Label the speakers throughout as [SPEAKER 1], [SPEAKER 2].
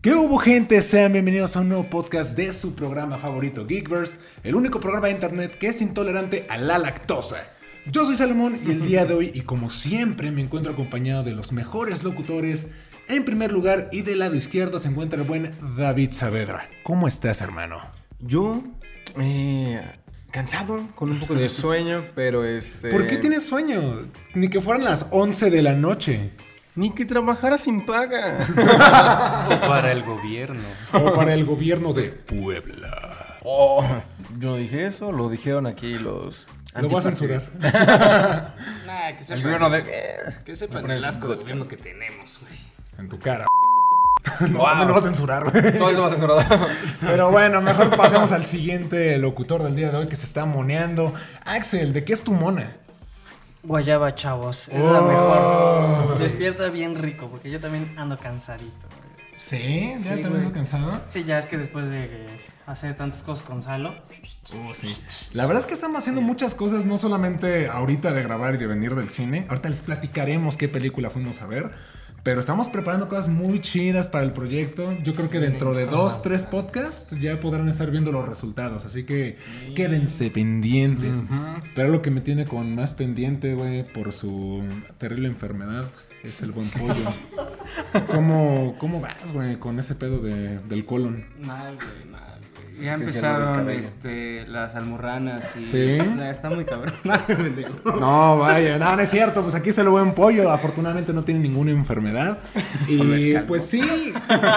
[SPEAKER 1] ¿Qué hubo gente? Sean bienvenidos a un nuevo podcast de su programa favorito Geekverse, el único programa de internet que es intolerante a la lactosa. Yo soy Salomón y el día de hoy, y como siempre, me encuentro acompañado de los mejores locutores. En primer lugar y del lado izquierdo se encuentra el buen David Saavedra. ¿Cómo estás, hermano?
[SPEAKER 2] Yo, eh, cansado, con un poco de sueño, pero este...
[SPEAKER 1] ¿Por qué tienes sueño? Ni que fueran las 11 de la noche.
[SPEAKER 2] Ni que trabajara sin paga.
[SPEAKER 3] O para el gobierno.
[SPEAKER 1] O para el gobierno de Puebla.
[SPEAKER 2] Oh, yo no dije eso, lo dijeron aquí los...
[SPEAKER 1] Lo voy a
[SPEAKER 2] antipatrias.
[SPEAKER 1] censurar.
[SPEAKER 3] Nah, Ah, que
[SPEAKER 2] El
[SPEAKER 3] sepan,
[SPEAKER 2] gobierno de...
[SPEAKER 3] que sepan el asco de gobierno que tenemos, güey.
[SPEAKER 1] En tu cara. No, también lo voy a censurar, güey.
[SPEAKER 2] Todo eso va censurado.
[SPEAKER 1] Pero bueno, mejor pasemos al siguiente locutor del día de hoy que se está moneando. Axel, ¿de qué es tu mona?
[SPEAKER 4] Guayaba, chavos. Es la
[SPEAKER 1] Oh.
[SPEAKER 4] mejor. Despierta bien rico, porque yo también ando cansadito. güey.
[SPEAKER 1] Sí, ya
[SPEAKER 4] Sí,
[SPEAKER 1] también
[SPEAKER 4] güey.
[SPEAKER 1] estás cansado.
[SPEAKER 4] Sí, ya es que después de eh, hacer tantas cosas con Salo.
[SPEAKER 1] Oh, sí. La verdad es que estamos haciendo muchas cosas, no solamente ahorita de grabar y de venir del cine. Ahorita les platicaremos qué película fuimos a ver. Pero estamos preparando cosas muy chidas para el proyecto. Yo creo que dentro de dos, tres podcasts ya podrán estar viendo los resultados. Así que quédense pendientes. Pero lo que me tiene con más pendiente, güey, por su terrible enfermedad, es el buen pollo. ¿Cómo, cómo vas, güey, con ese pedo de- del colon?
[SPEAKER 3] Mal, güey, mal, güey. Ya
[SPEAKER 2] que se
[SPEAKER 3] empezaron
[SPEAKER 2] le ve el
[SPEAKER 3] este, las almorranas y.
[SPEAKER 1] ¿Sí?
[SPEAKER 3] Nah, está muy cabrón. pendejo.
[SPEAKER 1] No, vaya, no, no es cierto. Pues aquí se lo buen pollo. Afortunadamente no tiene ninguna enfermedad. Y pues sí.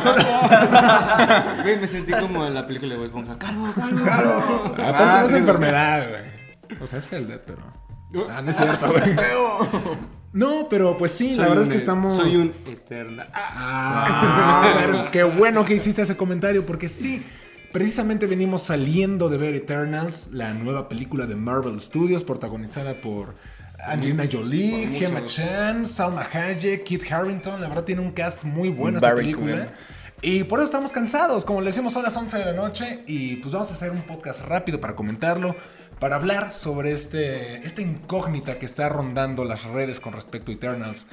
[SPEAKER 1] solo- Ah,
[SPEAKER 3] Güey, me sentí como en la película de Bob Esponja. Calvo, calvo.
[SPEAKER 1] Claro. Aparte pues
[SPEAKER 3] Ah,
[SPEAKER 1] no es enfermedad, güey. O sea, es fealdad, pero. Ah, No, no es cierto, güey. No, pero pues sí, la
[SPEAKER 3] Soy
[SPEAKER 1] verdad
[SPEAKER 3] un,
[SPEAKER 1] es que
[SPEAKER 3] eh,
[SPEAKER 1] estamos.
[SPEAKER 3] Soy un eterna. Ah,
[SPEAKER 1] Ah, a ver, qué bueno que hiciste ese comentario, porque sí, precisamente venimos saliendo de ver Eternals, la nueva película de Marvel Studios, protagonizada por Angelina Jolie, Gemma Chan, Salma Hayek, Kit Harrington. La verdad, tiene un cast muy bueno esta
[SPEAKER 2] Barry
[SPEAKER 1] película.
[SPEAKER 2] Coogan.
[SPEAKER 1] Y por eso estamos cansados, como le decimos son las 11 de la noche y pues vamos a hacer un podcast rápido para comentarlo, para hablar sobre este, esta incógnita que está rondando las redes con respecto a Eternals.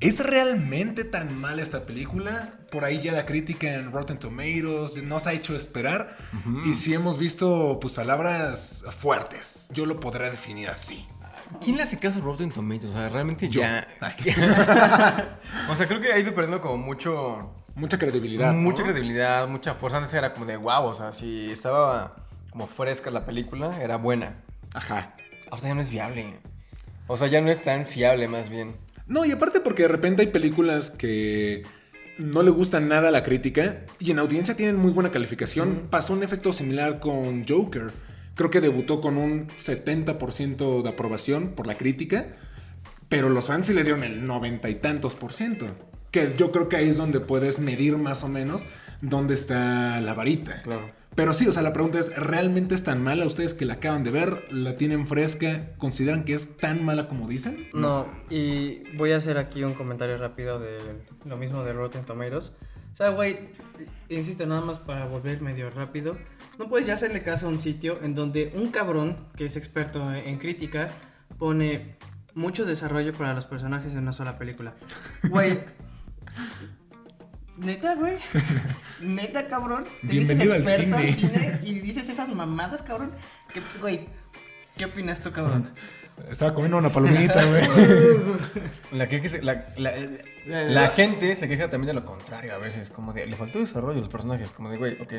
[SPEAKER 1] ¿Es realmente tan mala esta película? Por ahí ya la crítica en Rotten Tomatoes nos ha hecho esperar y sí hemos visto pues palabras fuertes, yo lo podría definir así.
[SPEAKER 2] ¿Quién le hace caso a Rotten Tomatoes? O sea, realmente
[SPEAKER 1] Yo.
[SPEAKER 2] ya...
[SPEAKER 1] Ay.
[SPEAKER 2] O sea, creo que ha ido perdiendo como mucho...
[SPEAKER 1] Mucha credibilidad. ¿no?
[SPEAKER 2] Mucha credibilidad, mucha fuerza. Antes era como de wow, o sea, si estaba como fresca la película, era buena.
[SPEAKER 1] Ajá.
[SPEAKER 2] Ahorita ya no es viable. O sea, ya no es tan fiable, más bien.
[SPEAKER 1] No, y aparte porque de repente hay películas que no le gustan nada a la crítica y en audiencia tienen muy buena calificación. Pasó un efecto similar con Joker. Creo que debutó con un 70% de aprobación por la crítica, pero los fans sí le dieron el noventa y tantos por ciento. Que yo creo que ahí es donde puedes medir más o menos dónde está la varita.
[SPEAKER 2] Claro.
[SPEAKER 1] Pero sí, o sea, la pregunta es, ¿realmente es tan mala? Ustedes que la acaban de ver, la tienen fresca, ¿consideran que es tan mala como dicen?
[SPEAKER 4] No, y voy a hacer aquí un comentario rápido de lo mismo de Rotten Tomatoes. O sea, güey, insisto, nada más para volver medio rápido. No puedes ya hacerle caso a un sitio en donde un cabrón que es experto en crítica pone mucho desarrollo para los personajes en una sola película. Güey. Neta, güey. Neta, cabrón. Te dices
[SPEAKER 1] Bienvenido al
[SPEAKER 4] experto en
[SPEAKER 1] cine.
[SPEAKER 4] cine y dices esas mamadas, cabrón. ¿Qué, güey, ¿qué opinas tú, cabrón?
[SPEAKER 1] Estaba comiendo una palomita, güey.
[SPEAKER 2] La, que, que se- la, la- la gente se queja también de lo contrario a veces, como de, le faltó desarrollo a los personajes, como de, güey, ok.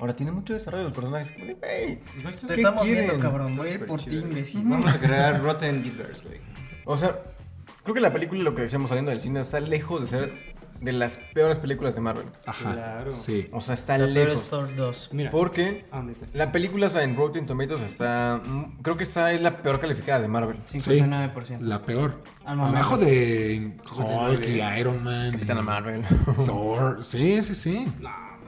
[SPEAKER 2] Ahora tiene mucho desarrollo los personajes, como de, güey,
[SPEAKER 4] Pues Te estamos viendo, cabrón.
[SPEAKER 2] Está
[SPEAKER 4] Voy a ir
[SPEAKER 2] súper
[SPEAKER 4] por ti,
[SPEAKER 2] chido.
[SPEAKER 4] imbécil.
[SPEAKER 3] Vamos a crear Rotten Givers, güey.
[SPEAKER 2] O sea, creo que la película, lo que decíamos saliendo del cine, está lejos de ser de las peores películas de Marvel.
[SPEAKER 1] Ajá.
[SPEAKER 3] Claro.
[SPEAKER 1] Sí.
[SPEAKER 2] O sea, está lejos.
[SPEAKER 4] Thor 2.
[SPEAKER 3] Mira.
[SPEAKER 2] Porque
[SPEAKER 3] Ah, neta.
[SPEAKER 2] la película, o sea, en Rotten Tomatoes está, mm, creo que esta es la peor calificada de Marvel.
[SPEAKER 4] 59%.
[SPEAKER 1] La peor.
[SPEAKER 4] Al momento.
[SPEAKER 1] Abajo de Hulk y Iron Man.
[SPEAKER 2] Capitana
[SPEAKER 1] y
[SPEAKER 2] Marvel.
[SPEAKER 1] Thor. Sí, sí, sí.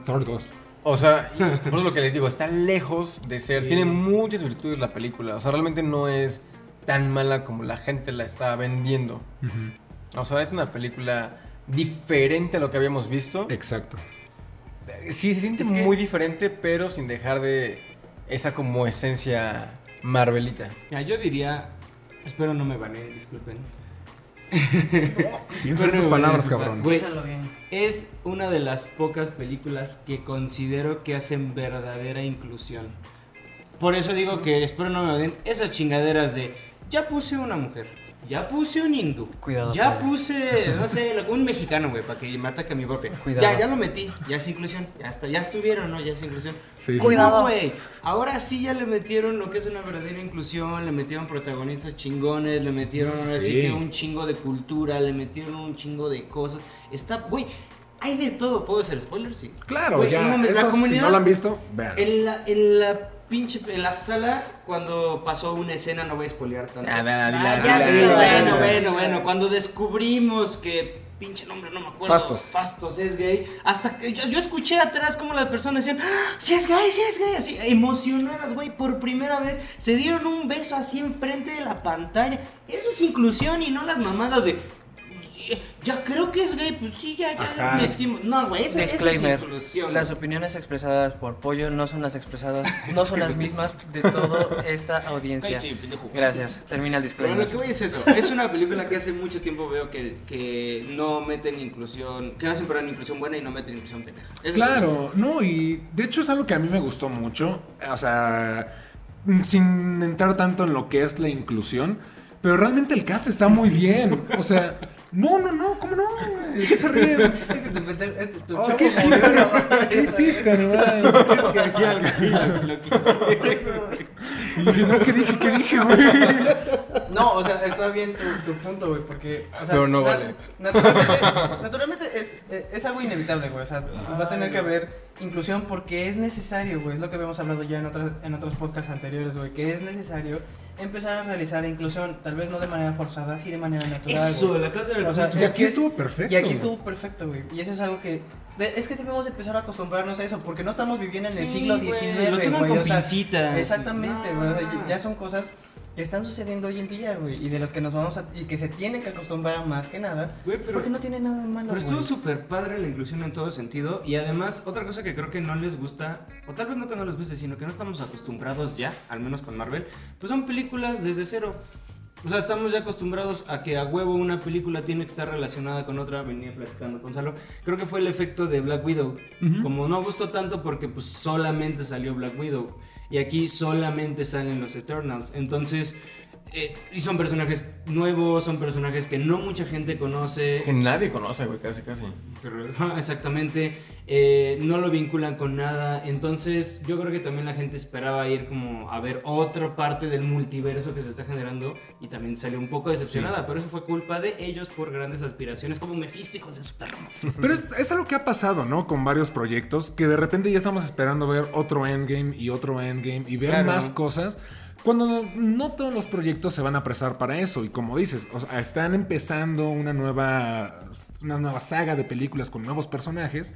[SPEAKER 1] Thor 2.
[SPEAKER 2] O sea, y por eso lo que les digo, está lejos de ser. Tiene muchas virtudes la película. O sea, realmente no es tan mala como la gente la está vendiendo. O sea, es una película diferente a lo que habíamos visto.
[SPEAKER 1] Exacto.
[SPEAKER 2] Sí, se siente
[SPEAKER 3] Es que-
[SPEAKER 2] muy diferente, pero sin dejar de esa como esencia marvelita.
[SPEAKER 3] Mira, yo diría. Espero no me baneen, disculpen.
[SPEAKER 1] Piensa en tus
[SPEAKER 3] Bueno, güey,
[SPEAKER 1] palabras,
[SPEAKER 3] disculpa.
[SPEAKER 1] cabrón.
[SPEAKER 3] Güey.
[SPEAKER 4] Piénsalo bien.
[SPEAKER 3] Es una de las pocas películas que considero que hacen verdadera inclusión. Por eso digo que espero no me odien esas chingaderas de ya puse una mujer, ya puse un hindú,
[SPEAKER 4] Cuidado,
[SPEAKER 3] ya
[SPEAKER 4] Fabio.
[SPEAKER 3] puse, no sé, lo- un mexicano, güey, para que me ataque mi golpe.
[SPEAKER 4] Cuidado.
[SPEAKER 3] Ya, ya lo metí, ya es inclusión, ya está, ya estuvieron, ¿no? Ya es inclusión.
[SPEAKER 1] Sí, sí,
[SPEAKER 3] Cuidado, güey. Ahora sí ya le metieron lo que es una verdadera inclusión, le metieron protagonistas chingones, le metieron ahora sí
[SPEAKER 1] Sí.
[SPEAKER 3] que un chingo de cultura, le metieron un chingo de cosas. Está, güey, hay de todo. ¿Puedo hacer spoilers? Sí.
[SPEAKER 1] Claro,
[SPEAKER 3] Güey, no
[SPEAKER 1] ya.
[SPEAKER 3] mames, la
[SPEAKER 1] eso, si
[SPEAKER 3] comunidad-
[SPEAKER 1] no lo han visto, vean.
[SPEAKER 3] En la, en la pinche, en la sala, cuando pasó una escena, no voy a spoilear tanto.
[SPEAKER 2] Ah, dila, dila,
[SPEAKER 3] Ah,
[SPEAKER 2] dila,
[SPEAKER 3] ya,
[SPEAKER 1] dila,
[SPEAKER 3] bueno,
[SPEAKER 1] dila.
[SPEAKER 3] bueno, bueno, cuando descubrimos que pinche nombre, no me acuerdo.
[SPEAKER 1] Fastos.
[SPEAKER 3] Fastos es gay. Hasta que yo, yo escuché atrás como las personas decían, "¡Ah, sí es gay, sí es gay, así emocionadas, güey, por primera vez. Se dieron un beso así enfrente de la pantalla. Eso es inclusión y no las mamadas de... Ya creo que es gay, pues sí, ya, ya
[SPEAKER 1] Ajá.
[SPEAKER 3] lo metimos". No, güey, eso, eso
[SPEAKER 4] Disclaimer.
[SPEAKER 3] es inclusión.
[SPEAKER 4] Las
[SPEAKER 3] güey.
[SPEAKER 4] opiniones expresadas por Pollo no son las expresadas, no son las mismas de toda esta audiencia.
[SPEAKER 3] Este Ay, sí, pendejo.
[SPEAKER 4] Gracias. Termina el
[SPEAKER 3] Pero lo que
[SPEAKER 4] disclaimer.
[SPEAKER 3] voy es eso, es una película que hace mucho tiempo veo que, que no meten inclusión, que hacen perdón, inclusión buena y no meten inclusión pendeja. Eso es-
[SPEAKER 1] Claro, no, y de hecho es algo que a mí me gustó mucho. O sea, sin entrar tanto en lo que es la inclusión. Pero realmente el cast está muy bien. O sea, no, no, no, ¿cómo no? ¿De qué se ríen?
[SPEAKER 3] este,
[SPEAKER 1] Oh, ¿Qué hiciste? ¿Qué hiciste, animal?
[SPEAKER 3] Ya, ya, lo que-
[SPEAKER 1] Y yo, no, ¿qué dije? ¿Qué dije, güey?
[SPEAKER 4] No, o sea, está bien tu, tu punto, güey, porque. O sea,
[SPEAKER 2] Pero no
[SPEAKER 4] nat-
[SPEAKER 2] vale.
[SPEAKER 4] Naturalmente, naturalmente es, eh, es algo inevitable, güey. O sea, va a tener que haber inclusión porque es necesario, güey. Es lo que habíamos hablado ya en, otras, en otros podcasts anteriores, güey, que es necesario empezar a realizar inclusión, tal vez no de manera forzada, sí de manera natural.
[SPEAKER 3] Eso,
[SPEAKER 4] güey.
[SPEAKER 3] la casa del
[SPEAKER 4] O sea,
[SPEAKER 3] culto.
[SPEAKER 1] Y aquí estuvo perfecto.
[SPEAKER 4] Y aquí estuvo perfecto, güey. Y eso es algo que. de- es que debemos empezar a acostumbrarnos a eso, porque no estamos viviendo en el
[SPEAKER 3] Sí,
[SPEAKER 4] siglo
[SPEAKER 3] güey,
[SPEAKER 4] XIX.
[SPEAKER 3] lo toman
[SPEAKER 4] güey,
[SPEAKER 3] con
[SPEAKER 4] o sea,
[SPEAKER 3] pincitas.
[SPEAKER 4] Exactamente,
[SPEAKER 3] No.
[SPEAKER 4] güey, o sea, ya- ya son cosas que están sucediendo hoy en día, güey. Y de las que nos vamos a. Y que se tienen que acostumbrar más que nada.
[SPEAKER 3] Güey, pero-
[SPEAKER 4] porque no tiene nada de malo.
[SPEAKER 3] Pero estuvo
[SPEAKER 4] güey.
[SPEAKER 3] súper padre la inclusión en todo sentido. Y además, otra cosa que creo que no les gusta, o tal vez no que no les guste, sino que no estamos acostumbrados ya, al menos con Marvel, pues son películas desde cero. O sea, estamos ya acostumbrados a que a huevo una película tiene que estar relacionada con otra. Venía platicando con Salo. Creo que fue el efecto de Black Widow. Como no gustó tanto porque pues solamente salió Black Widow. Y aquí solamente salen los Eternals. Entonces, eh, y son personajes nuevos, son personajes que no mucha gente conoce.
[SPEAKER 2] Que nadie conoce, güey, casi, casi.
[SPEAKER 3] Pero, ajá, Exactamente, eh, no lo vinculan con nada, entonces yo creo que también la gente esperaba ir como a ver otra parte del multiverso que se está generando y también salió un poco decepcionada, pero eso fue culpa de ellos por grandes aspiraciones como Mephisto, hijos de su perro.
[SPEAKER 1] Pero es, es algo que ha pasado, ¿no? Con varios proyectos, que de repente ya estamos esperando ver otro endgame y otro endgame y ver
[SPEAKER 3] Claro.
[SPEAKER 1] más cosas. Cuando no, no todos los proyectos se van a prestar para eso. Y como dices, o sea, están empezando una nueva, una nueva saga de películas con nuevos personajes.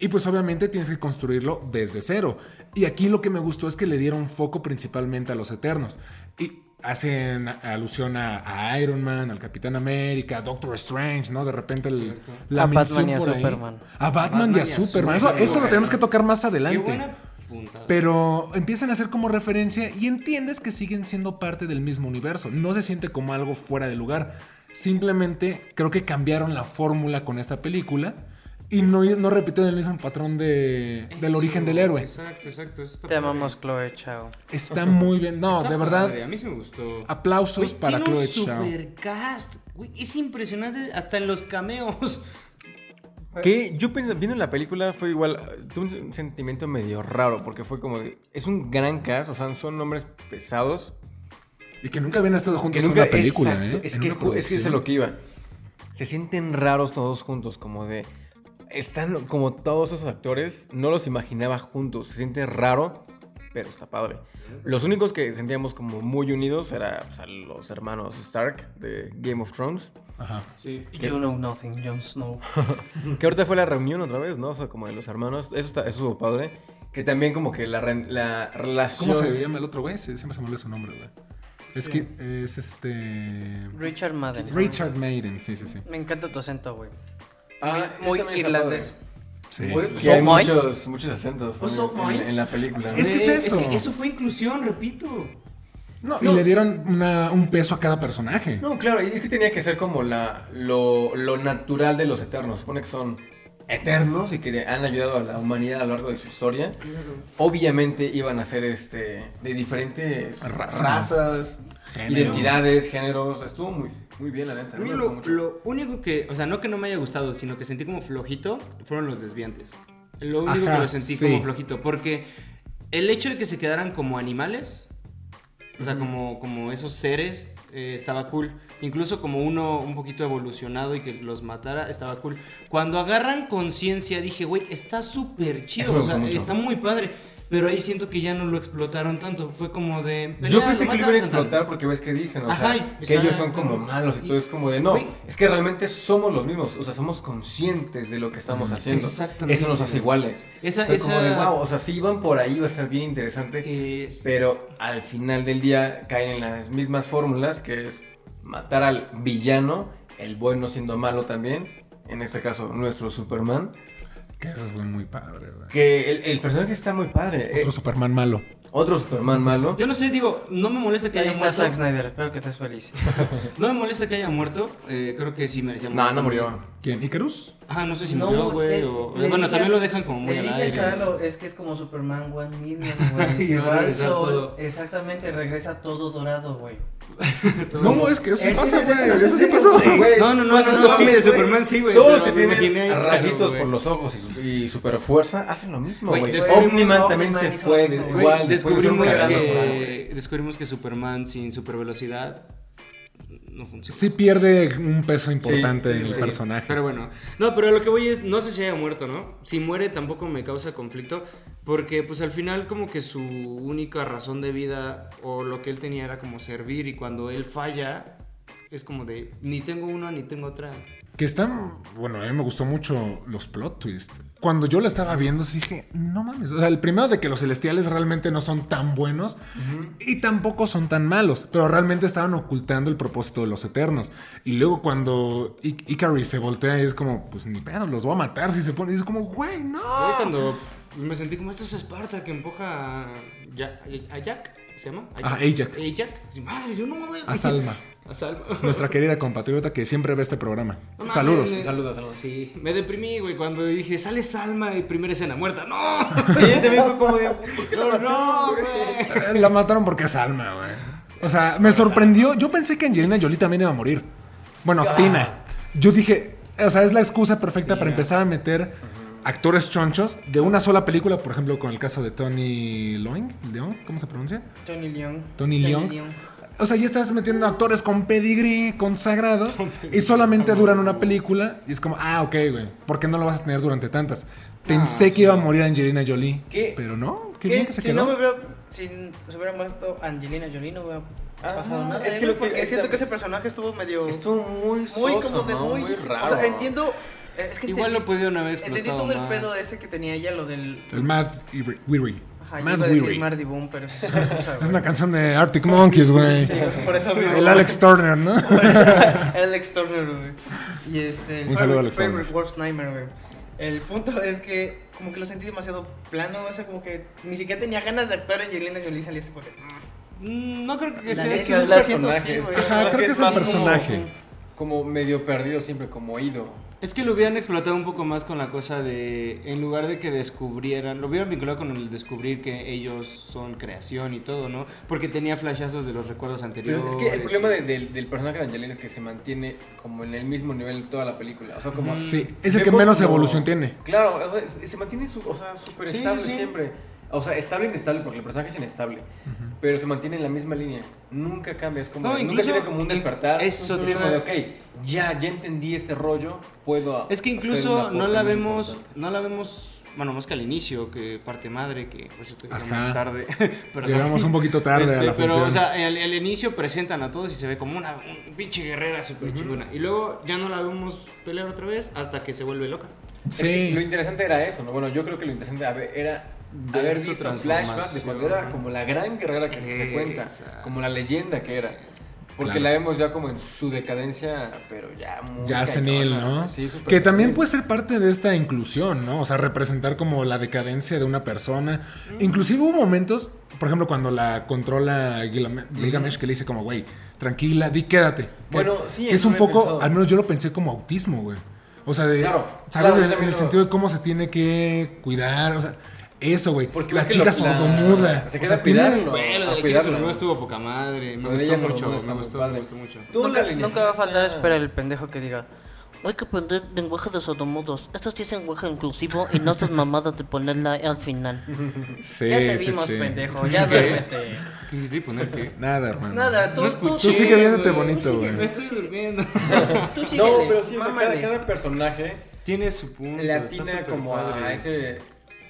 [SPEAKER 1] Y pues obviamente tienes que construirlo desde cero. Y aquí lo que me gustó es que le dieron foco principalmente a los Eternos. Y hacen alusión a, a Iron Man, al Capitán América, a Doctor Strange, ¿no? De repente el, la
[SPEAKER 4] A
[SPEAKER 1] mención
[SPEAKER 4] Batman y a
[SPEAKER 1] por ahí.
[SPEAKER 4] Superman.
[SPEAKER 1] A Batman, y a Superman. Eso,
[SPEAKER 3] Superman.
[SPEAKER 1] eso lo tenemos que tocar más
[SPEAKER 3] Qué
[SPEAKER 1] adelante.
[SPEAKER 3] buena puntada.
[SPEAKER 1] Pero empiezan a hacer como referencia y entiendes que siguen siendo parte del mismo universo. No se siente como algo fuera de lugar. Simplemente creo que cambiaron la fórmula con esta película y no, no repiten el mismo patrón de, del
[SPEAKER 3] Eso,
[SPEAKER 1] origen del héroe.
[SPEAKER 3] Exacto, exacto. eso está
[SPEAKER 4] Te
[SPEAKER 3] padre.
[SPEAKER 4] amamos, Chloe, chao.
[SPEAKER 1] Está muy bien. No,
[SPEAKER 3] Está
[SPEAKER 1] de verdad,
[SPEAKER 3] padre, A mí sí me gustó.
[SPEAKER 1] aplausos
[SPEAKER 3] Güey,
[SPEAKER 1] para
[SPEAKER 3] tiene
[SPEAKER 1] Chloe
[SPEAKER 3] un
[SPEAKER 1] Chao.
[SPEAKER 3] supercast, güey, es impresionante hasta en los cameos.
[SPEAKER 2] Que yo pens- viendo la película fue igual, eh, tuve un sentimiento medio raro, porque fue como, de- es un gran cast, o sea, son nombres pesados.
[SPEAKER 1] Y que nunca habían estado
[SPEAKER 2] Que
[SPEAKER 1] juntos
[SPEAKER 2] nunca,
[SPEAKER 1] en una película,
[SPEAKER 2] exacto,
[SPEAKER 1] ¿eh?
[SPEAKER 2] es,
[SPEAKER 1] En
[SPEAKER 2] que,
[SPEAKER 1] una
[SPEAKER 2] ju- es que es a
[SPEAKER 1] producción.
[SPEAKER 2] lo que iba. Se sienten raros todos juntos, como de, están como todos esos actores, no los imaginaba juntos, se siente raro, pero está padre. Los únicos que sentíamos como muy unidos eran los hermanos Stark de Game of Thrones.
[SPEAKER 1] Ajá.
[SPEAKER 3] Sí.
[SPEAKER 4] You know nothing, Jon Snow.
[SPEAKER 2] Que ahorita fue la reunión otra vez, ¿no? O sea, como de los hermanos. Eso, está, eso estuvo padre. Que también como que la, re- la relación...
[SPEAKER 1] ¿Cómo se llama el otro güey? Se- Siempre se me olvida su nombre, güey. Es que es este.
[SPEAKER 4] Richard Madden.
[SPEAKER 1] Richard Maiden, sí, sí, sí.
[SPEAKER 4] Me encanta tu acento, güey.
[SPEAKER 2] Ah,
[SPEAKER 4] Muy
[SPEAKER 2] este también está
[SPEAKER 4] irlandés.
[SPEAKER 1] Sí.
[SPEAKER 2] padre. Que
[SPEAKER 4] So
[SPEAKER 2] hay
[SPEAKER 4] much.
[SPEAKER 2] muchos, muchos acentos
[SPEAKER 3] Oh,
[SPEAKER 2] en-
[SPEAKER 3] so
[SPEAKER 2] en,
[SPEAKER 3] much.
[SPEAKER 2] en la película.
[SPEAKER 1] Es que es
[SPEAKER 3] Güey,
[SPEAKER 1] eso.
[SPEAKER 3] eso fue inclusión, repito.
[SPEAKER 1] No,
[SPEAKER 2] No.
[SPEAKER 1] Y le dieron una- un peso a cada personaje.
[SPEAKER 2] No, claro, y es que tenía que ser como la, lo, lo natural de los eternos. Supone que son eternos y que han ayudado a la humanidad a lo largo de su historia. Obviamente iban a ser este de diferentes
[SPEAKER 1] Razas.
[SPEAKER 2] razas,
[SPEAKER 1] Géneros.
[SPEAKER 2] identidades, géneros. Estuvo muy, muy bien, la neta.
[SPEAKER 3] A
[SPEAKER 2] me
[SPEAKER 3] mí
[SPEAKER 2] gustó
[SPEAKER 3] lo,
[SPEAKER 2] mucho.
[SPEAKER 3] lo único que, o sea, no que no me haya gustado, sino que sentí como flojito, fueron los desviantes. Lo único
[SPEAKER 1] Ajá,
[SPEAKER 3] que lo sentí
[SPEAKER 1] sí.
[SPEAKER 3] como flojito, porque el hecho de que se quedaran como animales, o sea, como, como esos seres, eh, estaba cool. Incluso como uno un poquito evolucionado y que los matara, estaba cool. Cuando agarran conciencia, dije, güey, está súper
[SPEAKER 2] Eso
[SPEAKER 3] chido,
[SPEAKER 2] me
[SPEAKER 3] o
[SPEAKER 2] gustó
[SPEAKER 3] sea,
[SPEAKER 2] mucho.
[SPEAKER 3] está muy padre. Pero ahí siento que ya no lo explotaron tanto. Fue como de.
[SPEAKER 2] Yo
[SPEAKER 3] pelea,
[SPEAKER 2] pensé
[SPEAKER 3] lo
[SPEAKER 2] que lo iban
[SPEAKER 3] matan,
[SPEAKER 2] a
[SPEAKER 3] tan, tan.
[SPEAKER 2] explotar porque ves que dicen, o
[SPEAKER 3] Ajá,
[SPEAKER 2] sea,
[SPEAKER 3] y-
[SPEAKER 2] que ellos
[SPEAKER 3] exacto.
[SPEAKER 2] son como malos y todo es como de no.
[SPEAKER 3] Güey.
[SPEAKER 2] Es que realmente somos los mismos, o sea, somos conscientes de lo que estamos haciendo.
[SPEAKER 3] Exactamente.
[SPEAKER 2] Eso nos hace iguales.
[SPEAKER 3] Esa,
[SPEAKER 2] Fue
[SPEAKER 3] esa.
[SPEAKER 2] como de wow, o sea, si iban por ahí va a ser bien interesante.
[SPEAKER 3] es-
[SPEAKER 2] Pero al final del día caen en las mismas fórmulas, que es matar al villano, el bueno siendo malo también, en este caso nuestro Superman,
[SPEAKER 1] Que eso fue muy padre, güey.
[SPEAKER 2] que el, el personaje está muy padre. eh,
[SPEAKER 1] Otro Superman malo.
[SPEAKER 2] otro Superman malo.
[SPEAKER 3] Yo no sé, digo, no me molesta que
[SPEAKER 4] Ahí
[SPEAKER 3] haya
[SPEAKER 4] está Zack
[SPEAKER 3] muerto.
[SPEAKER 4] Snyder, espero que estés feliz.
[SPEAKER 3] No me molesta que haya muerto. eh, creo que sí merecía
[SPEAKER 2] No, no murió.
[SPEAKER 1] ¿Quién? ¿Icarus?
[SPEAKER 3] Ajá, no sé si
[SPEAKER 4] No,
[SPEAKER 3] murió, güey.
[SPEAKER 4] le-
[SPEAKER 3] o-
[SPEAKER 4] le
[SPEAKER 3] Bueno,
[SPEAKER 4] dije
[SPEAKER 3] también
[SPEAKER 4] a-
[SPEAKER 3] lo dejan como muy
[SPEAKER 4] Le
[SPEAKER 3] al
[SPEAKER 4] dije
[SPEAKER 3] aire.
[SPEAKER 4] a Salo, es que es como Superman One Million,
[SPEAKER 3] Y
[SPEAKER 4] güey. Se
[SPEAKER 3] va a
[SPEAKER 4] va el
[SPEAKER 3] regresar
[SPEAKER 4] sol.
[SPEAKER 3] todo.
[SPEAKER 4] Exactamente, regresa todo dorado, güey.
[SPEAKER 1] No, es que eso sí
[SPEAKER 4] Es que
[SPEAKER 1] pasa,
[SPEAKER 4] ese-
[SPEAKER 1] güey.
[SPEAKER 4] ese
[SPEAKER 1] Eso sí
[SPEAKER 4] es
[SPEAKER 1] pasó.
[SPEAKER 4] el-
[SPEAKER 2] Güey,
[SPEAKER 3] No, no, no,
[SPEAKER 2] bueno,
[SPEAKER 3] no,
[SPEAKER 2] no,
[SPEAKER 3] sí, de
[SPEAKER 2] güey.
[SPEAKER 3] Superman sí, güey.
[SPEAKER 2] Todos
[SPEAKER 3] pero
[SPEAKER 2] los que
[SPEAKER 3] me
[SPEAKER 2] tienen
[SPEAKER 3] imaginé ahí, claro,
[SPEAKER 2] rayitos
[SPEAKER 3] güey.
[SPEAKER 2] por los ojos y, su- y super fuerza hacen lo mismo,
[SPEAKER 3] Güey,
[SPEAKER 2] güey.
[SPEAKER 3] descubrimos-
[SPEAKER 2] Omniman
[SPEAKER 4] no,
[SPEAKER 2] también
[SPEAKER 4] Omniman
[SPEAKER 2] se
[SPEAKER 4] hizo
[SPEAKER 2] fue.
[SPEAKER 4] lo mismo,
[SPEAKER 2] de-
[SPEAKER 3] Güey,
[SPEAKER 4] Igual,
[SPEAKER 2] Igual, después de ser un
[SPEAKER 3] descubrimos,
[SPEAKER 2] gran personaje.
[SPEAKER 3] que, descubrimos que Superman sin supervelocidad no funciona.
[SPEAKER 1] Sí pierde un peso importante
[SPEAKER 2] Sí, sí,
[SPEAKER 1] en el
[SPEAKER 3] Sí,
[SPEAKER 1] personaje.
[SPEAKER 3] Pero bueno. No, pero a lo que voy es, no sé si haya muerto, ¿no? Si muere tampoco me causa conflicto, porque pues al final como que su única razón de vida o lo que él tenía era como servir y cuando él falla es como de, ni tengo una ni tengo otra.
[SPEAKER 1] Que están, bueno, a mí me gustó mucho los plot twists. Cuando yo la estaba viendo, sí dije, no mames. O sea, el primero de que los celestiales realmente no son tan buenos y tampoco son tan malos, pero realmente estaban ocultando el propósito de los eternos. Y luego cuando I- Icarus se voltea, es como, pues ni pedo, los voy a matar si se pone. Y es como, güey,
[SPEAKER 3] Ahí
[SPEAKER 1] no.
[SPEAKER 3] cuando me sentí como, esto es Esparta que empuja a Ja- a Jack, ¿se llama?
[SPEAKER 1] Ah, Ajax.
[SPEAKER 3] Ajax. Así, Madre, yo no voy
[SPEAKER 1] A Salma,
[SPEAKER 3] A Salma.
[SPEAKER 1] nuestra querida compatriota que siempre ve este programa.
[SPEAKER 3] No mames,
[SPEAKER 1] Saludos.
[SPEAKER 3] me-
[SPEAKER 2] Saludos, saludos.
[SPEAKER 3] Sí, me deprimí, güey, cuando dije, sale Salma y primera escena muerta. ¡No!
[SPEAKER 2] Sí, también fue como de. ¿por qué la
[SPEAKER 3] No,
[SPEAKER 2] mataron,
[SPEAKER 3] no,
[SPEAKER 2] güey?
[SPEAKER 3] güey.
[SPEAKER 1] Eh, La mataron porque es alma, güey. O sea, me sorprendió. Yo pensé que Angelina Jolie también iba a morir. Bueno,
[SPEAKER 4] Ah.
[SPEAKER 1] Athena. Yo dije, o sea, es la excusa perfecta para empezar a meter actores chonchos de una sola película, por ejemplo, con el caso de Tony Loing, León, ¿cómo se pronuncia?
[SPEAKER 4] Tony Leon.
[SPEAKER 1] Tony Leung. O sea, ya estás metiendo actores con pedigrí, consagrados, y solamente duran una película. Y es como, ah, ok, güey, ¿por qué no lo vas a tener durante tantas? Pensé que iba a morir Angelina Jolie,
[SPEAKER 4] Ah, ¿Qué?
[SPEAKER 1] pero no, qué
[SPEAKER 4] ¿Qué?
[SPEAKER 1] bien que se
[SPEAKER 4] si
[SPEAKER 1] quedó.
[SPEAKER 4] no me hubiera, si se hubiera muerto Angelina Jolie no hubiera
[SPEAKER 2] Ah,
[SPEAKER 4] pasado nada.
[SPEAKER 2] es que
[SPEAKER 4] ¿eh?
[SPEAKER 2] lo que-
[SPEAKER 4] porque siento
[SPEAKER 2] esta-
[SPEAKER 4] que ese personaje estuvo medio
[SPEAKER 2] Estuvo muy
[SPEAKER 4] muy
[SPEAKER 2] soso,
[SPEAKER 4] como de
[SPEAKER 2] ¿no?
[SPEAKER 4] muy,
[SPEAKER 2] raro.
[SPEAKER 4] O sea, entiendo es que
[SPEAKER 3] Igual
[SPEAKER 4] enten-
[SPEAKER 3] lo pudieron haber
[SPEAKER 4] entendí
[SPEAKER 3] explotado
[SPEAKER 4] todo el
[SPEAKER 3] más.
[SPEAKER 4] pedo ese que tenía ella lo del
[SPEAKER 1] El Mad Ivory- Weary.
[SPEAKER 4] Ajá, yo
[SPEAKER 1] Mad
[SPEAKER 4] iba a decir
[SPEAKER 1] Weary.
[SPEAKER 4] Mardy Boom, pero eso es otra cosa,
[SPEAKER 1] Es
[SPEAKER 4] güey.
[SPEAKER 1] una canción de Arctic Monkeys, güey.
[SPEAKER 4] Sí, güey, por eso mismo.
[SPEAKER 1] El Alex Turner, ¿no?
[SPEAKER 4] Alex Turner, güey. Y este. el
[SPEAKER 1] Un saludo a Alex
[SPEAKER 4] favorite- favorite
[SPEAKER 1] Turner.
[SPEAKER 4] worst nightmare, güey. El punto es que, como que lo sentí demasiado plano, o sea, como que ni siquiera tenía ganas de actuar en Angelina Jolie salía así como de, "Mm".
[SPEAKER 3] Mm, No creo que
[SPEAKER 4] La
[SPEAKER 3] sea
[SPEAKER 4] neta,
[SPEAKER 3] así.
[SPEAKER 4] la-
[SPEAKER 3] güey.
[SPEAKER 4] siento así,
[SPEAKER 2] personajes.
[SPEAKER 4] güey.
[SPEAKER 1] Ajá, creo que es el
[SPEAKER 2] más como-
[SPEAKER 1] personaje.
[SPEAKER 2] Como, medio perdido, siempre como oído.
[SPEAKER 3] Es que lo hubieran explotado un poco más con la cosa de. En lugar de que descubrieran. Lo hubieran vinculado con el descubrir que ellos son creación y todo, ¿no? Porque tenía flashazos de los recuerdos anteriores.
[SPEAKER 2] es que el problema de- del, del personaje de Angelina es que se mantiene como en el mismo nivel toda la película. O sea, como.
[SPEAKER 1] Sí, es el que
[SPEAKER 2] vemos
[SPEAKER 1] menos
[SPEAKER 2] como-
[SPEAKER 1] evolución tiene.
[SPEAKER 2] Claro, o sea, se se mantiene su, o sea, súper
[SPEAKER 3] Sí,
[SPEAKER 2] estable
[SPEAKER 3] sí, sí.
[SPEAKER 2] siempre. O sea, estable e inestable, porque el personaje es inestable. Pero se mantiene en la misma línea. Nunca cambia. Es como.
[SPEAKER 3] No,
[SPEAKER 2] nunca
[SPEAKER 3] incluso-
[SPEAKER 2] tiene como un despertar.
[SPEAKER 3] eso
[SPEAKER 2] Es
[SPEAKER 3] te
[SPEAKER 2] como
[SPEAKER 3] iba-
[SPEAKER 2] de, ok, ya, ya entendí este rollo. Puedo.
[SPEAKER 3] Es que
[SPEAKER 2] hacer
[SPEAKER 3] incluso
[SPEAKER 2] un
[SPEAKER 3] no
[SPEAKER 2] aporte
[SPEAKER 3] la
[SPEAKER 2] muy
[SPEAKER 3] vemos,
[SPEAKER 2] importante.
[SPEAKER 3] no la vemos, bueno, más que al inicio, que parte madre, que pues por cierto llegamos
[SPEAKER 1] Ajá.
[SPEAKER 3] tarde. perdón. Este,
[SPEAKER 1] Llegamos un poquito tarde a la
[SPEAKER 3] Pero,
[SPEAKER 1] función.
[SPEAKER 3] o sea, al, al inicio presentan a todos y se ve como una un pinche guerrera súper chingona. Y luego ya no la vemos pelear otra vez hasta que se vuelve loca.
[SPEAKER 2] Es que Eh, Lo
[SPEAKER 1] Sí.
[SPEAKER 2] interesante era eso, ¿no? Bueno, yo creo que lo interesante haber- era
[SPEAKER 3] Ver
[SPEAKER 2] haber
[SPEAKER 3] su
[SPEAKER 2] visto
[SPEAKER 3] transformación.
[SPEAKER 2] flashback de cuando era como la gran carrera que se cuenta,
[SPEAKER 3] Exacto.
[SPEAKER 2] como la leyenda que era. Porque
[SPEAKER 1] Claro.
[SPEAKER 2] la vemos ya como en su decadencia, pero ya muy.
[SPEAKER 1] Ya
[SPEAKER 2] cañona,
[SPEAKER 1] senil, ¿no?
[SPEAKER 2] güey. Sí, súper
[SPEAKER 1] que también pues,
[SPEAKER 2] senil.
[SPEAKER 1] puede ser parte de esta inclusión, ¿no? O sea, representar como la decadencia de una persona. Inclusive hubo momentos, por ejemplo, cuando la controla Gilame- Gilgamesh, que le dice como, güey, tranquila, di quédate. Que-
[SPEAKER 2] Bueno, sí,
[SPEAKER 1] que es
[SPEAKER 2] eso
[SPEAKER 1] un
[SPEAKER 2] lo he
[SPEAKER 1] poco,
[SPEAKER 2] pensado.
[SPEAKER 1] al menos yo lo pensé como autismo, güey. O sea, de,
[SPEAKER 2] Claro,
[SPEAKER 1] ¿sabes? en,
[SPEAKER 2] claro, yo
[SPEAKER 1] en el
[SPEAKER 2] también lo-
[SPEAKER 1] sentido de cómo se tiene que cuidar, o sea, eso, güey.
[SPEAKER 2] Porque
[SPEAKER 1] La
[SPEAKER 2] ves que lo-
[SPEAKER 1] chica
[SPEAKER 2] la-
[SPEAKER 1] sordomuda.
[SPEAKER 2] se
[SPEAKER 1] o
[SPEAKER 2] queda
[SPEAKER 1] sea, tiene...
[SPEAKER 2] cuidarlo.
[SPEAKER 3] Güey, lo
[SPEAKER 2] a
[SPEAKER 3] de la chica
[SPEAKER 2] cuidarlo.
[SPEAKER 3] sordomuda estuvo poca madre. Me
[SPEAKER 2] Lo de ella
[SPEAKER 3] gustó
[SPEAKER 2] sordomuda
[SPEAKER 3] mucho,
[SPEAKER 2] está
[SPEAKER 3] me
[SPEAKER 2] muy
[SPEAKER 3] gustó,
[SPEAKER 2] padre.
[SPEAKER 3] me gustó mucho.
[SPEAKER 2] Nunca-
[SPEAKER 5] Nunca,
[SPEAKER 2] nunca
[SPEAKER 5] va a faltar esperar el pendejo que diga. Hay que aprender lenguaje de sodomudos. Esto sí es lenguaje inclusivo y no estas mamadas de ponerla al final.
[SPEAKER 1] Sí,
[SPEAKER 5] ya te
[SPEAKER 1] sí,
[SPEAKER 5] vimos,
[SPEAKER 1] sí.
[SPEAKER 5] pendejo. Ya
[SPEAKER 3] Ok.
[SPEAKER 5] duérmete.
[SPEAKER 3] ¿Qué quisiste poner qué?
[SPEAKER 1] Nada, hermano.
[SPEAKER 4] Nada, tú,
[SPEAKER 3] No
[SPEAKER 4] tú,
[SPEAKER 3] escuché.
[SPEAKER 1] Tú sigue viéndote
[SPEAKER 3] güey.
[SPEAKER 1] bonito, güey.
[SPEAKER 3] Me estoy durmiendo.
[SPEAKER 5] tú
[SPEAKER 2] No,
[SPEAKER 5] síguele,
[SPEAKER 2] pero sí, o sea, cada,
[SPEAKER 5] mámale.
[SPEAKER 2] cada personaje
[SPEAKER 3] Tiene su punto.
[SPEAKER 2] le
[SPEAKER 3] está
[SPEAKER 2] atina
[SPEAKER 3] súper
[SPEAKER 2] como a,
[SPEAKER 3] padre.
[SPEAKER 2] ese,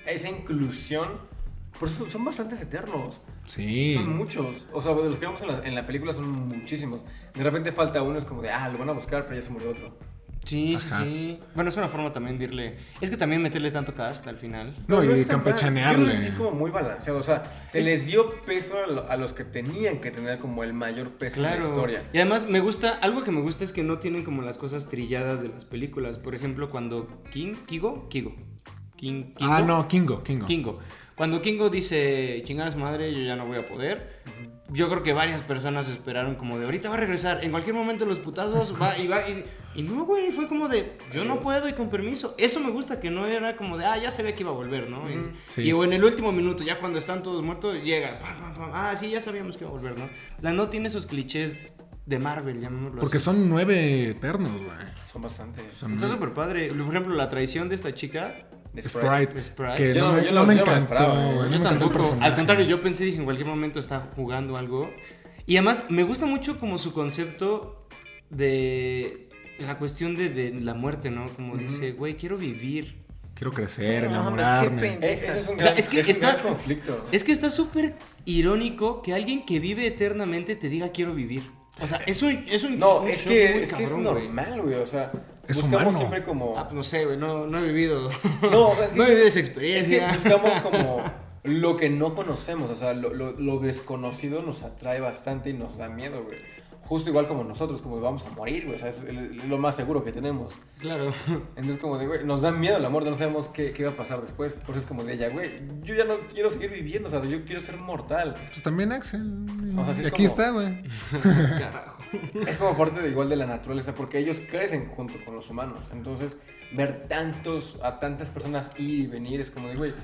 [SPEAKER 2] a esa inclusión. Por eso son bastantes eternos.
[SPEAKER 1] Sí.
[SPEAKER 2] Son muchos. O sea, de los que vemos en la, en la película son muchísimos. De repente falta uno, es como de, ah, lo van a buscar, pero ya se murió otro.
[SPEAKER 3] Sí, sí,
[SPEAKER 1] Ajá.
[SPEAKER 3] sí. Bueno, es una forma también de irle. Es que también meterle tanto cast al final.
[SPEAKER 1] No,
[SPEAKER 2] Pero
[SPEAKER 1] y
[SPEAKER 2] es tan mal. Yo lo
[SPEAKER 1] campechanearle.
[SPEAKER 2] sentí como muy balanceado. O sea, se les dio peso a, lo- a los que tenían que tener como el mayor peso en la
[SPEAKER 3] Claro.
[SPEAKER 2] historia.
[SPEAKER 3] Y además me gusta, algo que me gusta es que no tienen como las cosas trilladas de las películas. Por ejemplo, cuando King, Kigo, Kigo. King, Kingo.
[SPEAKER 1] Ah, no, Kingo, Kingo.
[SPEAKER 3] Kingo. Cuando Kingo dice, chingar a su madre, yo ya no voy a poder. Yo creo que varias personas esperaron como de ahorita va a regresar, en cualquier momento los putazos va y va y, y no, güey, fue como de yo no puedo y con permiso. Eso me gusta que no era como de ah, ya sabía que iba a volver, ¿no? Y-
[SPEAKER 1] sí.
[SPEAKER 3] Y o en el último minuto, ya cuando están todos muertos, llega, pam, pam, pam, ah, sí, ya sabíamos que iba a volver, ¿no? O sea, no tiene esos clichés de Marvel, llamémoslo
[SPEAKER 1] Porque
[SPEAKER 3] así.
[SPEAKER 1] son nueve eternos, güey.
[SPEAKER 2] Son bastantes.
[SPEAKER 1] Son
[SPEAKER 3] Está súper padre. Por ejemplo, la traición de esta chica
[SPEAKER 1] Sprite.
[SPEAKER 3] Sprite.
[SPEAKER 1] Que
[SPEAKER 2] Yo
[SPEAKER 1] no,
[SPEAKER 2] no-
[SPEAKER 1] me,
[SPEAKER 2] yo
[SPEAKER 1] no
[SPEAKER 2] no-
[SPEAKER 1] me
[SPEAKER 2] yo no me
[SPEAKER 1] encantó,
[SPEAKER 2] esperaba,
[SPEAKER 1] güey.
[SPEAKER 2] eh.
[SPEAKER 1] No me
[SPEAKER 3] Yo
[SPEAKER 1] encantó el
[SPEAKER 3] tampoco.
[SPEAKER 1] personaje.
[SPEAKER 3] Al contrario, yo pensé, dije, en cualquier momento está jugando algo. Y además me gusta mucho como su concepto de la cuestión de, de la muerte, ¿no? Como dice, güey, quiero vivir.
[SPEAKER 1] Quiero crecer,
[SPEAKER 4] No, hombre, qué
[SPEAKER 1] enamorarme.
[SPEAKER 4] pena.
[SPEAKER 2] Eh, ese es un
[SPEAKER 3] O sea,
[SPEAKER 2] gran,
[SPEAKER 3] es que
[SPEAKER 2] es un
[SPEAKER 3] está-
[SPEAKER 2] gran conflicto.
[SPEAKER 3] Es que está súper irónico que alguien que vive eternamente te diga quiero vivir. O sea, es un... Es un
[SPEAKER 2] No,
[SPEAKER 3] un
[SPEAKER 2] es
[SPEAKER 3] shock
[SPEAKER 2] que,
[SPEAKER 3] muy
[SPEAKER 2] es, que es
[SPEAKER 3] cabrón, güey.
[SPEAKER 2] normal, güey. O sea,
[SPEAKER 1] Es
[SPEAKER 2] buscamos
[SPEAKER 1] humano.
[SPEAKER 2] siempre como.
[SPEAKER 3] Ah, pues no sé, güey, no, no he vivido...
[SPEAKER 2] No, o sea, es que-
[SPEAKER 3] no he vivido esa
[SPEAKER 2] Es que
[SPEAKER 3] experiencia.
[SPEAKER 2] buscamos como lo que no conocemos, o sea, lo, lo- lo desconocido nos atrae bastante y nos da miedo, güey. Justo igual como nosotros, como vamos a morir, güey, o sea, es el- lo más seguro que tenemos.
[SPEAKER 3] Claro.
[SPEAKER 2] Entonces, como de, güey, nos da miedo la muerte, no sabemos qué, qué va a pasar después. Por eso es como de ella, güey, yo ya no quiero seguir viviendo, o sea, yo quiero ser mortal.
[SPEAKER 1] Pues también Axel.
[SPEAKER 2] O sea, sí
[SPEAKER 1] y
[SPEAKER 2] es
[SPEAKER 1] aquí
[SPEAKER 2] como-
[SPEAKER 1] está, güey.
[SPEAKER 3] Carajo.
[SPEAKER 2] Es como parte de igual de la naturaleza, porque ellos crecen junto con los humanos. Entonces, ver tantos, a tantas personas ir y venir es como de, güey,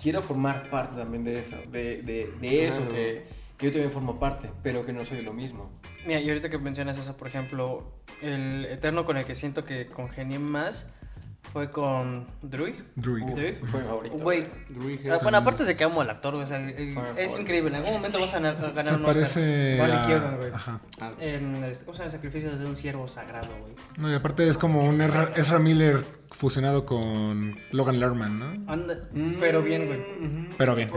[SPEAKER 2] quiero formar parte también de eso, de, de, de eso
[SPEAKER 3] Claro.
[SPEAKER 2] que que yo también formo parte, pero que no soy lo mismo.
[SPEAKER 4] Mira, y ahorita que mencionas eso, por ejemplo, el Eterno con el que siento que congenié más fue con Druid.
[SPEAKER 1] Druig.
[SPEAKER 2] Uf,
[SPEAKER 4] ¿Sí?
[SPEAKER 2] fue mi favorito.
[SPEAKER 4] Güey,
[SPEAKER 3] Druid
[SPEAKER 4] ah,
[SPEAKER 3] Hess.
[SPEAKER 4] bueno, aparte de que amo al actor, o sea, el- el-
[SPEAKER 2] Por
[SPEAKER 4] es
[SPEAKER 2] favor.
[SPEAKER 4] increíble. En algún momento vas a na- a ganar
[SPEAKER 1] Se
[SPEAKER 4] un Oscar.
[SPEAKER 1] parece.
[SPEAKER 4] Barney
[SPEAKER 1] a-
[SPEAKER 4] Keoghan, güey.
[SPEAKER 1] Ajá.
[SPEAKER 3] Ah,
[SPEAKER 4] En, este, ¿Cómo se llama? Sacrificio de un siervo sagrado, güey.
[SPEAKER 1] No, y aparte es como un Ezra Ezra Miller fusionado con Logan Lerman, ¿no?
[SPEAKER 4] Anda,
[SPEAKER 2] Mm,
[SPEAKER 4] pero bien, güey.
[SPEAKER 2] ujú.
[SPEAKER 1] Pero bien.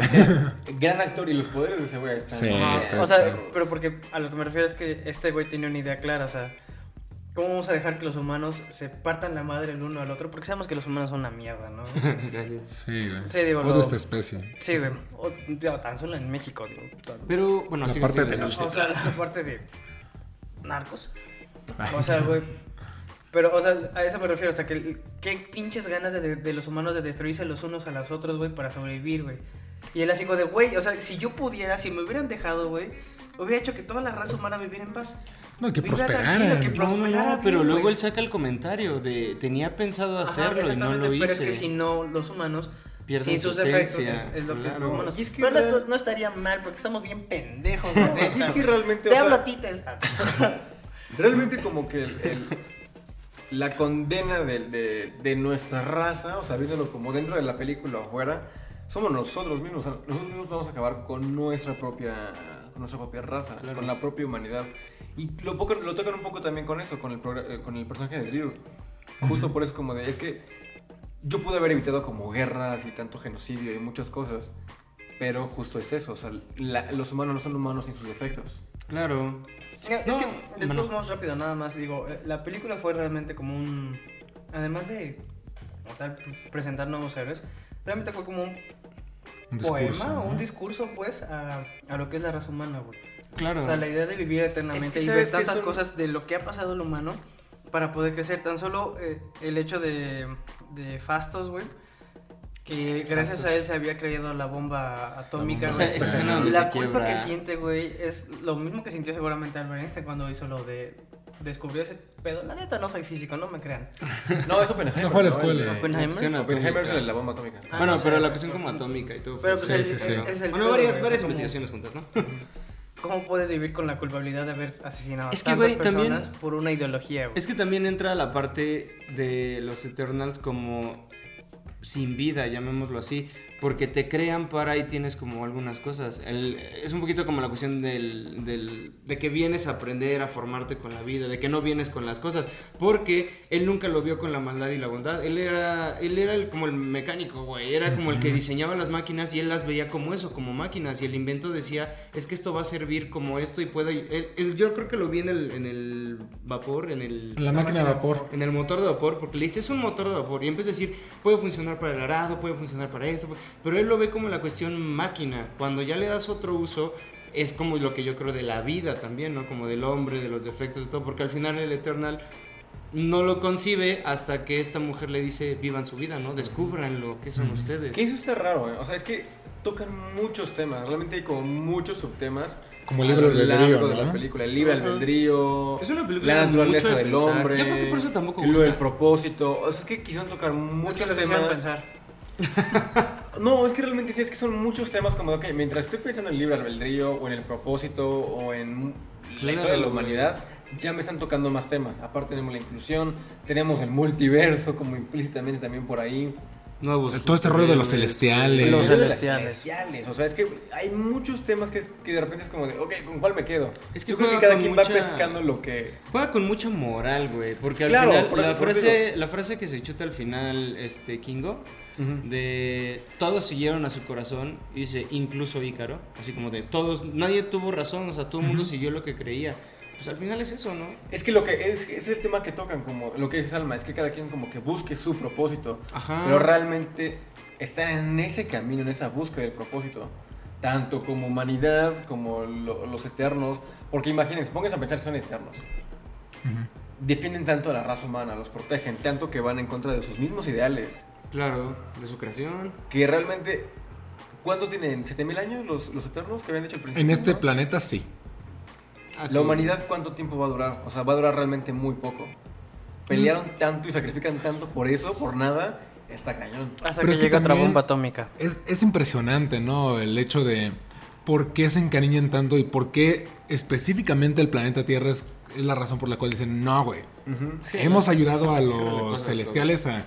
[SPEAKER 2] Gran actor y los poderes de ese güey están.
[SPEAKER 1] Sí,
[SPEAKER 4] Ajá,
[SPEAKER 1] Eh, está
[SPEAKER 4] o sea,
[SPEAKER 1] chido.
[SPEAKER 4] pero porque a lo que me refiero es que este güey tiene una idea clara, o sea, ¿cómo vamos a dejar que los humanos se partan la madre el uno al otro? Porque sabemos que los humanos son una mierda, ¿no?
[SPEAKER 3] Gracias.
[SPEAKER 1] Sí, güey.
[SPEAKER 4] Sí, digo,
[SPEAKER 1] Odio
[SPEAKER 4] lo-
[SPEAKER 1] esta especie.
[SPEAKER 4] Sí, güey. O, digo, tan solo en México, digo. tan-
[SPEAKER 3] Pero, bueno,
[SPEAKER 1] La
[SPEAKER 3] sigue,
[SPEAKER 1] parte de
[SPEAKER 3] sigue, sigue.
[SPEAKER 1] los-
[SPEAKER 4] O sea, la parte de narcos. O sea, güey. Pero, o sea, a eso me refiero. O sea, que qué pinches ganas de, de los humanos de destruirse los unos a los otros, güey, para sobrevivir, güey. Y él así como de, güey, o sea, si yo pudiera, si me hubieran dejado, güey, hubiera hecho que toda la raza humana viviera en paz.
[SPEAKER 1] No, que
[SPEAKER 4] Viva
[SPEAKER 1] prosperaran.
[SPEAKER 4] Pues, tranquilo, que-
[SPEAKER 3] No, no,
[SPEAKER 4] prosperara
[SPEAKER 3] no,
[SPEAKER 4] bien,
[SPEAKER 3] pero luego
[SPEAKER 4] güey.
[SPEAKER 3] él saca el comentario de tenía pensado
[SPEAKER 4] Ajá,
[SPEAKER 3] hacerlo y no
[SPEAKER 4] exactamente,
[SPEAKER 3] lo hice.
[SPEAKER 4] Pero es que si no, los humanos...
[SPEAKER 3] Pierden
[SPEAKER 4] sin
[SPEAKER 3] su
[SPEAKER 4] sus defectos
[SPEAKER 3] esencia,
[SPEAKER 4] es, es lo que
[SPEAKER 3] claro.
[SPEAKER 4] los humanos.
[SPEAKER 2] Y es que
[SPEAKER 4] pero
[SPEAKER 2] real-
[SPEAKER 4] no- no estaría mal porque estamos bien pendejos, güey.
[SPEAKER 2] Y es que realmente,
[SPEAKER 4] Te Ah, pues,
[SPEAKER 2] o
[SPEAKER 4] hablo
[SPEAKER 2] sea,
[SPEAKER 4] a ti, Telsa.
[SPEAKER 2] Realmente como que el- el- la condena de, de- de nuestra raza, o sea, viéndolo como dentro de la película o afuera, somos nosotros mismos. o sea, nosotros mismos vamos a acabar con nuestra propia, con nuestra propia raza,
[SPEAKER 3] Claro.
[SPEAKER 2] con la propia humanidad. Y lo, poco- lo tocan un poco también con eso, con el, progra- eh, con el personaje de Drew. Justo por eso como de, es que yo pude haber evitado como guerras y tanto genocidio y muchas cosas. Pero justo es eso, o sea, la- los humanos no son humanos sin sus defectos.
[SPEAKER 3] Claro.
[SPEAKER 4] Mira,
[SPEAKER 3] No,
[SPEAKER 4] es que de
[SPEAKER 3] bueno.
[SPEAKER 4] todos modos rápido, nada más digo, eh, la película fue realmente como un además de como tal, p- presentar nuevos héroes, realmente fue como un,
[SPEAKER 1] Un discurso.
[SPEAKER 4] poema o
[SPEAKER 1] ¿no?
[SPEAKER 4] un discurso pues a, a lo que es la raza humana, güey.
[SPEAKER 3] Claro.
[SPEAKER 4] O sea, la idea de vivir eternamente
[SPEAKER 2] Es que
[SPEAKER 4] y ver
[SPEAKER 2] sabes que
[SPEAKER 4] tantas
[SPEAKER 2] son-
[SPEAKER 4] cosas de lo que ha pasado el humano para poder crecer. Tan solo eh, el hecho de, de Fastos, güey, que gracias a él se había creado la bomba atómica.
[SPEAKER 3] Esa-
[SPEAKER 4] güey.
[SPEAKER 3] esa escena donde
[SPEAKER 4] la
[SPEAKER 3] se
[SPEAKER 4] culpa
[SPEAKER 3] quiebra.
[SPEAKER 4] que siente, güey, es lo mismo que sintió seguramente Albert Einstein cuando hizo lo de... Descubrió ese pedo. La neta, no soy físico, no me crean.
[SPEAKER 2] No, es Oppenheimer.
[SPEAKER 1] No fue la
[SPEAKER 2] El,
[SPEAKER 1] escuela.
[SPEAKER 2] de-
[SPEAKER 5] Oppenheimer.
[SPEAKER 3] Opción
[SPEAKER 2] Oppenheimer es
[SPEAKER 3] atómica.
[SPEAKER 2] el de la bomba atómica.
[SPEAKER 4] Ah,
[SPEAKER 3] bueno,
[SPEAKER 4] no sé,
[SPEAKER 3] pero la
[SPEAKER 4] güey.
[SPEAKER 3] cuestión como atómica y todo.
[SPEAKER 4] Pero
[SPEAKER 3] fue-
[SPEAKER 4] pues
[SPEAKER 1] Sí,
[SPEAKER 4] el-
[SPEAKER 1] sí, sí.
[SPEAKER 4] el- es el
[SPEAKER 3] bueno,
[SPEAKER 4] pedo,
[SPEAKER 3] varias,
[SPEAKER 4] güey, o sea,
[SPEAKER 3] varias
[SPEAKER 4] como-
[SPEAKER 3] investigaciones juntas, ¿no?
[SPEAKER 4] ¿Cómo puedes vivir con la culpabilidad de haber asesinado a
[SPEAKER 3] Es que,
[SPEAKER 4] tantas
[SPEAKER 3] güey,
[SPEAKER 4] personas
[SPEAKER 3] también-
[SPEAKER 4] por una ideología, güey?
[SPEAKER 3] Es que también entra la parte de los Eternals como sin vida, llamémoslo así, porque te crean para y tienes como algunas cosas. El- es un poquito como la cuestión del, del- de que vienes a aprender, a formarte con la vida, de que no vienes con las cosas, porque él nunca lo vio con la maldad y la bondad. Él era, él era el- como el mecánico, güey, era como el que diseñaba las máquinas y él las veía como eso, como máquinas, y el invento decía, es que esto va a servir como esto y puede... él- él- yo creo que lo vi en el, en el vapor, en el...
[SPEAKER 1] La máquina de vapor.
[SPEAKER 3] En el motor de vapor, porque le dice, es un motor de vapor. Y empieza a decir, puede funcionar para el arado, puede funcionar para esto. puede-". Pero él lo ve como la cuestión máquina. Cuando ya le das otro uso, es como lo que yo creo de la vida también, ¿no? Como del hombre, de los defectos, de todo. Porque al final el Eternal no lo concibe hasta que esta mujer le dice, vivan su vida, ¿no? Descubran lo que son ustedes.
[SPEAKER 2] Que eso está raro, eh. O sea, es que tocan muchos temas. Realmente hay como muchos subtemas.
[SPEAKER 1] Como el
[SPEAKER 2] a
[SPEAKER 1] libre
[SPEAKER 2] lo largo
[SPEAKER 1] albedrío,
[SPEAKER 2] de la
[SPEAKER 1] ¿no?
[SPEAKER 2] película. El libre albedrío.
[SPEAKER 3] Es una película
[SPEAKER 2] La
[SPEAKER 3] con mucho
[SPEAKER 2] naturaleza
[SPEAKER 3] de
[SPEAKER 2] del
[SPEAKER 3] pensar.
[SPEAKER 2] hombre.
[SPEAKER 3] Yo creo que por eso tampoco
[SPEAKER 2] Lo
[SPEAKER 3] gusta.
[SPEAKER 2] del propósito. O sea, es que quisieron tocar muchos
[SPEAKER 4] Muchos
[SPEAKER 2] temas.
[SPEAKER 4] hicieron pensar.
[SPEAKER 2] No, es que realmente sí, es que son muchos temas como, ok, mientras estoy pensando en el libre albedrío o en el propósito o en la
[SPEAKER 3] Claro,
[SPEAKER 2] historia de la
[SPEAKER 3] güey.
[SPEAKER 2] humanidad, ya me están tocando más temas. Aparte tenemos la inclusión, tenemos el multiverso como implícitamente también por ahí.
[SPEAKER 3] Nuevos
[SPEAKER 1] Todo este rollo de los
[SPEAKER 3] superhéroes.
[SPEAKER 1] celestiales.
[SPEAKER 2] Los
[SPEAKER 4] Los
[SPEAKER 2] celestiales.
[SPEAKER 4] celestiales.
[SPEAKER 2] O sea, es que hay muchos temas que, que de repente es como de, ok, ¿con cuál me quedo?
[SPEAKER 3] Es que
[SPEAKER 2] Yo creo que
[SPEAKER 3] juega
[SPEAKER 2] cada
[SPEAKER 3] con
[SPEAKER 2] quien va
[SPEAKER 3] mucha-
[SPEAKER 2] pescando lo que...
[SPEAKER 3] Juega con mucha moral, güey. Porque al
[SPEAKER 2] Claro,
[SPEAKER 3] final,
[SPEAKER 2] por eso
[SPEAKER 3] la,
[SPEAKER 2] te lo
[SPEAKER 3] frase, la frase que se chuta al final, este Kingo, de todos siguieron a su corazón, dice incluso Ícaro. Así como de todos, nadie tuvo razón, o sea, todo el mundo siguió lo que creía. Pues al final es eso, ¿no?
[SPEAKER 2] Es que lo que es, es el tema que tocan, como lo que dices Alma, es que cada quien como que busque su propósito.
[SPEAKER 3] Ajá.
[SPEAKER 2] Pero realmente están en ese camino, en esa búsqueda del propósito. Tanto como humanidad, como lo- los eternos. Porque imagínense, pónganse a pensar que son eternos. Defienden tanto a la raza humana, los protegen tanto que van en contra de sus mismos ideales.
[SPEAKER 3] Claro, de su creación.
[SPEAKER 2] Que realmente, ¿cuánto tienen? ¿7000 años los, los eternos que habían dicho al principio?
[SPEAKER 1] En este
[SPEAKER 2] no?
[SPEAKER 1] planeta sí.
[SPEAKER 3] Así.
[SPEAKER 2] La humanidad, ¿cuánto tiempo va a durar? O sea, va a durar realmente muy poco.
[SPEAKER 1] Mm.
[SPEAKER 2] Pelearon tanto y sacrifican tanto por eso, por nada, está cañón.
[SPEAKER 4] Hasta
[SPEAKER 1] Pero
[SPEAKER 4] que
[SPEAKER 1] es que
[SPEAKER 4] llega otra
[SPEAKER 1] también-
[SPEAKER 4] bomba atómica.
[SPEAKER 1] Es, es impresionante, ¿no? El hecho de por qué se encariñan tanto y por qué específicamente el planeta Tierra es, es la razón por la cual dicen, no, güey. Hemos ayudado a los celestiales a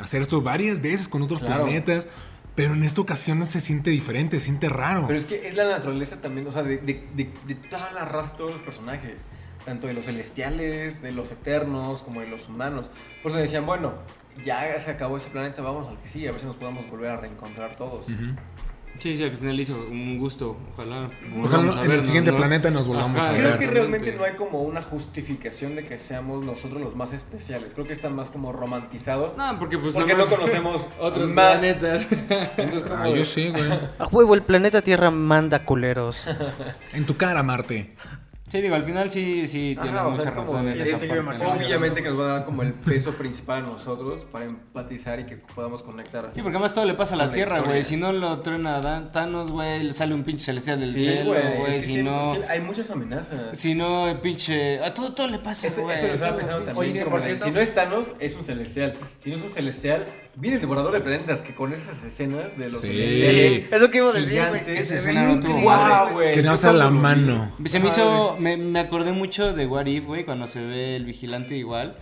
[SPEAKER 1] hacer esto varias veces con otros
[SPEAKER 2] Claro.
[SPEAKER 1] planetas, pero en esta ocasión se siente diferente, se siente raro.
[SPEAKER 2] Pero es que es la naturaleza también, o sea, de, de- de- de toda la raza, todos los personajes, tanto de los celestiales, de los eternos, como de los humanos. Por eso decían, bueno, ya se acabó ese planeta, vamos al que sí, a ver si nos podamos volver a reencontrar todos.
[SPEAKER 3] Sí, sí, al final hizo un gusto, ojalá.
[SPEAKER 1] Ojalá
[SPEAKER 3] volvamos a
[SPEAKER 1] en el
[SPEAKER 3] vernos,
[SPEAKER 1] siguiente
[SPEAKER 3] ¿no?
[SPEAKER 1] planeta nos volvamos
[SPEAKER 3] Ajá,
[SPEAKER 1] a ver.
[SPEAKER 2] Creo que
[SPEAKER 3] Ah, Exactamente.
[SPEAKER 2] realmente no hay como una justificación de que seamos nosotros los más especiales. Creo que está más como romantizado.
[SPEAKER 3] No, porque pues
[SPEAKER 2] Porque
[SPEAKER 3] nomás-
[SPEAKER 2] no conocemos
[SPEAKER 3] otros
[SPEAKER 2] más.
[SPEAKER 3] planetas.
[SPEAKER 2] Entonces, como
[SPEAKER 1] Ah,
[SPEAKER 2] de-
[SPEAKER 1] yo sí, güey.
[SPEAKER 5] A huevo, el planeta Tierra manda culeros.
[SPEAKER 1] En tu cara, Marte.
[SPEAKER 3] Sí, digo, al final sí, sí,
[SPEAKER 2] Ajá,
[SPEAKER 3] tiene
[SPEAKER 2] o sea,
[SPEAKER 3] mucha
[SPEAKER 2] es como
[SPEAKER 3] razón.
[SPEAKER 2] de-
[SPEAKER 3] en
[SPEAKER 2] ya
[SPEAKER 3] esa
[SPEAKER 4] se
[SPEAKER 3] parte,
[SPEAKER 4] llama
[SPEAKER 3] ¿no?
[SPEAKER 4] Marcelo.
[SPEAKER 2] Obviamente que nos va a dar como el peso principal a nosotros para empatizar y que podamos conectar.
[SPEAKER 3] Sí, porque además todo le pasa a la
[SPEAKER 2] Con la
[SPEAKER 3] Tierra,
[SPEAKER 2] historia.
[SPEAKER 3] güey. Si no lo truena Dan- Thanos, güey, le sale un pinche celestial del
[SPEAKER 2] Sí,
[SPEAKER 3] cielo,
[SPEAKER 2] es
[SPEAKER 3] güey.
[SPEAKER 2] que
[SPEAKER 3] Si
[SPEAKER 2] sí,
[SPEAKER 3] no,
[SPEAKER 2] sí, hay muchas amenazas.
[SPEAKER 3] si no, el pinche... A todo, todo le pasa,
[SPEAKER 2] Eso,
[SPEAKER 3] güey.
[SPEAKER 2] eso lo estaba
[SPEAKER 3] Todo,
[SPEAKER 2] pensando
[SPEAKER 3] pinche-
[SPEAKER 2] también.
[SPEAKER 4] Oye,
[SPEAKER 2] como
[SPEAKER 4] por
[SPEAKER 2] de,
[SPEAKER 4] cierto-
[SPEAKER 2] si no es Thanos, es un celestial. Si no es un celestial, viene el devorador de planetas que con esas escenas de los
[SPEAKER 1] Sí.
[SPEAKER 2] celestiales.
[SPEAKER 4] Es lo que iba a decir,
[SPEAKER 2] gigantes,
[SPEAKER 4] güey.
[SPEAKER 3] Esa
[SPEAKER 2] se
[SPEAKER 3] escena
[SPEAKER 2] ven
[SPEAKER 3] no tuvo
[SPEAKER 2] increíbles,
[SPEAKER 3] madre.
[SPEAKER 2] güey.
[SPEAKER 1] Que no
[SPEAKER 2] Yo
[SPEAKER 1] hace
[SPEAKER 2] cuando
[SPEAKER 1] la
[SPEAKER 2] lo vi-
[SPEAKER 1] mano.
[SPEAKER 3] Se me hizo... Me, me acordé mucho de What If, güey, cuando se ve el vigilante igual.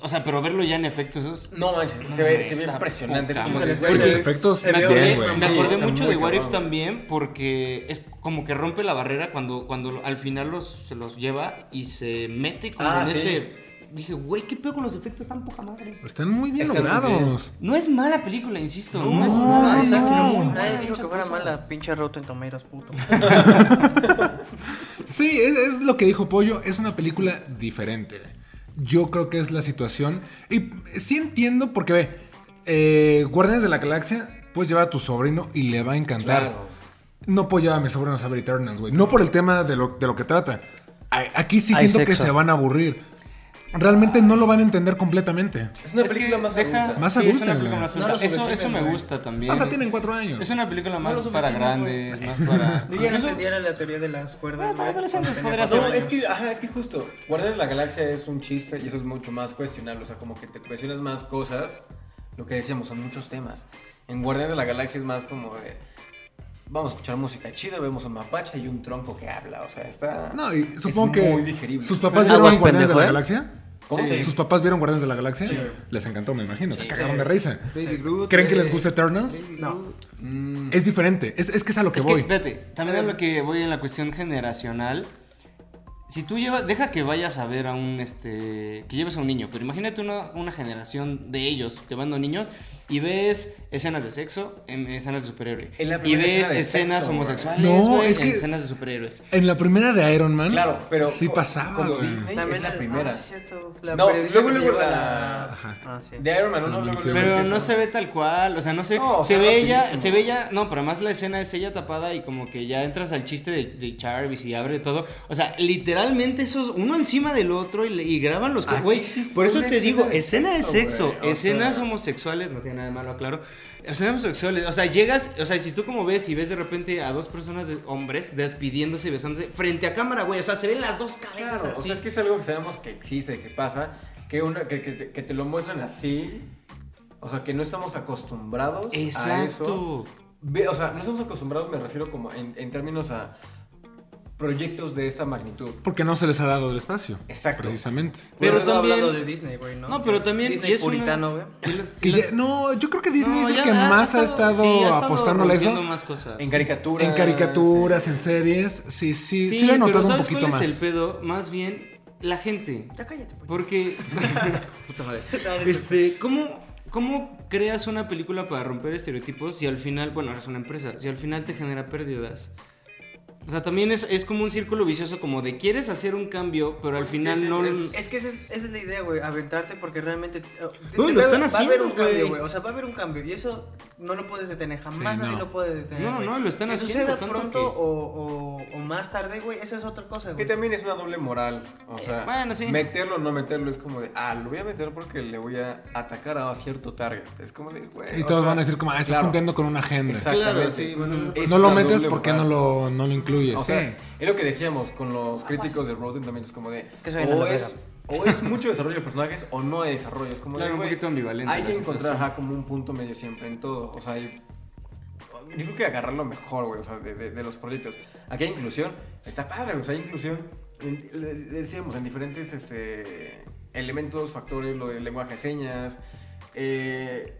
[SPEAKER 3] O sea, pero verlo ya en efectos... esos-
[SPEAKER 2] No manches, se
[SPEAKER 3] No,
[SPEAKER 2] ve,
[SPEAKER 3] está
[SPEAKER 2] se ve impresionante.
[SPEAKER 3] poca
[SPEAKER 2] Muchos
[SPEAKER 3] madre.
[SPEAKER 1] Uy,
[SPEAKER 2] celestiales.
[SPEAKER 1] los efectos,
[SPEAKER 4] se
[SPEAKER 3] Me
[SPEAKER 4] vio
[SPEAKER 1] bien,
[SPEAKER 3] acordé,
[SPEAKER 1] güey.
[SPEAKER 3] me
[SPEAKER 2] Sí,
[SPEAKER 3] acordé
[SPEAKER 2] está
[SPEAKER 3] mucho
[SPEAKER 2] muy
[SPEAKER 3] de What If
[SPEAKER 2] cabrón.
[SPEAKER 3] también porque es como que rompe la barrera cuando, cuando al final los, se los lleva y se mete como
[SPEAKER 2] Ah,
[SPEAKER 3] en
[SPEAKER 2] sí.
[SPEAKER 3] ese... Dije, güey, qué pedo con los efectos tan poca madre.
[SPEAKER 1] Están muy bien
[SPEAKER 2] Están muy
[SPEAKER 1] logrados.
[SPEAKER 3] No es mala película, insisto. No,
[SPEAKER 1] No,
[SPEAKER 3] es
[SPEAKER 1] no,
[SPEAKER 3] mala.
[SPEAKER 1] no,
[SPEAKER 3] está
[SPEAKER 1] no.
[SPEAKER 3] muy buena
[SPEAKER 4] Nadie
[SPEAKER 3] en
[SPEAKER 4] dijo
[SPEAKER 3] muchas
[SPEAKER 4] que fuera
[SPEAKER 3] cosas.
[SPEAKER 4] mala, pinche roto en tomeros, puto.
[SPEAKER 1] Sí, es, es lo que dijo Pollo, es una película diferente. Yo creo que es la situación. Y sí entiendo porque, ve, eh, Guardianes de la Galaxia, puedes llevar a tu sobrino y le va a encantar.
[SPEAKER 2] Claro.
[SPEAKER 1] no apoyaba a mis sobrinos a ver Eternals, güey. No por el tema de lo, de lo que trata. A- Aquí sí
[SPEAKER 5] Hay
[SPEAKER 1] siento que
[SPEAKER 5] sexo.
[SPEAKER 1] se van a aburrir. Realmente no lo van a entender completamente.
[SPEAKER 2] Es una
[SPEAKER 3] Es que
[SPEAKER 2] película más
[SPEAKER 3] deja-
[SPEAKER 2] adulta.
[SPEAKER 1] Más
[SPEAKER 3] sí, es
[SPEAKER 1] adulta,
[SPEAKER 3] una película
[SPEAKER 1] güey.
[SPEAKER 3] más
[SPEAKER 2] No
[SPEAKER 3] adulta.
[SPEAKER 2] lo
[SPEAKER 3] Eso,
[SPEAKER 2] subestimes,
[SPEAKER 3] eso me
[SPEAKER 2] güey.
[SPEAKER 3] gusta también.
[SPEAKER 1] O sea, tienen cuatro años.
[SPEAKER 3] Es una película más
[SPEAKER 4] lo
[SPEAKER 3] para
[SPEAKER 4] subestimes,
[SPEAKER 3] grandes, más para.
[SPEAKER 4] Yo ya no
[SPEAKER 3] Incluso-
[SPEAKER 4] entendía la teoría de las cuerdas.
[SPEAKER 3] Bueno, para
[SPEAKER 4] güey, cuando
[SPEAKER 3] adolescentes
[SPEAKER 4] tenía
[SPEAKER 3] podría
[SPEAKER 4] cuatro
[SPEAKER 3] ser.
[SPEAKER 2] No, es
[SPEAKER 4] años.
[SPEAKER 2] que, ajá, es que justo. Guardianes de la Galaxia es un chiste y eso es mucho más cuestionable. O sea, como que te cuestionas más cosas. Lo que decíamos, son muchos temas. En Guardianes de la Galaxia es más como de. Vamos a escuchar música chida, vemos un mapache y un tronco que habla. O sea, está.
[SPEAKER 1] No, y
[SPEAKER 2] es
[SPEAKER 1] supongo
[SPEAKER 2] Muy
[SPEAKER 1] que
[SPEAKER 2] digerible.
[SPEAKER 1] sus papás
[SPEAKER 5] Aguas,
[SPEAKER 1] vieron Guardianes de
[SPEAKER 5] pendejo,
[SPEAKER 1] la
[SPEAKER 5] ¿eh?
[SPEAKER 1] Galaxia.
[SPEAKER 2] ¿Cómo?
[SPEAKER 3] Sí.
[SPEAKER 1] ¿Sus papás vieron Guardianes de la Galaxia?
[SPEAKER 2] Sí.
[SPEAKER 1] Les encantó, me imagino. Se
[SPEAKER 3] Sí.
[SPEAKER 1] cagaron de risa.
[SPEAKER 6] Baby Groot.
[SPEAKER 1] ¿Creen que
[SPEAKER 6] eh,
[SPEAKER 1] les gusta Eternals?
[SPEAKER 6] Baby
[SPEAKER 4] No.
[SPEAKER 6] Groot.
[SPEAKER 2] Mm,
[SPEAKER 1] Es diferente. Es, es que es a lo que
[SPEAKER 3] es
[SPEAKER 1] voy.
[SPEAKER 3] que, vete, también es lo que voy en la cuestión generacional. Si tú llevas, deja que vayas a ver a un, este, que lleves a un niño, pero imagínate una, una generación de ellos llevando niños y ves escenas de sexo en escenas de superhéroes.
[SPEAKER 2] En la
[SPEAKER 3] Y
[SPEAKER 2] primera
[SPEAKER 3] ves
[SPEAKER 2] escena de
[SPEAKER 3] escenas
[SPEAKER 2] sexo,
[SPEAKER 3] homosexuales,
[SPEAKER 1] No,
[SPEAKER 3] güey,
[SPEAKER 1] es
[SPEAKER 3] en
[SPEAKER 1] que-
[SPEAKER 3] escenas de superhéroes.
[SPEAKER 1] En la primera de Iron Man.
[SPEAKER 2] claro, pero.
[SPEAKER 1] Sí
[SPEAKER 2] co-
[SPEAKER 1] pasaba,
[SPEAKER 2] Como
[SPEAKER 1] güey.
[SPEAKER 2] Disney
[SPEAKER 4] También
[SPEAKER 2] es la
[SPEAKER 4] el-
[SPEAKER 2] primera.
[SPEAKER 4] ah, sí, es cierto. La
[SPEAKER 2] No,
[SPEAKER 4] periodista
[SPEAKER 2] luego,
[SPEAKER 4] que se
[SPEAKER 2] luego
[SPEAKER 4] lleva
[SPEAKER 2] la-
[SPEAKER 1] Ajá.
[SPEAKER 4] Ah, sí.
[SPEAKER 2] De Iron Man, uno
[SPEAKER 1] Pero
[SPEAKER 2] luego,
[SPEAKER 1] no
[SPEAKER 2] luego
[SPEAKER 3] Pero
[SPEAKER 2] empieza.
[SPEAKER 3] no se ve tal cual, o sea, no sé,
[SPEAKER 2] No,
[SPEAKER 3] se
[SPEAKER 2] está
[SPEAKER 3] ve ella,
[SPEAKER 2] rapidísimo.
[SPEAKER 3] se ve ella, no, pero además la escena es ella tapada y como que ya entras al chiste de, de Jarvis y abre todo, o sea, literalmente esos uno encima del otro y, le- y graban los, co-
[SPEAKER 2] Aquí
[SPEAKER 3] güey,
[SPEAKER 2] sí fue
[SPEAKER 3] por eso
[SPEAKER 2] una
[SPEAKER 3] te digo,
[SPEAKER 2] escena
[SPEAKER 3] escena
[SPEAKER 2] de
[SPEAKER 3] de
[SPEAKER 2] sexo,
[SPEAKER 3] sexo,
[SPEAKER 2] güey, o
[SPEAKER 3] escenas
[SPEAKER 2] sea.
[SPEAKER 3] homosexuales, no tiene nada de malo, claro, escenas homosexuales, o sea, llegas, o sea, si tú como ves y ves de repente a dos personas, de, hombres, despidiéndose, besándose, frente a cámara, güey, o sea, se ven las dos cabezas
[SPEAKER 2] Claro, o
[SPEAKER 3] así.
[SPEAKER 2] sea, es que es algo que sabemos que existe, que pasa, que, uno, que, que te- que te lo muestran así. O sea, que no estamos acostumbrados a eso.
[SPEAKER 3] Exacto.
[SPEAKER 2] Ve- O sea, no estamos acostumbrados, me refiero como en, en términos a proyectos de esta magnitud.
[SPEAKER 1] Porque no se les ha dado el espacio.
[SPEAKER 2] Exacto.
[SPEAKER 1] Precisamente.
[SPEAKER 3] Pero
[SPEAKER 4] Pero también.
[SPEAKER 3] también-
[SPEAKER 4] de Disney, güey, ¿no?
[SPEAKER 3] No, pero también-
[SPEAKER 4] Disney
[SPEAKER 3] y es una-
[SPEAKER 4] puritano, güey.
[SPEAKER 3] Y la-
[SPEAKER 1] Que
[SPEAKER 3] y la-
[SPEAKER 1] ya- no, yo creo que Disney
[SPEAKER 3] No,
[SPEAKER 1] es el
[SPEAKER 3] ya
[SPEAKER 1] que
[SPEAKER 3] ha-
[SPEAKER 1] más ha estado,
[SPEAKER 3] sí, ha estado
[SPEAKER 1] apostándole a
[SPEAKER 3] rompiendo
[SPEAKER 1] eso.
[SPEAKER 3] más cosas.
[SPEAKER 2] En caricaturas.
[SPEAKER 1] En caricaturas,
[SPEAKER 2] sí.
[SPEAKER 1] en series. Sí, sí, sí, lo he notado
[SPEAKER 3] pero
[SPEAKER 1] un
[SPEAKER 3] ¿sabes
[SPEAKER 1] poquito
[SPEAKER 3] cuál
[SPEAKER 1] más.
[SPEAKER 3] es el pedo? Más bien la gente.
[SPEAKER 4] Ya cállate, pues.
[SPEAKER 3] Porque puta madre. Este, ¿cómo cómo creas una película para romper estereotipos si al final, bueno, eres una empresa, si al final te genera pérdidas? O sea, también es, es como un círculo vicioso como de quieres hacer un cambio, pero al final no
[SPEAKER 4] Es que esa es, esa es la idea, güey, aventarte porque realmente...
[SPEAKER 3] Uy,
[SPEAKER 4] Uy,
[SPEAKER 3] lo están
[SPEAKER 4] Va a haber
[SPEAKER 3] haciendo,
[SPEAKER 4] un cambio,
[SPEAKER 3] güey.
[SPEAKER 4] güey, o sea, va a haber un cambio y eso no lo puedes detener, jamás
[SPEAKER 1] Sí,
[SPEAKER 4] nadie
[SPEAKER 1] no.
[SPEAKER 4] lo puede detener,
[SPEAKER 3] No,
[SPEAKER 4] güey.
[SPEAKER 3] no, lo están
[SPEAKER 4] que
[SPEAKER 3] haciendo,
[SPEAKER 4] suceda
[SPEAKER 3] tanto
[SPEAKER 4] pronto
[SPEAKER 3] que-
[SPEAKER 4] o, o, o más tarde, güey, esa es otra cosa,
[SPEAKER 2] Que
[SPEAKER 4] güey.
[SPEAKER 2] también es una doble moral. O sea,
[SPEAKER 3] Eh, bueno, sí.
[SPEAKER 2] meterlo o no meterlo es como de, ah, lo voy a meter porque le voy a atacar a cierto target. Es como de, güey.
[SPEAKER 1] Y
[SPEAKER 2] o
[SPEAKER 1] todos
[SPEAKER 2] sea,
[SPEAKER 1] van a decir como, ah, estás
[SPEAKER 2] claro.
[SPEAKER 1] cumpliendo con una agenda.
[SPEAKER 2] Exactamente.
[SPEAKER 3] Claro, sí, bueno,
[SPEAKER 2] Es
[SPEAKER 1] No lo
[SPEAKER 2] una
[SPEAKER 1] metes
[SPEAKER 2] doble
[SPEAKER 1] porque no
[SPEAKER 2] moral.
[SPEAKER 1] lo, no lo incluyes.
[SPEAKER 2] O
[SPEAKER 1] sí.
[SPEAKER 2] sea, es lo que decíamos con los críticos de Rotten también es como de
[SPEAKER 4] Que se vayan a
[SPEAKER 2] o
[SPEAKER 4] la
[SPEAKER 2] es, o es mucho desarrollo de personajes o no hay desarrollo, es como de,
[SPEAKER 3] Claro, un
[SPEAKER 2] güey,
[SPEAKER 3] poquito ambivalente
[SPEAKER 2] Hay
[SPEAKER 3] la
[SPEAKER 2] que encontrar
[SPEAKER 3] situación.
[SPEAKER 2] ajá, como un punto medio siempre en todo, o sea, y- yo creo que agarrar lo mejor, güey, o sea, de, de- de los proyectos. Aquí hay inclusión, está padre, o sea, hay inclusión, en- le- le decíamos, en diferentes este, elementos, factores, lo del lenguaje de señas, eh,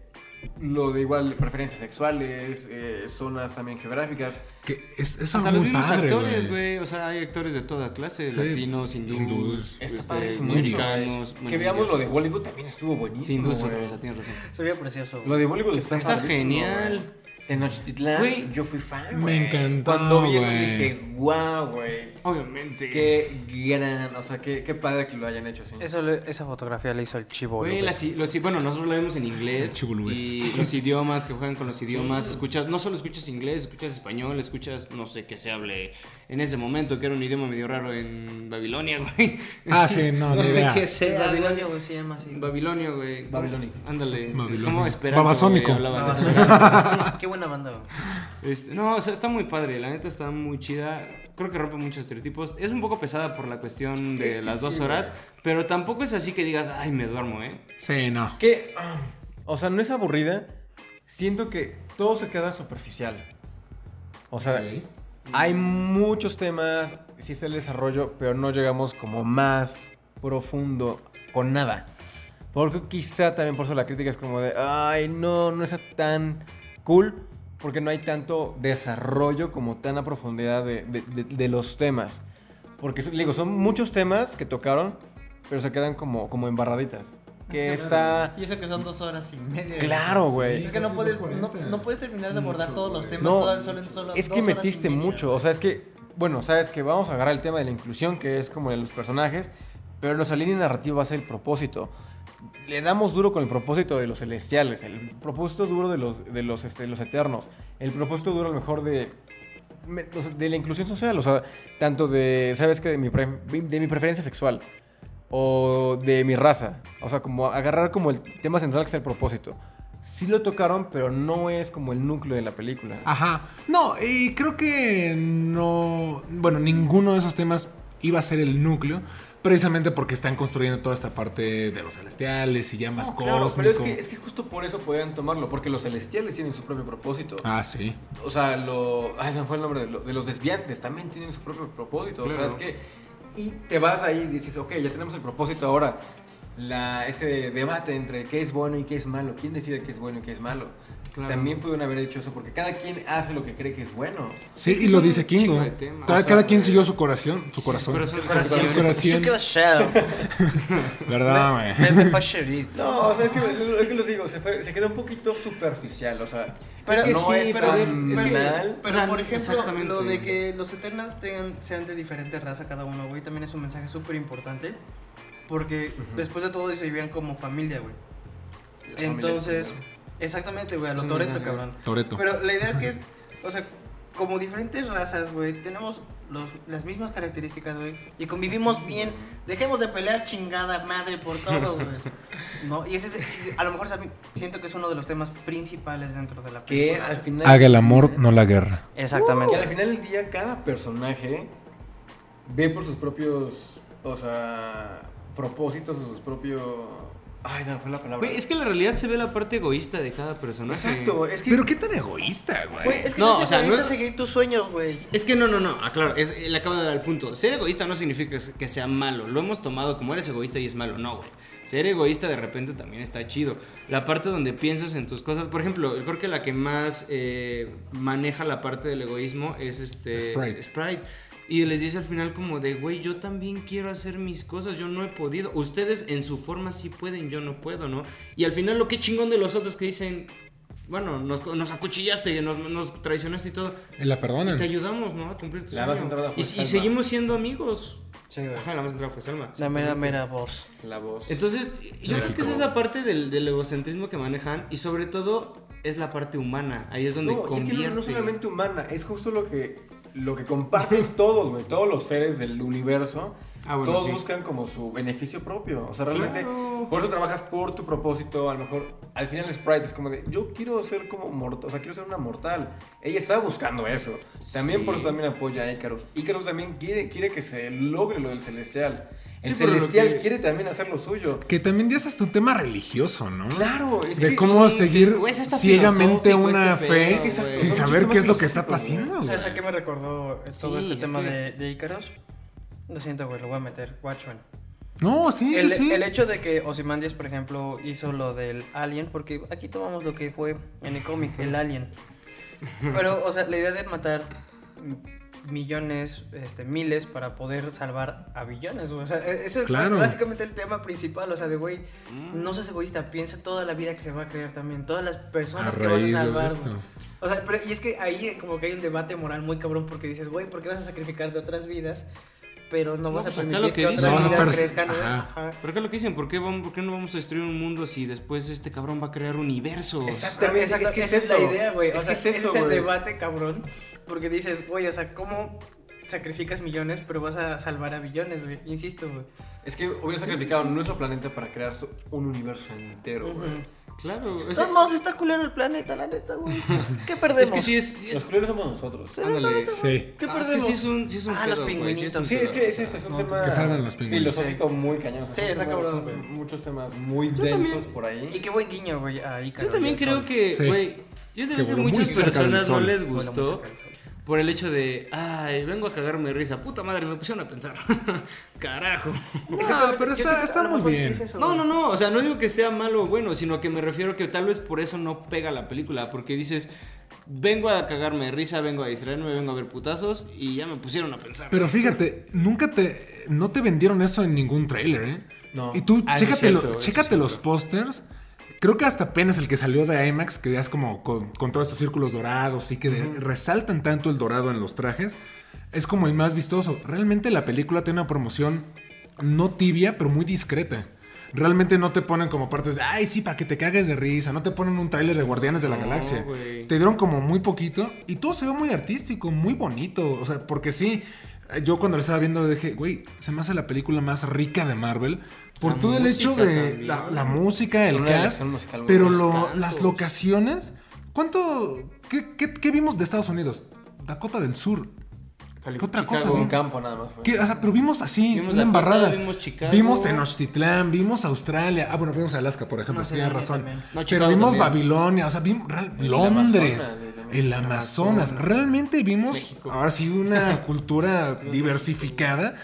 [SPEAKER 2] lo de igual preferencias sexuales, eh, zonas también geográficas.
[SPEAKER 1] Que es, eso
[SPEAKER 3] O
[SPEAKER 1] es
[SPEAKER 3] sea, los
[SPEAKER 1] muy
[SPEAKER 3] mismos
[SPEAKER 1] padre,
[SPEAKER 3] actores,
[SPEAKER 1] güey.
[SPEAKER 3] güey. O sea, hay actores de toda clase:
[SPEAKER 1] Sí.
[SPEAKER 3] latinos, hindús,
[SPEAKER 1] Hindús.
[SPEAKER 3] este,
[SPEAKER 2] Está padrísimo.
[SPEAKER 3] mexicanos. bueno,
[SPEAKER 2] Que veamos
[SPEAKER 3] indios.
[SPEAKER 2] lo de Bollywood también estuvo
[SPEAKER 3] Sí,
[SPEAKER 2] buenísimo.
[SPEAKER 3] hindúes otra
[SPEAKER 2] güey.
[SPEAKER 3] vez, ah, tienes razón.
[SPEAKER 4] Se veía precioso,
[SPEAKER 2] Lo
[SPEAKER 4] güey.
[SPEAKER 2] de Bollywood está,
[SPEAKER 3] Está
[SPEAKER 2] padrísimo,
[SPEAKER 3] genial.
[SPEAKER 2] güey. Tenochtitlán,
[SPEAKER 3] Güey,
[SPEAKER 2] yo fui fan.
[SPEAKER 1] me
[SPEAKER 2] güey.
[SPEAKER 1] encantó,
[SPEAKER 2] Cuando vi eso
[SPEAKER 1] güey.
[SPEAKER 2] dije, guau, güey.
[SPEAKER 3] Obviamente.
[SPEAKER 2] Qué gran, o sea, qué, qué padre que lo hayan hecho así.
[SPEAKER 4] Eso le- esa fotografía la hizo el chivo,
[SPEAKER 3] Güey, las i- los i- bueno, nosotros lo vemos en inglés.
[SPEAKER 1] Chibolubes.
[SPEAKER 3] Y los idiomas que juegan con los idiomas. Escuchas, no solo escuchas inglés, escuchas español, escuchas, no sé qué se hable en ese momento, que era un idioma medio raro en Babilonia, güey.
[SPEAKER 1] Ah, sí, no,
[SPEAKER 3] no
[SPEAKER 1] ni
[SPEAKER 3] sé
[SPEAKER 1] idea.
[SPEAKER 3] qué sea.
[SPEAKER 4] Babilonia,
[SPEAKER 3] Babilonio,
[SPEAKER 4] güey, se llama así.
[SPEAKER 3] Babilonio, güey.
[SPEAKER 2] Babilónico.
[SPEAKER 3] Ándale.
[SPEAKER 1] Babilónico.
[SPEAKER 3] ¿Cómo esperanto,
[SPEAKER 1] Babasónico. Ah.
[SPEAKER 3] güey, hablaban?
[SPEAKER 4] Babasónico. Qué buena banda, güey.
[SPEAKER 3] Este, no, o sea, está muy padre, la neta está muy chida. Creo que rompe muchos estereotipos. Es un poco pesada por la cuestión de
[SPEAKER 2] Es que
[SPEAKER 3] las dos
[SPEAKER 2] sí,
[SPEAKER 3] horas, pero tampoco es así que digas, ay, me duermo, ¿eh?
[SPEAKER 1] Sí, no.
[SPEAKER 2] Que, ah, o sea, no es aburrida. Siento que todo se queda superficial. O sea, hay muchos temas, sí está el desarrollo, pero no llegamos como más profundo con nada. Porque quizá también por eso la crítica es como de, ay, no, no está tan cool, porque no hay tanto desarrollo como tan a profundidad de, de- de- de los temas. Porque, le digo, son muchos temas que tocaron, pero se quedan como, como embarraditas. Que está...
[SPEAKER 7] Y eso que son dos horas y media.
[SPEAKER 2] Claro, güey.
[SPEAKER 7] Es que no puedes, no, no puedes terminar de abordar todos los temas
[SPEAKER 2] No,
[SPEAKER 7] todas- solo en solo
[SPEAKER 2] es que
[SPEAKER 7] dos horas y
[SPEAKER 2] metiste
[SPEAKER 7] media.
[SPEAKER 2] mucho. O sea, es que, bueno, sabes que vamos a agarrar el tema de la inclusión, que es como de los personajes, pero nuestra línea narrativa va a ser el propósito. Le damos duro con el propósito de los celestiales, el propósito duro de los, de los, este, los eternos, el propósito duro a lo mejor de, me- o sea, de la inclusión social, o sea, tanto de, ¿sabes qué? De mi, pre- de mi preferencia sexual o de mi raza. O sea, como agarrar como el tema central que es el propósito. Sí lo tocaron, pero no es como el núcleo de la película.
[SPEAKER 1] Ajá. No, y creo que no. Bueno, ninguno de esos temas iba a ser el núcleo. Precisamente porque están construyendo toda esta parte de los celestiales y ya más
[SPEAKER 2] No, claro, pero es
[SPEAKER 1] cósmico.
[SPEAKER 2] que, es que justo por eso podían tomarlo, porque los celestiales tienen su propio propósito.
[SPEAKER 1] Ah, sí.
[SPEAKER 2] O sea, lo, ah, ese fue el nombre de, lo- de los desviantes, también tienen su propio propósito. O
[SPEAKER 3] Claro.
[SPEAKER 2] sea, es que. Y te vas ahí y dices, ok, ya tenemos el propósito ahora. La, este debate entre qué es bueno y qué es malo, quién decide qué es bueno y qué es malo.
[SPEAKER 3] Claro.
[SPEAKER 2] También pudieron haber hecho eso porque cada quien hace lo que cree que es bueno.
[SPEAKER 1] Sí,
[SPEAKER 3] Es que
[SPEAKER 1] y lo
[SPEAKER 3] son
[SPEAKER 1] dice
[SPEAKER 3] un chingo
[SPEAKER 1] Kingo.
[SPEAKER 3] de temas,
[SPEAKER 1] Cada,
[SPEAKER 3] o sea,
[SPEAKER 1] cada quien
[SPEAKER 3] de-
[SPEAKER 1] siguió su corazón. Su corazón.
[SPEAKER 3] corazón.
[SPEAKER 1] Su
[SPEAKER 3] Corazón.
[SPEAKER 1] corazón.
[SPEAKER 5] Sugar Shell.
[SPEAKER 1] ¿Verdad, güey?
[SPEAKER 5] Pepe Facherito.
[SPEAKER 2] No, o sea, es que, es que los digo, se, fue- se quedó un poquito superficial, o sea.
[SPEAKER 4] Pero
[SPEAKER 2] no
[SPEAKER 4] sí,
[SPEAKER 2] es
[SPEAKER 4] pero,
[SPEAKER 2] tan
[SPEAKER 4] es que-
[SPEAKER 2] banal.
[SPEAKER 4] pero
[SPEAKER 3] O sea,
[SPEAKER 4] por ejemplo,
[SPEAKER 3] exactamente.
[SPEAKER 4] lo de que los Eternas tengan- sean de diferente raza cada uno, güey, también es un mensaje súper importante. Porque después de todo se vivían como familia, güey.
[SPEAKER 2] La familia es
[SPEAKER 4] Entonces,
[SPEAKER 2] primero.
[SPEAKER 4] exactamente, güey, a lo
[SPEAKER 3] Es un
[SPEAKER 4] Toretto,
[SPEAKER 3] mensaje.
[SPEAKER 4] cabrón.
[SPEAKER 1] Toreto.
[SPEAKER 4] Pero la idea es que es, o sea, como diferentes razas, güey, tenemos los- las mismas características, güey, y convivimos bien. Dejemos de pelear chingada madre por todo, güey. ¿No? Y ese es, a lo mejor es a mí- siento que es uno de los temas principales dentro de la
[SPEAKER 2] Que
[SPEAKER 4] película.
[SPEAKER 2] al final.
[SPEAKER 1] Haga el amor, no la guerra.
[SPEAKER 2] Que
[SPEAKER 4] Exactamente.
[SPEAKER 2] al final del día cada personaje ve por sus propios, o sea, propósitos, sus propios... Ay, se me fue la palabra.
[SPEAKER 3] Güey, es que en la realidad se ve la parte egoísta de cada personaje.
[SPEAKER 2] Exacto, es que...
[SPEAKER 1] Pero qué tan egoísta, güey.
[SPEAKER 4] Güey, es que
[SPEAKER 3] No,
[SPEAKER 4] no,
[SPEAKER 3] o sea, no
[SPEAKER 4] necesitas
[SPEAKER 3] es-
[SPEAKER 4] seguir tus sueños, güey.
[SPEAKER 3] Es que no, no, no, aclaro, es, él acaba de dar el punto. Ser egoísta no significa que sea malo. Lo hemos tomado como eres egoísta y es malo. No, güey. Ser egoísta de repente también está chido. La parte donde piensas en tus cosas, por ejemplo, creo que la que más eh, maneja la parte del egoísmo es este
[SPEAKER 1] Sprite.
[SPEAKER 3] Sprite. Y les dice al final como de, güey, yo también quiero hacer mis cosas, yo no he podido. Ustedes en su forma sí pueden, yo no puedo, ¿no? Y al final lo que chingón de los otros que dicen, bueno, nos, nos acuchillaste, nos, nos traicionaste y todo.
[SPEAKER 1] La
[SPEAKER 3] Y te
[SPEAKER 1] perdonan.
[SPEAKER 3] ayudamos, ¿no? A cumplir tu
[SPEAKER 2] La
[SPEAKER 3] sueño.
[SPEAKER 2] más entrada
[SPEAKER 3] y,
[SPEAKER 2] fue
[SPEAKER 3] y
[SPEAKER 2] Selma.
[SPEAKER 3] seguimos siendo amigos.
[SPEAKER 4] Sí, güey.
[SPEAKER 3] Ajá, la más entrada fue Selma.
[SPEAKER 5] La mera, mera voz.
[SPEAKER 2] La voz.
[SPEAKER 3] Entonces, yo creo que
[SPEAKER 1] México.
[SPEAKER 3] es esa parte del, del egocentrismo que manejan y sobre todo es la parte humana. Ahí es donde
[SPEAKER 2] No, y es que
[SPEAKER 3] convierte.
[SPEAKER 2] no, no solamente humana, es justo lo que, lo que comparten todos, güey, todos los seres del universo.
[SPEAKER 3] Ah, bueno,
[SPEAKER 2] todos
[SPEAKER 3] sí.
[SPEAKER 2] buscan como su beneficio propio. O sea, realmente,
[SPEAKER 3] Claro.
[SPEAKER 2] por eso trabajas por tu propósito. A lo mejor, al final Sprite es como de, yo quiero ser como mortal, o sea, quiero ser una mortal. Ella estaba buscando eso. También por
[SPEAKER 3] Sí.
[SPEAKER 2] eso también apoya a Icarus. Icarus también quiere, quiere que se logre lo del celestial. El
[SPEAKER 3] Sí, pero lo
[SPEAKER 2] celestial
[SPEAKER 3] que-
[SPEAKER 2] quiere también hacer lo suyo.
[SPEAKER 1] Que también ya es hasta un tema religioso, ¿no?
[SPEAKER 2] Claro, es
[SPEAKER 1] De
[SPEAKER 2] que-
[SPEAKER 1] cómo seguir
[SPEAKER 3] güey, es hasta
[SPEAKER 1] ciegamente
[SPEAKER 3] filosófico
[SPEAKER 1] una
[SPEAKER 3] este
[SPEAKER 1] fe
[SPEAKER 3] pedo,
[SPEAKER 2] güey.
[SPEAKER 1] sin
[SPEAKER 2] Son
[SPEAKER 1] saber
[SPEAKER 2] mucho
[SPEAKER 1] qué es
[SPEAKER 2] más
[SPEAKER 1] lo que está
[SPEAKER 2] filosófico,
[SPEAKER 1] pasando.
[SPEAKER 4] ¿Sabes
[SPEAKER 1] güey.
[SPEAKER 4] a qué me recordó eh, todo
[SPEAKER 3] Sí,
[SPEAKER 4] este tema
[SPEAKER 3] sí.
[SPEAKER 4] de, de Icarus? Lo siento, güey, lo voy a meter. Watchmen.
[SPEAKER 1] No, sí,
[SPEAKER 4] el,
[SPEAKER 1] sí, sí.
[SPEAKER 4] el hecho de que Ozymandias, por ejemplo, hizo lo del Alien, porque aquí tomamos lo que fue en el cómic, el Alien. Pero, o sea, la idea de matar m- millones, este, miles para poder salvar a billones, güey. O sea, e- ese
[SPEAKER 1] Claro.
[SPEAKER 4] es básicamente el tema principal, o sea, de güey, no seas egoísta, piensa toda la vida que se va a crear también, todas las
[SPEAKER 1] a
[SPEAKER 4] personas que vas a
[SPEAKER 1] raíz de
[SPEAKER 4] salvar.
[SPEAKER 1] esto.
[SPEAKER 4] güey. O sea, pero- y es que ahí eh, como que hay un debate moral muy cabrón porque dices, güey, ¿por qué vas a sacrificar de otras vidas? Pero no,
[SPEAKER 3] No,
[SPEAKER 4] vas a
[SPEAKER 3] pues acá
[SPEAKER 4] permitir
[SPEAKER 3] lo que
[SPEAKER 4] que,
[SPEAKER 3] dicen,
[SPEAKER 4] otras
[SPEAKER 3] ¿no?
[SPEAKER 4] vidas
[SPEAKER 1] Pers-
[SPEAKER 4] crezcan. güey.
[SPEAKER 1] ajá.
[SPEAKER 4] Ajá.
[SPEAKER 3] Pero acá lo que dicen, ¿por qué, vamos, ¿por qué no vamos a destruir un mundo si después este cabrón va a crear universos?
[SPEAKER 2] Exactamente,
[SPEAKER 4] Exacto,
[SPEAKER 2] es que es eso.
[SPEAKER 4] esa es la idea, güey. O
[SPEAKER 2] Es
[SPEAKER 4] sea,
[SPEAKER 2] que es eso,
[SPEAKER 4] ese es el
[SPEAKER 2] güey.
[SPEAKER 4] debate, cabrón. Porque dices, güey, o sea, ¿cómo sacrificas millones pero vas a salvar a billones, güey? Insisto, güey.
[SPEAKER 2] Es que hubieran sacrificado nuestro planeta para crear su- un universo entero, güey.
[SPEAKER 3] Claro, o
[SPEAKER 5] De
[SPEAKER 3] sea,
[SPEAKER 5] todos modos, está culero el planeta, la neta, güey. ¿Qué perdemos?
[SPEAKER 3] es que sí es. sí es-
[SPEAKER 2] Los primeros somos nosotros.
[SPEAKER 3] ándale.
[SPEAKER 1] Sí.
[SPEAKER 4] ¿Qué
[SPEAKER 3] Ah, es que
[SPEAKER 4] perdemos?
[SPEAKER 3] sí es un, sí es un
[SPEAKER 4] Ah, los
[SPEAKER 3] pedo, güey, sí es un
[SPEAKER 4] pingüinitos.
[SPEAKER 2] Sí, es
[SPEAKER 3] pedo.
[SPEAKER 2] que es eso, es un tema
[SPEAKER 1] Que salgan los pingüinos.
[SPEAKER 2] filosófico muy cañón. o sea,
[SPEAKER 4] Sí,
[SPEAKER 2] son
[SPEAKER 4] está
[SPEAKER 2] temas-
[SPEAKER 4] cabrón, güey.
[SPEAKER 2] Muchos temas muy densos por
[SPEAKER 4] Y
[SPEAKER 2] ahí.
[SPEAKER 4] qué buen guiño, güey, a Ícaro
[SPEAKER 3] Yo
[SPEAKER 4] y
[SPEAKER 3] también
[SPEAKER 4] al
[SPEAKER 3] creo
[SPEAKER 4] sol.
[SPEAKER 3] que,
[SPEAKER 1] Sí.
[SPEAKER 3] güey, yo creo que
[SPEAKER 1] voló muy
[SPEAKER 3] muchas
[SPEAKER 1] cerca del
[SPEAKER 3] personas no
[SPEAKER 1] sol.
[SPEAKER 3] les
[SPEAKER 4] Bueno,
[SPEAKER 3] gustó
[SPEAKER 4] música del sol.
[SPEAKER 3] por el hecho de, ay, vengo a cagarme de risa. Puta madre, me pusieron a pensar. Carajo.
[SPEAKER 1] No, pero
[SPEAKER 4] Yo
[SPEAKER 1] está,
[SPEAKER 4] siento- a
[SPEAKER 1] está
[SPEAKER 4] lo
[SPEAKER 1] muy
[SPEAKER 4] mejor sí es
[SPEAKER 1] bien.
[SPEAKER 4] eso,
[SPEAKER 3] No,
[SPEAKER 4] güey.
[SPEAKER 3] no, no, o sea, no digo que sea malo o bueno, sino que me refiero que tal vez por eso no pega la película, porque dices, vengo a cagarme de risa, vengo a distraerme, vengo a ver putazos y ya me pusieron a pensar.
[SPEAKER 1] Pero fíjate, nunca te. No te vendieron eso en ningún trailer, ¿eh?
[SPEAKER 2] No.
[SPEAKER 1] Y tú,
[SPEAKER 3] Ah, sí,
[SPEAKER 1] chécate, lo-
[SPEAKER 3] cierto, eso es
[SPEAKER 1] chécate
[SPEAKER 3] cierto.
[SPEAKER 1] los pósters. Creo que hasta apenas el que salió de IMAX, que ya es como con, con todos estos círculos dorados y que de- resaltan tanto el dorado en los trajes, es como el más vistoso. Realmente la película tiene una promoción no tibia, pero muy discreta. realmente no te ponen como partes de, ay, sí, para que te cagues de risa, no te ponen un tráiler de Guardianes de la
[SPEAKER 3] No,
[SPEAKER 1] Galaxia.
[SPEAKER 3] güey.
[SPEAKER 1] Te dieron como muy poquito y todo se ve muy artístico, muy bonito, o sea, porque sí, eh, yo cuando lo estaba viendo dije, güey, se me hace la película más rica de Marvel. Por
[SPEAKER 3] La
[SPEAKER 1] todo el hecho
[SPEAKER 3] música
[SPEAKER 1] de
[SPEAKER 3] también.
[SPEAKER 1] la, la música, el
[SPEAKER 2] Una
[SPEAKER 1] cast,
[SPEAKER 2] elección musical muy
[SPEAKER 1] pero
[SPEAKER 2] buena.
[SPEAKER 1] lo-
[SPEAKER 3] cantos.
[SPEAKER 1] las locaciones. ¿Cuánto? Qué, qué- qué vimos de Estados Unidos? Dakota del Sur.
[SPEAKER 3] Cali-
[SPEAKER 1] ¿Qué otra
[SPEAKER 3] Chicago.
[SPEAKER 1] cosa?
[SPEAKER 2] Con un
[SPEAKER 1] no?
[SPEAKER 2] campo nada más. fue.
[SPEAKER 1] ¿Qué? O sea, pero vimos así,
[SPEAKER 3] Vimos
[SPEAKER 1] una
[SPEAKER 3] Dakota,
[SPEAKER 1] embarrada.
[SPEAKER 3] vimos Chicago.
[SPEAKER 1] Vimos Tenochtitlán, vimos Australia. Ah, bueno, vimos Alaska, por ejemplo,
[SPEAKER 7] No,
[SPEAKER 1] sí, tienes
[SPEAKER 7] Australia
[SPEAKER 1] razón.
[SPEAKER 7] también.
[SPEAKER 3] No,
[SPEAKER 1] pero
[SPEAKER 3] Chicago
[SPEAKER 1] vimos
[SPEAKER 3] también.
[SPEAKER 1] Babilonia, o sea, vimos real-
[SPEAKER 2] El
[SPEAKER 1] Londres,
[SPEAKER 2] Amazonas,
[SPEAKER 1] el Amazonas. Realmente vimos,
[SPEAKER 3] México.
[SPEAKER 1] ahora sí, una cultura diversificada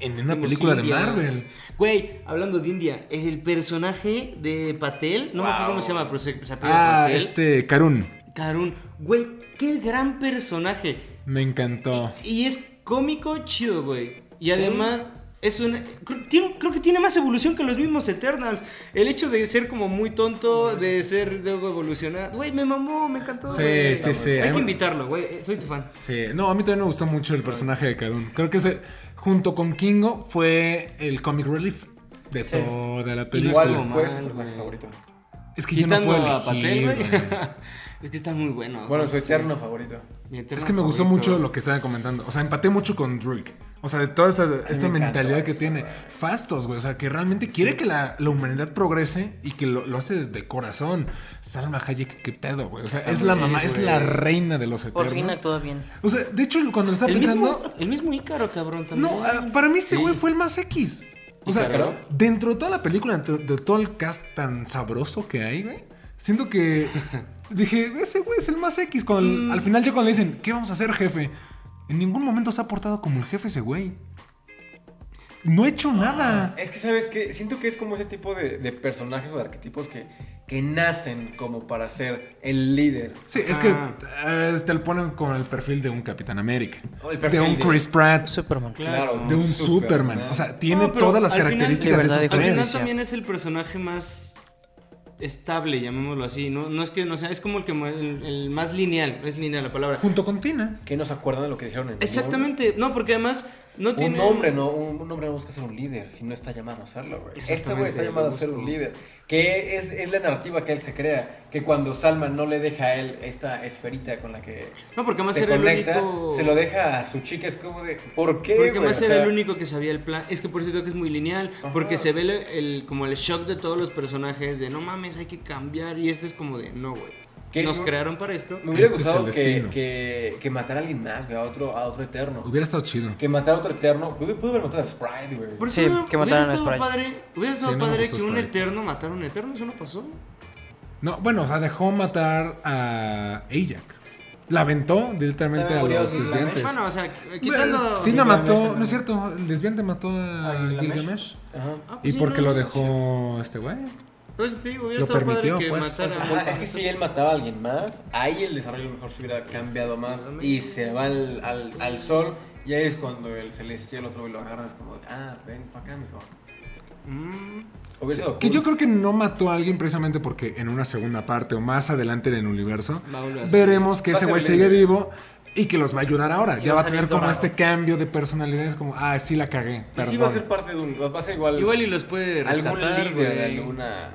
[SPEAKER 1] en una
[SPEAKER 3] Vimos
[SPEAKER 1] película de
[SPEAKER 3] India.
[SPEAKER 1] Marvel.
[SPEAKER 3] Güey, hablando de India, el personaje de Patel, no me acuerdo cómo se llama, pero se, se apellida
[SPEAKER 1] Ah,
[SPEAKER 3] Patel.
[SPEAKER 1] este, Karun.
[SPEAKER 3] Karun, güey, qué gran personaje.
[SPEAKER 1] Me encantó.
[SPEAKER 3] Y es cómico chido, güey. Y además es un... Creo, tiene- creo que tiene más evolución que los mismos Eternals. El hecho de ser como muy tonto, de ser de evolucionado. Güey, me mamó, me encantó.
[SPEAKER 1] Sí,
[SPEAKER 3] güey.
[SPEAKER 1] sí, sí.
[SPEAKER 3] Hay
[SPEAKER 1] Ahí-
[SPEAKER 3] que invitarlo, güey. eh, Soy tu fan.
[SPEAKER 1] Sí, no, a mí también me gustó mucho el personaje de Karun. Creo que ese, junto con Kingo fue el comic relief de toda la película.
[SPEAKER 2] Igual
[SPEAKER 3] Estuvo
[SPEAKER 2] fue
[SPEAKER 3] mal,
[SPEAKER 2] su personaje
[SPEAKER 3] güey.
[SPEAKER 2] favorito.
[SPEAKER 1] Es que yo no
[SPEAKER 3] Quitando
[SPEAKER 1] puedo
[SPEAKER 3] a Patel,
[SPEAKER 1] elegir.
[SPEAKER 3] güey.
[SPEAKER 1] güey.
[SPEAKER 3] es que está muy bueno.
[SPEAKER 2] Bueno,
[SPEAKER 3] no
[SPEAKER 2] su
[SPEAKER 3] sé.
[SPEAKER 2] eterno favorito.
[SPEAKER 3] Mi eterno
[SPEAKER 1] Es que me gustó
[SPEAKER 3] favorito.
[SPEAKER 1] mucho lo que estaban comentando. O sea, empaté mucho con Drake. O sea, de toda esta, esta
[SPEAKER 2] me encantó
[SPEAKER 1] mentalidad que
[SPEAKER 2] eso,
[SPEAKER 1] tiene. Fastos, güey. O sea, que realmente quiere que la, la humanidad progrese y que lo, lo hace de corazón. Salma Hayek, qué pedo, güey. O sea, es la
[SPEAKER 3] Sí,
[SPEAKER 1] mamá, es
[SPEAKER 3] güey.
[SPEAKER 1] la reina de los
[SPEAKER 5] Por fin
[SPEAKER 1] eternos.
[SPEAKER 5] actúa bien.
[SPEAKER 1] O sea, de hecho, cuando lo estaba
[SPEAKER 3] El
[SPEAKER 1] pensando.
[SPEAKER 3] mismo, el mismo Ícaro, cabrón, también.
[SPEAKER 1] No, ah, para mí este
[SPEAKER 3] Sí.
[SPEAKER 1] güey fue el más X. O sea,
[SPEAKER 2] Claro.
[SPEAKER 1] dentro de toda la película, dentro de todo el cast tan sabroso que hay, güey, siento que dije, ese güey es el más X. Cuando
[SPEAKER 3] Mm.
[SPEAKER 1] al- Al final ya cuando le dicen, ¿qué vamos a hacer, jefe? En ningún momento se ha portado como el jefe ese güey. No he
[SPEAKER 3] Ah.
[SPEAKER 1] hecho nada.
[SPEAKER 2] Es que, ¿sabes qué? Siento que es como ese tipo de, de personajes o de arquetipos que, que nacen como para ser el líder.
[SPEAKER 1] Sí, es que
[SPEAKER 3] Ah.
[SPEAKER 1] eh, te lo ponen con el perfil de un Capitán América,
[SPEAKER 3] Oh,
[SPEAKER 2] O el
[SPEAKER 1] de
[SPEAKER 2] perfil
[SPEAKER 1] un
[SPEAKER 2] de-
[SPEAKER 1] Chris Pratt,
[SPEAKER 5] Superman.
[SPEAKER 3] Claro.
[SPEAKER 1] de un Superman. O sea, tiene
[SPEAKER 3] No, pero
[SPEAKER 1] todas las
[SPEAKER 3] al final-
[SPEAKER 1] características
[SPEAKER 5] Sí,
[SPEAKER 1] de esos
[SPEAKER 5] verdad,
[SPEAKER 3] Al
[SPEAKER 5] Tres.
[SPEAKER 3] final
[SPEAKER 1] tres.
[SPEAKER 3] también es el personaje más estable, llamémoslo así, ¿no? No es que no sea, es como el que mo- el, el más lineal, es lineal la palabra.
[SPEAKER 1] Junto con Tina.
[SPEAKER 2] que no se acuerdan de lo que dijeron en el
[SPEAKER 3] Exactamente, no, porque además no
[SPEAKER 2] Un
[SPEAKER 3] tiene
[SPEAKER 2] hombre, no, un, un hombre no busca ser un líder, si no está llamado a serlo, güey. Este güey está
[SPEAKER 3] Exactamente,
[SPEAKER 2] llamado a
[SPEAKER 3] lo
[SPEAKER 2] ser un
[SPEAKER 3] busco.
[SPEAKER 2] líder. Que es, es la narrativa que él se crea, que cuando Salma no le deja a él esta esferita con la que
[SPEAKER 3] No, porque además
[SPEAKER 2] se
[SPEAKER 3] era
[SPEAKER 2] conecta,
[SPEAKER 3] el único
[SPEAKER 2] se lo deja a su chica, es como de, ¿por qué,
[SPEAKER 3] Porque
[SPEAKER 2] güey?
[SPEAKER 3] además
[SPEAKER 2] O
[SPEAKER 3] era
[SPEAKER 2] sea,
[SPEAKER 3] el único que sabía el plan. Es que por eso digo que es muy lineal.
[SPEAKER 2] Ajá.
[SPEAKER 3] Porque se ve el, el- como el shock de todos los personajes de no mames, hay que cambiar. Y este es como de no, güey.
[SPEAKER 2] ¿Qué?
[SPEAKER 3] Nos
[SPEAKER 2] No.
[SPEAKER 3] crearon para esto.
[SPEAKER 2] Me hubiera
[SPEAKER 1] Este es
[SPEAKER 2] gustado
[SPEAKER 1] el
[SPEAKER 2] que,
[SPEAKER 1] destino.
[SPEAKER 2] que, que matara a alguien más, güey, a otro, a otro eterno.
[SPEAKER 1] Hubiera estado chido.
[SPEAKER 2] Que matara a otro eterno. Pude, pude haber matado a Sprite, güey.
[SPEAKER 3] Por
[SPEAKER 5] Sí,
[SPEAKER 3] hubiera-
[SPEAKER 5] que
[SPEAKER 3] hubiera
[SPEAKER 5] mataran a
[SPEAKER 3] estado
[SPEAKER 5] Sprite.
[SPEAKER 3] padre, hubiera estado
[SPEAKER 1] no me
[SPEAKER 3] padre
[SPEAKER 1] gustó
[SPEAKER 3] que un
[SPEAKER 1] Sprite.
[SPEAKER 3] eterno matara a un eterno. Eso no pasó.
[SPEAKER 1] No, bueno, o sea, dejó matar a Ajax. La aventó directamente
[SPEAKER 2] También
[SPEAKER 1] a
[SPEAKER 2] murió
[SPEAKER 1] los
[SPEAKER 2] Gilgamesh.
[SPEAKER 1] desviantes.
[SPEAKER 3] Bueno, o sea,
[SPEAKER 1] Pues,
[SPEAKER 3] quitando.
[SPEAKER 1] Tina
[SPEAKER 2] Gilgamesh
[SPEAKER 1] mató,
[SPEAKER 2] también.
[SPEAKER 1] no es cierto, el desviante mató a,
[SPEAKER 7] A Gilgamesh.
[SPEAKER 1] Gilgamesh.
[SPEAKER 2] Ajá.
[SPEAKER 3] Ah, pues
[SPEAKER 1] ¿Y
[SPEAKER 3] sí,
[SPEAKER 1] por qué
[SPEAKER 3] no,
[SPEAKER 1] lo
[SPEAKER 3] no,
[SPEAKER 1] dejó este güey?
[SPEAKER 3] Por eso te digo, hubiera
[SPEAKER 1] Lo
[SPEAKER 3] estado
[SPEAKER 1] permitió,
[SPEAKER 3] padre que
[SPEAKER 1] pues.
[SPEAKER 3] matara a
[SPEAKER 2] Ajá, es que si él mataba a alguien más, ahí el desarrollo a lo mejor se hubiera cambiado más y se va al, al, al sol y ahí es cuando el celestial otro güey lo agarra es como, ah, ven para acá, mijo.
[SPEAKER 3] Mm,
[SPEAKER 2] Hubiera sido
[SPEAKER 1] Que
[SPEAKER 2] cool.
[SPEAKER 1] yo creo que no mató a alguien precisamente porque en una segunda parte o más adelante en el universo
[SPEAKER 3] Va a volver a ser.
[SPEAKER 1] veremos que
[SPEAKER 2] Va a
[SPEAKER 1] ese
[SPEAKER 2] ser
[SPEAKER 1] güey
[SPEAKER 2] Belén.
[SPEAKER 1] sigue vivo y que los va a ayudar ahora.
[SPEAKER 4] Y
[SPEAKER 1] Ya va
[SPEAKER 4] va a
[SPEAKER 1] a
[SPEAKER 4] salir
[SPEAKER 1] tener como
[SPEAKER 4] dorado.
[SPEAKER 1] este cambio de personalidades como, ah, sí la cagué,
[SPEAKER 2] Y sí va a ser
[SPEAKER 1] perdón.
[SPEAKER 2] parte de un, va a ser igual,
[SPEAKER 3] Igual y los puede
[SPEAKER 2] algún
[SPEAKER 3] rescatar,
[SPEAKER 2] líder de
[SPEAKER 3] güey.
[SPEAKER 2] alguna...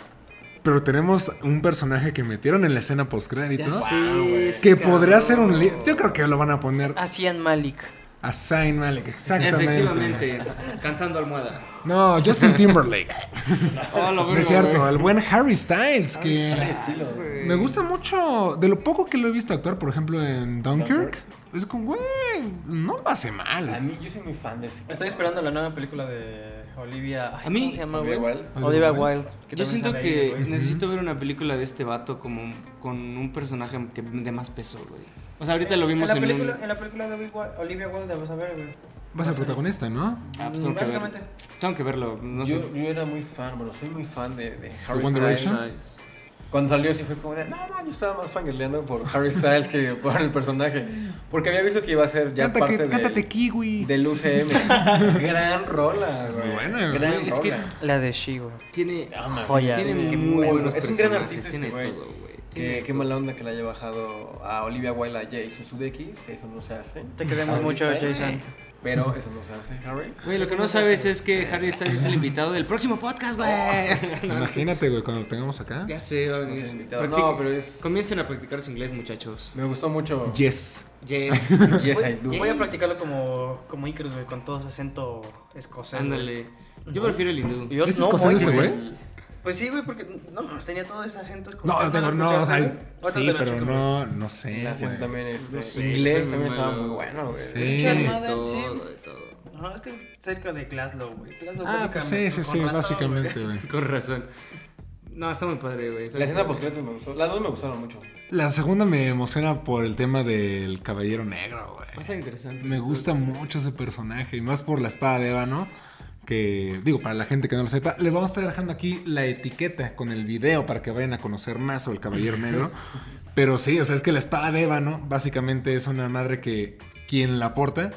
[SPEAKER 1] Pero tenemos un personaje que metieron en la escena post
[SPEAKER 3] Ya
[SPEAKER 1] créditos
[SPEAKER 3] sé,
[SPEAKER 2] Wow, güey.
[SPEAKER 3] ese
[SPEAKER 1] que podría ser un
[SPEAKER 3] Ah, cabrón.
[SPEAKER 1] líder. Yo creo que lo van a poner
[SPEAKER 5] Hacían Malik.
[SPEAKER 1] A Zayn Malik, exactamente.
[SPEAKER 3] Efectivamente, cantando almohada.
[SPEAKER 1] No, Justin Timberlake.
[SPEAKER 3] Oh, lo
[SPEAKER 1] no
[SPEAKER 3] verga,
[SPEAKER 1] es cierto,
[SPEAKER 3] güey.
[SPEAKER 1] el buen Harry Styles, que
[SPEAKER 2] Hay estilo.
[SPEAKER 1] me gusta mucho. De lo poco que lo he visto actuar, por ejemplo, en Dunkirk,
[SPEAKER 2] Dunkirk.
[SPEAKER 1] es como, güey, no lo hace
[SPEAKER 2] A
[SPEAKER 1] mal.
[SPEAKER 2] mí, yo soy muy fan de ese.
[SPEAKER 4] Estoy esperando la nueva película de Olivia. ay,
[SPEAKER 3] A mí-
[SPEAKER 4] ¿cómo se llama,
[SPEAKER 2] Olivia
[SPEAKER 4] güey?
[SPEAKER 2] Wilde.
[SPEAKER 5] Olivia
[SPEAKER 1] Olivia
[SPEAKER 5] Wilde. que también
[SPEAKER 3] Yo siento
[SPEAKER 5] sale ahí,
[SPEAKER 3] que
[SPEAKER 4] güey.
[SPEAKER 3] necesito ver una película de este vato como, con un personaje que- de más peso, güey. O sea, ahorita lo vimos
[SPEAKER 4] en
[SPEAKER 3] en,
[SPEAKER 4] la película,
[SPEAKER 3] un...
[SPEAKER 4] en la película de Olivia- Olivia Wilde, vas a ver, güey.
[SPEAKER 1] Vas a protagonista, ¿no?
[SPEAKER 3] Ah, pues tengo que verlo.
[SPEAKER 4] Básicamente.
[SPEAKER 3] Tengo que verlo, no sé.
[SPEAKER 2] yo, yo era muy fan, bueno, soy muy fan de, de Harry
[SPEAKER 1] One
[SPEAKER 2] Styles.
[SPEAKER 1] Direction?
[SPEAKER 2] Cuando salió sí fue como de, no, no, yo estaba más fangirleando por Harry Styles que por el personaje. Porque había visto que iba a ser ya
[SPEAKER 1] Cántate,
[SPEAKER 2] parte del,
[SPEAKER 1] cántate Kiwi.
[SPEAKER 2] del UCM. Gran rola, güey.
[SPEAKER 1] Muy buena, güey.
[SPEAKER 2] Gran
[SPEAKER 3] Es
[SPEAKER 2] rola.
[SPEAKER 3] que-
[SPEAKER 5] La de She, güey.
[SPEAKER 3] tiene,
[SPEAKER 2] Ah, man.
[SPEAKER 5] Joya.
[SPEAKER 3] tiene
[SPEAKER 5] Qué
[SPEAKER 3] muy
[SPEAKER 5] bueno.
[SPEAKER 3] buenos
[SPEAKER 2] Es un gran
[SPEAKER 3] personajes,
[SPEAKER 2] artista
[SPEAKER 3] tiene
[SPEAKER 2] este güey.
[SPEAKER 3] todo, güey.
[SPEAKER 2] Qué, qué mala onda que le haya bajado a Olivia Wilde a Jason Sudeikis. Eso no se hace.
[SPEAKER 4] Te queremos
[SPEAKER 2] Harry
[SPEAKER 4] mucho,
[SPEAKER 2] Styles,
[SPEAKER 4] Jason.
[SPEAKER 2] Pero eso no se hace, Harry.
[SPEAKER 3] Güey, lo que no sabes es que Harry Styles es el invitado del próximo podcast, güey. No,
[SPEAKER 1] Imagínate, güey, cuando lo tengamos acá.
[SPEAKER 3] ya sé, va a
[SPEAKER 2] No
[SPEAKER 3] venir.
[SPEAKER 2] soy invitado.
[SPEAKER 3] Practica-
[SPEAKER 2] No, pero es-
[SPEAKER 3] Comiencen a practicar su inglés, muchachos.
[SPEAKER 2] Me gustó mucho.
[SPEAKER 1] Yes.
[SPEAKER 3] Yes.
[SPEAKER 2] Yes,
[SPEAKER 4] voy,
[SPEAKER 2] I do.
[SPEAKER 4] voy a practicarlo como, como Icarus, güey, con todo su acento escocés. güey.
[SPEAKER 3] Ándale. Yo prefiero el hindú.
[SPEAKER 4] Y yo-
[SPEAKER 1] ¿Es
[SPEAKER 4] no,
[SPEAKER 1] escocés
[SPEAKER 4] voy,
[SPEAKER 1] ese
[SPEAKER 4] güey.
[SPEAKER 1] güey?
[SPEAKER 4] Pues sí, güey, porque no, mames, tenía todo ese acento escocés.
[SPEAKER 1] No, tengo,
[SPEAKER 4] lo
[SPEAKER 1] no, o sea,
[SPEAKER 4] escuchaste, güey? "Ah, Ahorita
[SPEAKER 1] sí,
[SPEAKER 4] te lo
[SPEAKER 1] pero
[SPEAKER 4] checo, güey.
[SPEAKER 1] no, no sé,
[SPEAKER 2] El acento
[SPEAKER 1] güey.
[SPEAKER 2] también este,
[SPEAKER 3] No sé,
[SPEAKER 2] inglés
[SPEAKER 3] soy
[SPEAKER 2] también
[SPEAKER 3] muy
[SPEAKER 2] estaba
[SPEAKER 3] malo.
[SPEAKER 2] muy bueno, güey.
[SPEAKER 1] Sí.
[SPEAKER 7] Es que Armada,
[SPEAKER 3] todo,
[SPEAKER 7] sí.
[SPEAKER 3] de todo.
[SPEAKER 4] Ajá, es que cerca de Glasgow, güey. Glasgow
[SPEAKER 1] Ah, pues sí,
[SPEAKER 4] básicamente,
[SPEAKER 1] sí,
[SPEAKER 4] con
[SPEAKER 1] sí,
[SPEAKER 4] razón,
[SPEAKER 1] básicamente, güey.
[SPEAKER 3] Con razón. No, está muy padre, güey.
[SPEAKER 2] La escena post-crédito me gustó. Las dos me gustaron mucho.
[SPEAKER 1] La segunda me emociona por el tema del Caballero Negro,
[SPEAKER 3] Va a
[SPEAKER 1] güey.
[SPEAKER 3] ser interesante.
[SPEAKER 1] Me gusta mucho ese personaje, y más por la espada de Eva, ¿no? Que, digo, para la gente que no lo sepa, le vamos a estar dejando aquí la etiqueta con el video para que vayan a conocer más sobre el Caballero Negro. Pero sí, o sea, es que la espada de ébano básicamente es una madre que quien la porta,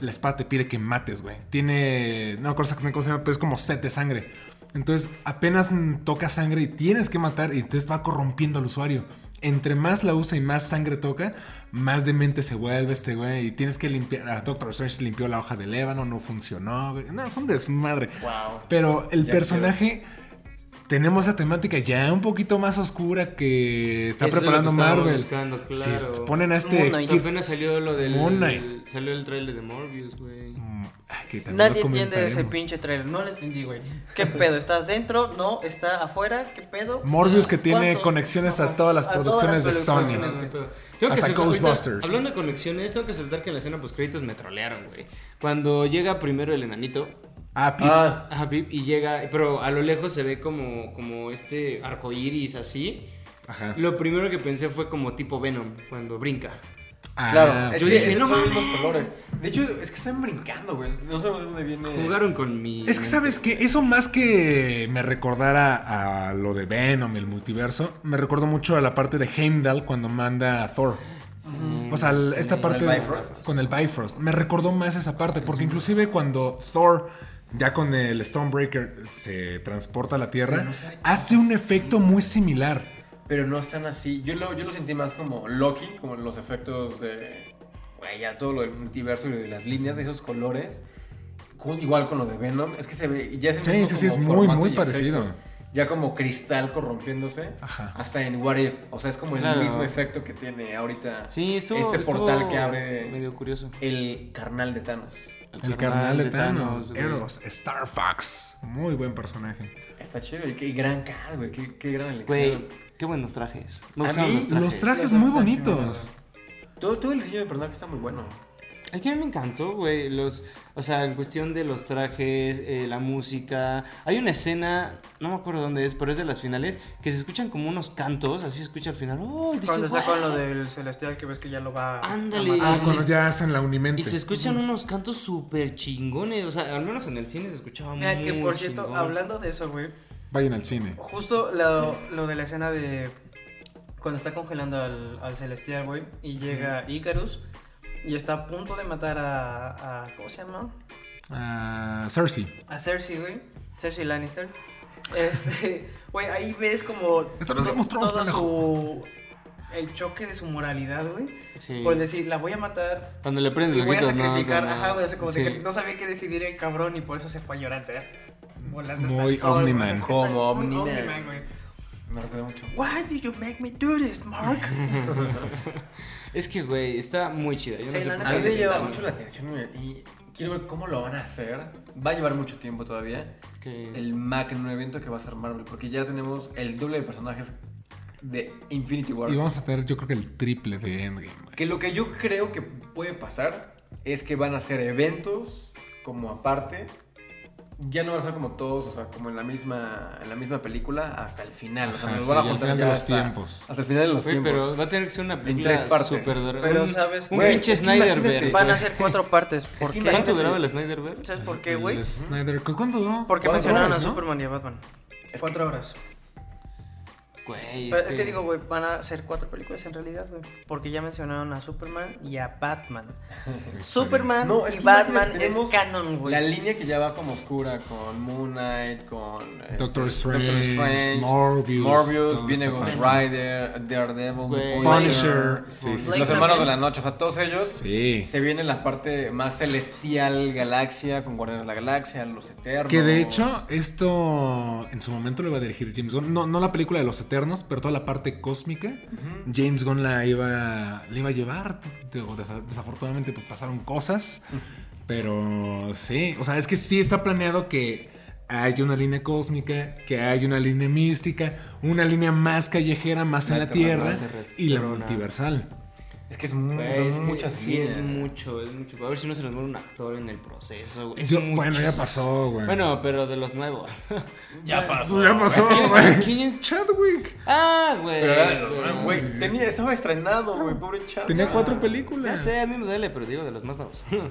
[SPEAKER 1] la espada te pide que mates, güey. Tiene, no me acuerdo exactamente cómo se llama, pero es como sed de sangre. Entonces, apenas mm, toca sangre y tienes que matar y entonces va corrompiendo al usuario. Entre más la usa y más sangre toca, más demente se vuelve este güey. Y tienes que limpiar. ah, Doctor Strange limpió la hoja del ébano, no funcionó. güey. No, es un desmadre.
[SPEAKER 2] Wow.
[SPEAKER 1] Pero el
[SPEAKER 2] Ya
[SPEAKER 1] personaje. Tenemos esa temática ya un poquito más oscura que está
[SPEAKER 3] Eso es lo
[SPEAKER 1] preparando
[SPEAKER 3] que estaba
[SPEAKER 1] Marvel.
[SPEAKER 3] buscando,
[SPEAKER 1] Si
[SPEAKER 3] claro.
[SPEAKER 1] est- ponen a este.
[SPEAKER 5] Moon Knight.
[SPEAKER 1] Kid-
[SPEAKER 3] Apenas salió lo del.
[SPEAKER 1] Moon Knight.
[SPEAKER 3] Salió el trailer de Morbius, güey.
[SPEAKER 1] Mm, ay, que también
[SPEAKER 4] Nadie
[SPEAKER 1] lo
[SPEAKER 4] entiende ese
[SPEAKER 1] comentaremos.
[SPEAKER 4] pinche trailer, no lo entendí, güey. ¿Qué pedo? ¿Está adentro? ¿No? ¿Está afuera? ¿Qué pedo?
[SPEAKER 1] Morbius que tiene
[SPEAKER 4] ¿Cuánto?
[SPEAKER 1] conexiones a
[SPEAKER 4] Ajá.
[SPEAKER 1] todas las producciones de Sony.
[SPEAKER 4] producciones,
[SPEAKER 3] No, no hay
[SPEAKER 4] güey.
[SPEAKER 3] pedo. Tengo que
[SPEAKER 1] Hasta
[SPEAKER 3] aceptar, ahorita,
[SPEAKER 1] Ghostbusters.
[SPEAKER 3] hablando de conexiones, tengo que aceptar que en la escena post créditos me trolearon, güey. Cuando llega primero el enanito,
[SPEAKER 1] Ah, pi-
[SPEAKER 2] Ah,
[SPEAKER 3] ajá, Pip, y llega, pero a lo lejos se ve como, como este arcoíris así.
[SPEAKER 1] Ajá.
[SPEAKER 3] Lo primero que pensé fue como tipo Venom cuando brinca.
[SPEAKER 1] Ah,
[SPEAKER 2] claro.
[SPEAKER 1] ok.
[SPEAKER 2] Es
[SPEAKER 3] yo
[SPEAKER 2] que
[SPEAKER 3] dije, no
[SPEAKER 2] son los
[SPEAKER 3] mames.
[SPEAKER 2] colores. De hecho, es que están brincando, güey. No sabemos de dónde viene.
[SPEAKER 3] Jugaron con mi.
[SPEAKER 1] Es que sabes que eso más que me recordara a lo de Venom, el multiverso, me recordó mucho a la parte de Heimdall cuando manda a Thor. O sea, el- esta parte
[SPEAKER 2] el Bifrost.
[SPEAKER 1] con el Bifrost. Me recordó más esa parte, porque inclusive cuando Thor, ya con el Stormbreaker, se transporta a la Tierra, hace un efecto muy similar.
[SPEAKER 2] Pero no están así. Yo lo, yo lo sentí más como Loki, como los efectos de. Güey, ya todo lo del multiverso y lo de las líneas, de esos colores. Con- igual con lo de Venom. Es que se ve. Ya es el
[SPEAKER 1] Sí,
[SPEAKER 2] mismo
[SPEAKER 1] sí, sí,
[SPEAKER 2] como
[SPEAKER 1] es muy,
[SPEAKER 2] formato
[SPEAKER 1] muy
[SPEAKER 2] y
[SPEAKER 1] parecido.
[SPEAKER 2] efectos. Ya como cristal corrompiéndose.
[SPEAKER 1] Ajá.
[SPEAKER 2] Hasta en What If. O sea, es como
[SPEAKER 3] Claro.
[SPEAKER 2] el mismo efecto que tiene ahorita
[SPEAKER 3] Sí, estuvo.
[SPEAKER 2] este
[SPEAKER 3] estuvo
[SPEAKER 2] portal que abre
[SPEAKER 3] Medio curioso.
[SPEAKER 2] el carnal de Thanos.
[SPEAKER 1] El carnal de Thanos,
[SPEAKER 3] güey.
[SPEAKER 1] Eros, Star Fox. Muy buen personaje.
[SPEAKER 2] Está chido. Y qué gran cast, güey. Qué, qué gran elección.
[SPEAKER 3] Güey, qué buenos trajes.
[SPEAKER 2] A
[SPEAKER 3] Me gustaron
[SPEAKER 2] mí
[SPEAKER 3] los trajes.
[SPEAKER 1] Los trajes muy bonitos.
[SPEAKER 2] Todo, todo el diseño de personaje está muy bueno.
[SPEAKER 3] Es que a mí me encantó, güey. Los, o sea, en cuestión de los trajes, eh, la música. Hay una escena, no me acuerdo dónde es, pero es de las finales, que se escuchan como unos cantos, así se escucha al final. ¡Oh! y dije,
[SPEAKER 4] Cuando está
[SPEAKER 3] "Guau".
[SPEAKER 4] con lo del celestial que ves que ya lo va a- a
[SPEAKER 3] Ándale.
[SPEAKER 4] matar.
[SPEAKER 1] Ah, cuando ya hacen la unimente.
[SPEAKER 3] Y se escuchan unos cantos súper chingones. O sea, al menos en el cine se escuchaba
[SPEAKER 4] Mira,
[SPEAKER 3] muy
[SPEAKER 4] que por cierto,
[SPEAKER 3] chingón.
[SPEAKER 4] hablando de eso, güey,
[SPEAKER 1] Vayan al cine.
[SPEAKER 4] justo lo, lo de la escena de cuando está congelando al, al celestial, güey, y llega Icarus y está a punto de matar a, a- ¿cómo se llama?
[SPEAKER 1] Ah, Cersei.
[SPEAKER 4] A Cersei, güey, Cersei Lannister. Este, güey, ahí ves como
[SPEAKER 1] Esto no es Game of Thrones,
[SPEAKER 4] todo
[SPEAKER 1] pendejo.
[SPEAKER 4] su el choque de su moralidad, güey.
[SPEAKER 3] Sí.
[SPEAKER 4] Por decir, la voy a matar,
[SPEAKER 3] Cuando le prendes
[SPEAKER 4] Y
[SPEAKER 3] los
[SPEAKER 4] voy a
[SPEAKER 3] ojitos, no,
[SPEAKER 4] sacrificar,
[SPEAKER 3] no, no.
[SPEAKER 4] ajá, güey, o sea, como
[SPEAKER 3] Sí.
[SPEAKER 4] de que no sabía qué decidir el cabrón y por eso se fue llorando, ¿eh? Volando hasta
[SPEAKER 1] Muy
[SPEAKER 4] el sol,
[SPEAKER 1] Omni-Man.
[SPEAKER 4] güey, es que está
[SPEAKER 2] Como
[SPEAKER 4] muy
[SPEAKER 2] Omni-Man.
[SPEAKER 4] Omni-Man, güey.
[SPEAKER 2] Me recuerda mucho.
[SPEAKER 4] Why did you make me do this, Mark?
[SPEAKER 3] Es que, güey, está muy chida. Yo
[SPEAKER 4] Sí,
[SPEAKER 3] no sé
[SPEAKER 4] la
[SPEAKER 3] por
[SPEAKER 4] neta
[SPEAKER 2] A
[SPEAKER 3] qué
[SPEAKER 2] mí me
[SPEAKER 4] sí,
[SPEAKER 3] está
[SPEAKER 2] llama
[SPEAKER 4] yo-
[SPEAKER 3] muy-
[SPEAKER 2] mucho la atención y- y quiero ver cómo lo van a hacer. Va a llevar mucho tiempo todavía
[SPEAKER 3] que-
[SPEAKER 2] el Mac en un evento que va a ser Marvel, porque ya tenemos el doble de personajes de Infinity War.
[SPEAKER 1] Y vamos a tener, yo creo que el triple de Endgame. güey.
[SPEAKER 2] Que lo que yo creo que puede pasar es que van a ser eventos como aparte. Ya no van a ser como todos, o sea, como en la misma, en la misma película hasta el final. o sea,
[SPEAKER 1] Ajá,
[SPEAKER 2] nos
[SPEAKER 1] sí,
[SPEAKER 2] van a
[SPEAKER 1] al
[SPEAKER 2] juntar
[SPEAKER 1] final de
[SPEAKER 2] ya
[SPEAKER 1] los
[SPEAKER 2] hasta-
[SPEAKER 1] tiempos.
[SPEAKER 2] Hasta el final de los
[SPEAKER 3] Güey,
[SPEAKER 2] tiempos.
[SPEAKER 3] pero va a tener que ser una película
[SPEAKER 2] tres partes.
[SPEAKER 3] super dura.
[SPEAKER 4] Pero
[SPEAKER 3] un,
[SPEAKER 4] sabes
[SPEAKER 3] un
[SPEAKER 4] que-
[SPEAKER 3] pinche
[SPEAKER 2] es que imagínate,
[SPEAKER 3] Snyderverse.
[SPEAKER 4] Van a
[SPEAKER 3] güey.
[SPEAKER 4] ser cuatro partes, ¿por
[SPEAKER 2] que
[SPEAKER 4] qué?
[SPEAKER 2] imagínate-
[SPEAKER 3] ¿Cuánto duraba el Snyderverse?
[SPEAKER 4] ¿Sabes por qué, güey?
[SPEAKER 1] El Snyder. ¿Cuánto duró?
[SPEAKER 4] Porque
[SPEAKER 2] Cuatro
[SPEAKER 4] mencionaron
[SPEAKER 1] horas,
[SPEAKER 4] a
[SPEAKER 1] ¿no?
[SPEAKER 4] Superman y a Batman.
[SPEAKER 2] Es
[SPEAKER 4] Cuatro horas.
[SPEAKER 3] Güey,
[SPEAKER 4] Pero es que digo, güey, van a ser cuatro películas en realidad, güey. Porque ya mencionaron a Superman y a Batman. Superman
[SPEAKER 2] No, es
[SPEAKER 4] y
[SPEAKER 2] que
[SPEAKER 4] Batman
[SPEAKER 2] imagínate,
[SPEAKER 4] es
[SPEAKER 2] tenemos
[SPEAKER 4] canon,
[SPEAKER 2] La
[SPEAKER 4] güey.
[SPEAKER 2] línea que ya va como oscura con Moon Knight, con este,
[SPEAKER 1] Doctor Strange, Morbius, todo
[SPEAKER 2] viene
[SPEAKER 1] este
[SPEAKER 2] Ghost
[SPEAKER 1] tema.
[SPEAKER 2] Rider, Daredevil,
[SPEAKER 5] Güey.
[SPEAKER 2] The
[SPEAKER 1] Punisher, sí, sí,
[SPEAKER 2] Los
[SPEAKER 1] sí.
[SPEAKER 2] hermanos de la noche, o sea, todos ellos
[SPEAKER 1] Sí.
[SPEAKER 2] se viene la parte más celestial galaxia con Guardianes de la Galaxia, los Eternos.
[SPEAKER 1] Que de hecho, esto en su momento lo iba a dirigir James Gunn. No, no la película de los Eternos, pero toda la parte cósmica. James Gunn la iba, la iba a llevar. Digo, desa- Desafortunadamente, pues pasaron cosas. Pero sí, o sea, es que sí está planeado que hay una línea cósmica, que hay una línea mística, una línea más callejera, más en la Tierra
[SPEAKER 2] Terrenal, terrestre,
[SPEAKER 1] y la
[SPEAKER 2] pero una-
[SPEAKER 1] multiversal.
[SPEAKER 2] es que es,
[SPEAKER 1] Mm,
[SPEAKER 2] mu-
[SPEAKER 3] Güey,
[SPEAKER 2] son
[SPEAKER 3] es que
[SPEAKER 2] muchas
[SPEAKER 3] Sí, es
[SPEAKER 2] líneas.
[SPEAKER 3] mucho, es mucho. A ver si no se nos muere un actor en el proceso, güey. Es
[SPEAKER 1] Yo-
[SPEAKER 3] mucho.
[SPEAKER 1] bueno, ya pasó, güey.
[SPEAKER 3] Bueno, pero de los nuevos.
[SPEAKER 2] Ya pasó.
[SPEAKER 1] Pues ya pasó,
[SPEAKER 3] ¿Quién-
[SPEAKER 1] güey.
[SPEAKER 3] quién-
[SPEAKER 1] Chadwick
[SPEAKER 3] Ah, güey.
[SPEAKER 2] Pero era de los
[SPEAKER 3] pero-
[SPEAKER 2] nuevos, güey. Tenía, estaba estrenado, güey, pobre chavo.
[SPEAKER 1] tenía cuatro
[SPEAKER 3] Ya
[SPEAKER 1] películas.
[SPEAKER 3] sé, a mí me duele, pero digo de los más nuevos.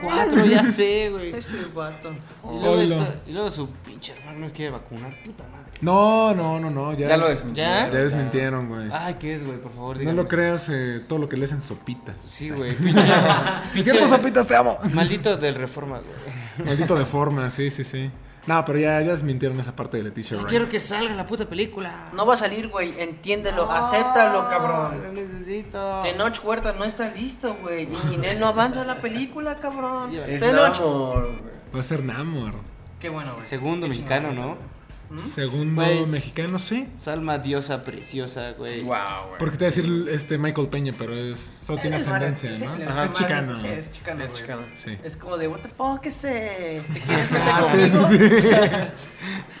[SPEAKER 3] Cuatro, ya sé, güey.
[SPEAKER 7] Ese vato.
[SPEAKER 3] Y luego,
[SPEAKER 1] Olo.
[SPEAKER 3] esta- y luego su pinche hermano nos quiere vacunar. Puta madre.
[SPEAKER 1] No, no, no, no. Ya,
[SPEAKER 2] Ya lo desmintieron.
[SPEAKER 3] ¿Ya?
[SPEAKER 1] Ya desmintieron, güey.
[SPEAKER 3] Ay, ¿qué es, güey? Por
[SPEAKER 1] no
[SPEAKER 3] favor, Ah, dígame.
[SPEAKER 1] lo creas eh, todo lo que lees en sopitas.
[SPEAKER 3] Sí, güey. Pinche,
[SPEAKER 1] Es cierto,
[SPEAKER 3] pinche
[SPEAKER 1] sopitas, te amo.
[SPEAKER 3] maldito del Reforma, güey.
[SPEAKER 1] Maldito de forma, sí, sí, sí. No, pero ya, ya desmintieron esa parte de Leticia Wright.
[SPEAKER 3] Quiero que salga la puta película.
[SPEAKER 4] No va a salir, güey. Entiéndelo, acéptalo,
[SPEAKER 3] Lo
[SPEAKER 4] cabrón.
[SPEAKER 3] necesito.
[SPEAKER 4] Tenoch Huerta no está listo, güey. Y Inés no avanza la película, cabrón.
[SPEAKER 2] Es
[SPEAKER 4] Tenoch.
[SPEAKER 2] Namor, güey.
[SPEAKER 1] Va a ser Namor.
[SPEAKER 4] Qué bueno, güey.
[SPEAKER 3] Segundo mexicano, ¿no?
[SPEAKER 1] Segundo
[SPEAKER 3] Pues-
[SPEAKER 1] mexicano, sí.
[SPEAKER 3] Salma diosa preciosa, güey.
[SPEAKER 2] Wow, güey.
[SPEAKER 1] Porque te voy a decir este Michael Peña, pero es, solo tiene ascendencia, ¿no?
[SPEAKER 4] Ajá,
[SPEAKER 1] es chicano.
[SPEAKER 4] Sí, es chicano,
[SPEAKER 2] Es
[SPEAKER 4] güey.
[SPEAKER 2] chicano.
[SPEAKER 1] Sí.
[SPEAKER 4] Es como de, what the fuck is it? ¿Te quieres meter
[SPEAKER 1] Ah, sí,
[SPEAKER 4] conmigo?
[SPEAKER 1] sí,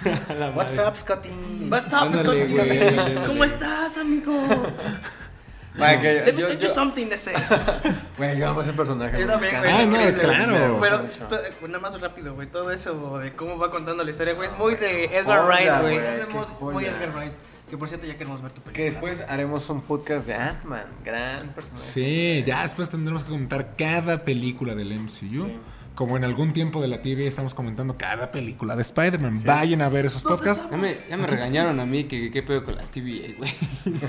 [SPEAKER 1] sí.
[SPEAKER 4] What's up, Scotty?
[SPEAKER 7] What's
[SPEAKER 4] Ah,
[SPEAKER 7] up,
[SPEAKER 4] pues
[SPEAKER 3] Ándale,
[SPEAKER 7] Scotty?
[SPEAKER 3] güey, ándale.
[SPEAKER 7] ¿Cómo estás, amigo?
[SPEAKER 2] Güey, que
[SPEAKER 7] Let me
[SPEAKER 2] yo,
[SPEAKER 7] tell you
[SPEAKER 2] yo,
[SPEAKER 7] something, ese.
[SPEAKER 2] güey, yo amo ese personaje. güey,
[SPEAKER 4] Yo también, güey.
[SPEAKER 2] me
[SPEAKER 1] Ah,
[SPEAKER 4] es
[SPEAKER 1] no,
[SPEAKER 4] increíble, güey.
[SPEAKER 1] claro.
[SPEAKER 4] Pero
[SPEAKER 2] Mucho.
[SPEAKER 4] to- pues, nada más rápido, güey. Todo eso de cómo va contando la historia, güey. Es muy de Edgar
[SPEAKER 2] joya,
[SPEAKER 4] Wright, güey.
[SPEAKER 2] güey,
[SPEAKER 4] Es de
[SPEAKER 2] qué
[SPEAKER 4] mod- muy
[SPEAKER 2] joya.
[SPEAKER 4] Edgar Wright. Que por cierto, ya queremos ver tu
[SPEAKER 2] Que
[SPEAKER 4] película.
[SPEAKER 2] después haremos un podcast de Ant-Man. Gran personaje.
[SPEAKER 1] Sí, ya después tendremos que comentar cada película del MCU. Como en algún tiempo de la TV estamos comentando cada película de Spider-Man. Vayan a ver esos podcasts.
[SPEAKER 3] Ya me, ya me regañaron a mí que que qué pedo con la TVA, güey.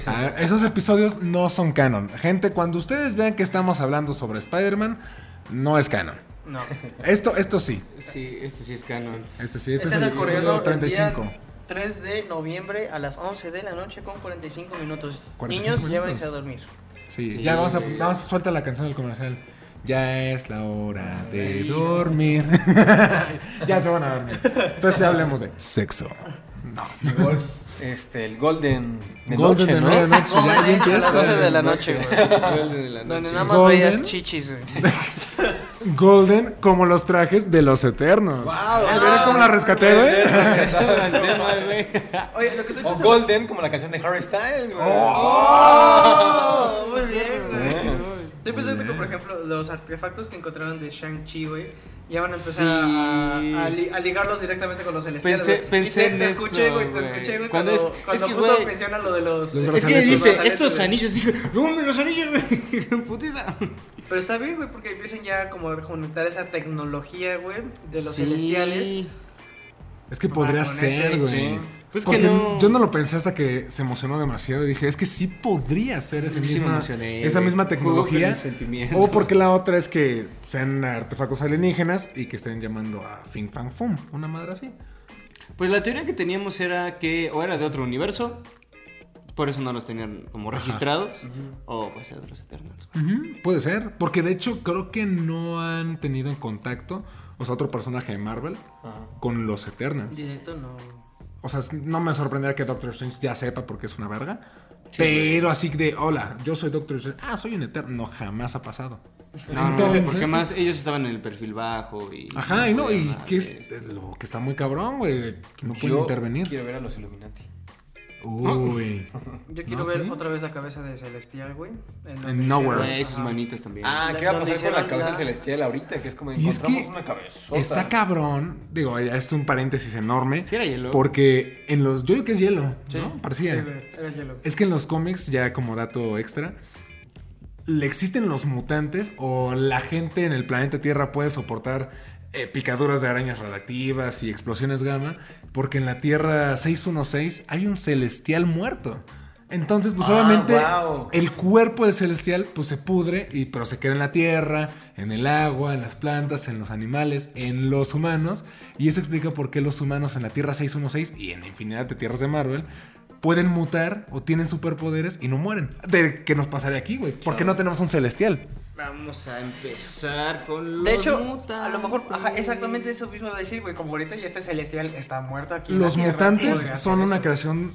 [SPEAKER 1] Ah, esos episodios no son canon. Gente, cuando ustedes vean que estamos hablando sobre Spider-Man, no es canon.
[SPEAKER 4] No.
[SPEAKER 1] Esto, esto sí.
[SPEAKER 3] Sí, este sí es canon.
[SPEAKER 1] Este sí, este,
[SPEAKER 4] Este
[SPEAKER 1] es el
[SPEAKER 4] está corriendo
[SPEAKER 1] episodio
[SPEAKER 4] el
[SPEAKER 1] 35.
[SPEAKER 4] día 3 de noviembre a las 11 de la noche con 45 minutos.
[SPEAKER 1] 45
[SPEAKER 4] Niños,
[SPEAKER 1] minutos.
[SPEAKER 4] llévense a dormir.
[SPEAKER 1] Sí,
[SPEAKER 3] Sí,
[SPEAKER 1] ya vamos a,
[SPEAKER 3] güey.
[SPEAKER 1] nada más suelta la canción del comercial. Ya es la hora de dormir. ya se van a dormir. Entonces ya hablemos de sexo. No.
[SPEAKER 2] El gol- Este, el Golden. de
[SPEAKER 1] Golden
[SPEAKER 2] noche,
[SPEAKER 1] de
[SPEAKER 2] ¿no?
[SPEAKER 1] nueve de noche, ya, ya
[SPEAKER 4] Golden, a las
[SPEAKER 1] empieza.
[SPEAKER 4] 12 de la noche, güey.
[SPEAKER 3] Golden de la
[SPEAKER 4] Donde
[SPEAKER 3] noche.
[SPEAKER 4] nada más
[SPEAKER 1] Golden.
[SPEAKER 4] veías chichis, güey.
[SPEAKER 1] Golden como los trajes de los eternos. Ah, ¿Vieron cómo la rescaté, güey?
[SPEAKER 3] Estaba el tema, güey.
[SPEAKER 4] Oye, lo que estoy
[SPEAKER 2] O
[SPEAKER 4] pensando.
[SPEAKER 2] Golden, como la canción de Harry Styles, güey.
[SPEAKER 4] Oh, muy bien,
[SPEAKER 2] ¿Eh?
[SPEAKER 4] güey. Estoy pensando que, por ejemplo, los artefactos que encontraron de Shang-Chi, güey, ya van a empezar a,
[SPEAKER 3] Sí.
[SPEAKER 4] a li- a ligarlos directamente con los celestiales.
[SPEAKER 3] Pensé-
[SPEAKER 4] güey.
[SPEAKER 3] pensé
[SPEAKER 4] Y te,
[SPEAKER 3] en
[SPEAKER 4] te escuché,
[SPEAKER 3] eso,
[SPEAKER 4] güey, te
[SPEAKER 3] güey.
[SPEAKER 4] escuché, güey,
[SPEAKER 3] Cuando
[SPEAKER 4] cuando,
[SPEAKER 3] es-
[SPEAKER 4] cuando
[SPEAKER 3] es que,
[SPEAKER 4] justo
[SPEAKER 3] güey,
[SPEAKER 4] menciona lo de los...
[SPEAKER 1] Los
[SPEAKER 3] Es que
[SPEAKER 1] Brazaletes,
[SPEAKER 3] dice,
[SPEAKER 4] brazaletes,
[SPEAKER 3] estos
[SPEAKER 4] güey.
[SPEAKER 3] anillos. Dije, no mames, los anillos, güey. Putiza.
[SPEAKER 4] Pero está bien, güey, porque empiezan ya como a conectar esa tecnología, güey, de los
[SPEAKER 3] Sí.
[SPEAKER 4] celestiales.
[SPEAKER 1] Es que podría
[SPEAKER 4] con este
[SPEAKER 1] ser, güey.
[SPEAKER 3] Pues que
[SPEAKER 1] Porque
[SPEAKER 3] no.
[SPEAKER 1] yo no lo pensé hasta que se emocionó demasiado y dije, es que sí podría ser esa
[SPEAKER 3] Es que sí me
[SPEAKER 1] misma,
[SPEAKER 3] emocioné,
[SPEAKER 1] esa
[SPEAKER 3] güey.
[SPEAKER 1] misma
[SPEAKER 3] Juego
[SPEAKER 1] tecnología.
[SPEAKER 3] con mis sentimientos.
[SPEAKER 1] O porque la otra es que sean artefactos alienígenas y que estén llamando a Fing Fang Fum, una madre así.
[SPEAKER 3] Pues la teoría que teníamos era que o era de otro universo, por eso no los tenían como registrados, o pues de los Eternals. güey.
[SPEAKER 1] Puede ser, porque de hecho creo que no han tenido en contacto, o sea, otro personaje de Marvel con los Eternals.
[SPEAKER 4] Directo no...
[SPEAKER 1] O sea, no me sorprendería que Doctor Strange ya sepa porque es una verga. pero así de, hola, yo soy Doctor Strange. Ah, soy un eterno. No, jamás ha pasado.
[SPEAKER 3] No, no, porque más ellos estaban en el perfil bajo y...
[SPEAKER 1] eh, Ajá, y no, y
[SPEAKER 3] podían,
[SPEAKER 1] que es
[SPEAKER 3] este,
[SPEAKER 1] lo que está muy cabrón, güey. No pueden
[SPEAKER 2] Yo
[SPEAKER 1] intervenir.
[SPEAKER 2] Quiero ver a los Illuminati.
[SPEAKER 1] Uy.
[SPEAKER 4] Yo quiero
[SPEAKER 1] No,
[SPEAKER 4] ver
[SPEAKER 1] sí.
[SPEAKER 4] otra vez la cabeza de Celestial, güey.
[SPEAKER 1] En Nowhere.
[SPEAKER 3] güey, sus
[SPEAKER 4] Ajá.
[SPEAKER 3] manitas Pues, también.
[SPEAKER 2] Ah,
[SPEAKER 4] La-
[SPEAKER 2] ¿qué va a
[SPEAKER 4] donde
[SPEAKER 2] pasar con
[SPEAKER 4] hicieron
[SPEAKER 2] la cabeza
[SPEAKER 4] la-
[SPEAKER 2] celestial ahorita? Que es como
[SPEAKER 1] Y es
[SPEAKER 2] encontramos
[SPEAKER 1] que
[SPEAKER 2] una cabezota.
[SPEAKER 1] Está cabrón. Digo, ya es un paréntesis enorme.
[SPEAKER 3] Sí era hielo.
[SPEAKER 1] Porque en los. Yo digo que es hielo, ¿no? Parecía.
[SPEAKER 4] Sí, güey, era hielo.
[SPEAKER 1] Es que en los cómics, ya como dato extra, le existen los mutantes o la gente en el planeta Tierra puede soportar eh, picaduras de arañas radiactivas y explosiones gamma, porque en la Tierra 616 hay un celestial muerto. Entonces, pues
[SPEAKER 2] Ah,
[SPEAKER 1] obviamente
[SPEAKER 2] guau.
[SPEAKER 1] el cuerpo del celestial pues se pudre, y, pero se queda en la tierra, en el agua, en las plantas, en los animales, en los humanos. Y eso explica por qué los humanos en la Tierra 616 y en infinidad de tierras de Marvel pueden mutar o tienen superpoderes y no mueren. ¿De qué nos pasaría aquí, güey? ¿Por qué no tenemos un celestial?
[SPEAKER 3] Vamos a empezar con los
[SPEAKER 4] De hecho, a
[SPEAKER 3] mutantes.
[SPEAKER 4] lo mejor, ajá, exactamente eso mismo iba a decir, güey. Como ahorita ya este celestial está muerto aquí. en la
[SPEAKER 1] Los
[SPEAKER 4] Tierra,
[SPEAKER 1] mutantes
[SPEAKER 4] podría
[SPEAKER 1] son
[SPEAKER 4] hacer
[SPEAKER 1] una
[SPEAKER 4] eso.
[SPEAKER 1] creación,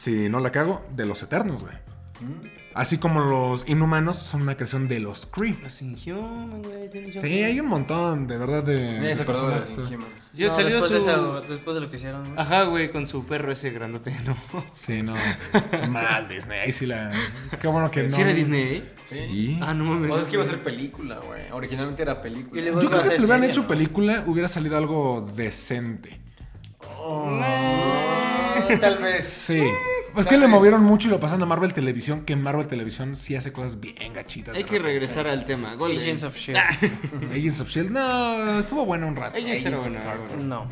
[SPEAKER 1] si no la cago, de los eternos, güey.
[SPEAKER 2] Mm.
[SPEAKER 1] Así como los inhumanos son una creación de los Kree.
[SPEAKER 3] Los Inhuman, güey. tienen
[SPEAKER 1] Sí, hay un montón, de verdad, de, de
[SPEAKER 2] Ese perdón,
[SPEAKER 1] personajes.
[SPEAKER 2] los Inhumans.
[SPEAKER 3] Yo
[SPEAKER 4] No,
[SPEAKER 3] salió
[SPEAKER 4] después,
[SPEAKER 3] su...
[SPEAKER 4] de esa- después de lo que hicieron, güey.
[SPEAKER 3] Ajá, güey, con su perro ese grandote, ¿no?
[SPEAKER 1] Sí, no. Mal Disney, ahí sí la. Qué bueno que no.
[SPEAKER 3] ¿Sí era Disney? eh?
[SPEAKER 1] Sí.
[SPEAKER 3] Ah, no mames.
[SPEAKER 2] O
[SPEAKER 4] Pues
[SPEAKER 2] sea, es que iba a ser película, güey. Originalmente era película.
[SPEAKER 4] Y luego-
[SPEAKER 1] Yo
[SPEAKER 4] iba
[SPEAKER 1] creo
[SPEAKER 4] a
[SPEAKER 1] que
[SPEAKER 4] ser
[SPEAKER 1] si le hubieran
[SPEAKER 4] serie,
[SPEAKER 1] hecho
[SPEAKER 4] ¿no?
[SPEAKER 1] película, hubiera salido algo decente.
[SPEAKER 2] Ah, Tal vez.
[SPEAKER 1] Sí.
[SPEAKER 3] Eh,
[SPEAKER 1] Es que le movieron mucho y lo pasan a Marvel Televisión, que Marvel Televisión sí hace cosas bien gachitas.
[SPEAKER 3] Hay
[SPEAKER 1] de
[SPEAKER 3] que
[SPEAKER 1] repente.
[SPEAKER 3] regresar al tema. Golden.
[SPEAKER 4] Agents of Shield.
[SPEAKER 1] Agents of Shield, E no, estuvo bueno un rato.
[SPEAKER 3] Agents era bueno, era bueno.
[SPEAKER 4] No.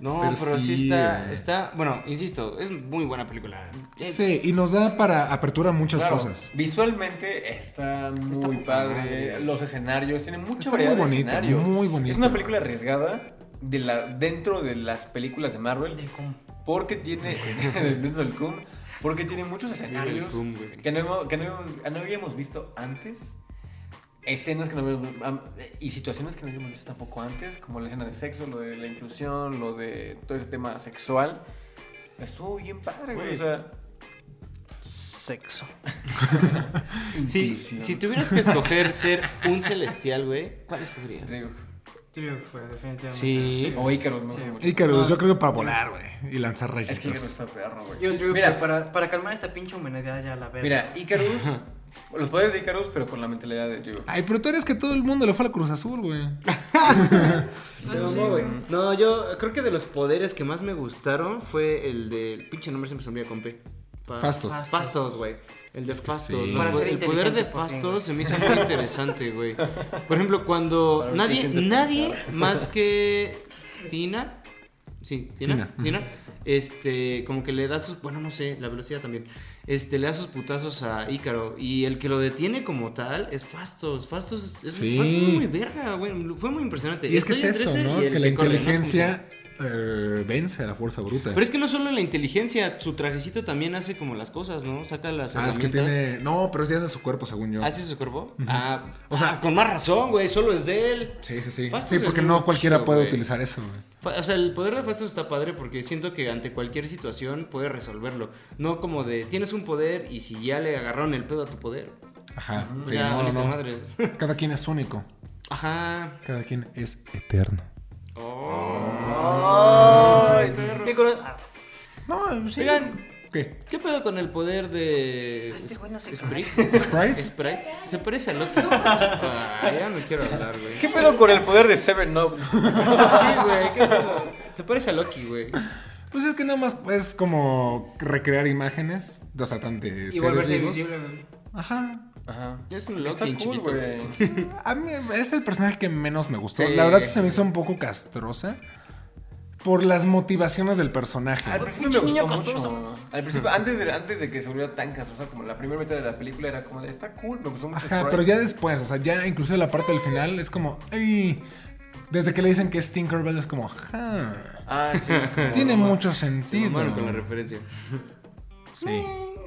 [SPEAKER 3] No,
[SPEAKER 1] Pero
[SPEAKER 3] pero,
[SPEAKER 1] sí,
[SPEAKER 3] sí, está,
[SPEAKER 1] eh.
[SPEAKER 3] está... Bueno, insisto, es muy buena película. Eh,
[SPEAKER 1] Sí, y nos da para apertura muchas
[SPEAKER 2] Claro,
[SPEAKER 1] cosas.
[SPEAKER 2] Visualmente está muy
[SPEAKER 3] poca
[SPEAKER 2] padre.
[SPEAKER 3] madre.
[SPEAKER 2] Los escenarios tienen mucha
[SPEAKER 1] Está
[SPEAKER 2] variedad
[SPEAKER 1] muy
[SPEAKER 2] de
[SPEAKER 1] bonita,
[SPEAKER 2] escenarios.
[SPEAKER 1] muy bonita.
[SPEAKER 2] Es una película arriesgada de la, dentro de las películas de Marvel. Porque tiene. dentro del cum, Porque tiene muchos escenarios
[SPEAKER 3] cum, güey.
[SPEAKER 2] que, no, hemos- que no, hemos- no habíamos visto antes. Escenas que no habíamos am- y situaciones que no habíamos visto tampoco antes, como la escena de sexo, lo de la inclusión, lo de todo ese tema sexual. Estuvo bien padre, güey. O sea,
[SPEAKER 4] Sexo.
[SPEAKER 3] Sí,
[SPEAKER 2] inclusión.
[SPEAKER 3] si tuvieras que escoger ser un celestial, güey, ¿cuál escogerías?
[SPEAKER 2] Digo,
[SPEAKER 4] Creo que fue, definitivamente.
[SPEAKER 3] Sí.
[SPEAKER 2] O Icarus, me
[SPEAKER 4] Sí.
[SPEAKER 2] gusta mucho.
[SPEAKER 3] Ah.
[SPEAKER 1] Icarus, yo creo que para volar, güey, y lanzar
[SPEAKER 2] Es que Icarus
[SPEAKER 1] rayitos.
[SPEAKER 2] está perro, güey.
[SPEAKER 4] Yo digo que
[SPEAKER 2] Mira,
[SPEAKER 4] para, para calmar esta pinche humanidad ya a la verga.
[SPEAKER 2] mira, Icarus, los poderes de Icarus, pero con la mentalidad de Diego.
[SPEAKER 1] Ay, pero tú eres que todo el mundo le fue a la Cruz Azul, güey.
[SPEAKER 3] Ah, No, no, güey. No, yo creo que de los poderes que más me gustaron fue el del pinche nombre siempre se me olvida con P. Pa-
[SPEAKER 1] Fastos.
[SPEAKER 3] Fastos, güey. El de Fastos.
[SPEAKER 1] sí.
[SPEAKER 3] Los
[SPEAKER 1] Para
[SPEAKER 3] po-
[SPEAKER 4] ser
[SPEAKER 3] el poder de
[SPEAKER 4] inteligente, ¿por qué, güey?
[SPEAKER 3] Fastos se me hizo muy interesante, güey. Por ejemplo, cuando
[SPEAKER 2] Para ver qué
[SPEAKER 3] nadie,
[SPEAKER 2] siente
[SPEAKER 3] nadie más que Tina. Sí, Tina.
[SPEAKER 1] Tina.
[SPEAKER 3] Tina. Este, como que le da sus. Bueno, no sé, la velocidad también. Este, le da sus putazos a Ícaro. Y el que lo detiene como tal es Fastos. Fastos es,
[SPEAKER 1] Sí.
[SPEAKER 3] Fastos es muy verga, güey. Fue muy impresionante.
[SPEAKER 1] Y es que es
[SPEAKER 3] Estoy entre
[SPEAKER 1] eso,
[SPEAKER 3] ese
[SPEAKER 1] ¿no?
[SPEAKER 3] y el
[SPEAKER 1] Que la
[SPEAKER 3] corre, ¿no? Es como
[SPEAKER 1] inteligencia eh, vence a la fuerza bruta.
[SPEAKER 3] pero es que no solo la inteligencia, su trajecito también hace como las cosas, ¿no? Saca las
[SPEAKER 1] Ah, es que
[SPEAKER 3] herramientas.
[SPEAKER 1] tiene. No, pero es ya es de su cuerpo, según yo.
[SPEAKER 3] ¿Hace su cuerpo? Ah,
[SPEAKER 1] O
[SPEAKER 3] o
[SPEAKER 1] sea-
[SPEAKER 3] sea, con más razón, güey, solo es de él.
[SPEAKER 1] Sí, sí, sí.
[SPEAKER 3] Fastos
[SPEAKER 1] Sí,
[SPEAKER 3] es
[SPEAKER 1] porque
[SPEAKER 3] muy
[SPEAKER 1] no cualquiera
[SPEAKER 3] chido,
[SPEAKER 1] puede
[SPEAKER 3] güey.
[SPEAKER 1] utilizar eso, güey.
[SPEAKER 3] Fa- O sea, el poder de Fastos está padre porque siento que ante cualquier situación puede resolverlo. No como de, tienes un poder y si ya le agarraron el pedo a tu poder,
[SPEAKER 1] Ajá. pero
[SPEAKER 3] ya
[SPEAKER 1] no, no,
[SPEAKER 3] valiste
[SPEAKER 1] no.
[SPEAKER 3] madres.
[SPEAKER 1] Cada quien es único.
[SPEAKER 3] Ajá. Oh.
[SPEAKER 1] Cada quien es eterno.
[SPEAKER 4] Ay, Nicolás. ah,
[SPEAKER 1] No, sí.
[SPEAKER 3] Oigan,
[SPEAKER 1] ¿Qué?
[SPEAKER 3] ¿qué pedo con el poder de...
[SPEAKER 5] Este güey no se
[SPEAKER 3] Sprite?
[SPEAKER 1] ¿Sprite?
[SPEAKER 3] Sprite. Se parece a Loki. Ah, ya no quiero hablar, güey.
[SPEAKER 2] ¿Qué pedo con el poder de Seven Up?
[SPEAKER 3] Sí, güey, qué pedo. Se parece a Loki, güey.
[SPEAKER 1] Pues es que nada más es como recrear imágenes. O sea, tan de
[SPEAKER 4] Y
[SPEAKER 1] seres
[SPEAKER 4] volverse
[SPEAKER 1] vivos.
[SPEAKER 4] invisible, güey.
[SPEAKER 1] Ajá.
[SPEAKER 2] Ajá.
[SPEAKER 3] Es un
[SPEAKER 2] Está
[SPEAKER 3] Loki en
[SPEAKER 2] cool,
[SPEAKER 3] chiquito,
[SPEAKER 2] güey.
[SPEAKER 3] güey.
[SPEAKER 1] A mí es el personaje que menos me gustó.
[SPEAKER 2] Sí.
[SPEAKER 1] La verdad se me hizo un poco castrosa. Por las motivaciones del personaje.
[SPEAKER 2] Al principio me gustó mucho. Al principio, antes de, antes de que se volviera tan castrosa, como la primera mitad de la película era como de, está cool, me gustó mucho.
[SPEAKER 1] Ajá,
[SPEAKER 2] Sprite".
[SPEAKER 1] pero ya después, o sea, ya incluso la parte del final es como, ay, desde que le dicen que es Tinkerbell es como, ajá,
[SPEAKER 2] Ah, sí. como-
[SPEAKER 1] tiene
[SPEAKER 2] como-
[SPEAKER 1] mucho
[SPEAKER 3] Se
[SPEAKER 1] sentido.
[SPEAKER 3] mamaron con la referencia.
[SPEAKER 1] Sí.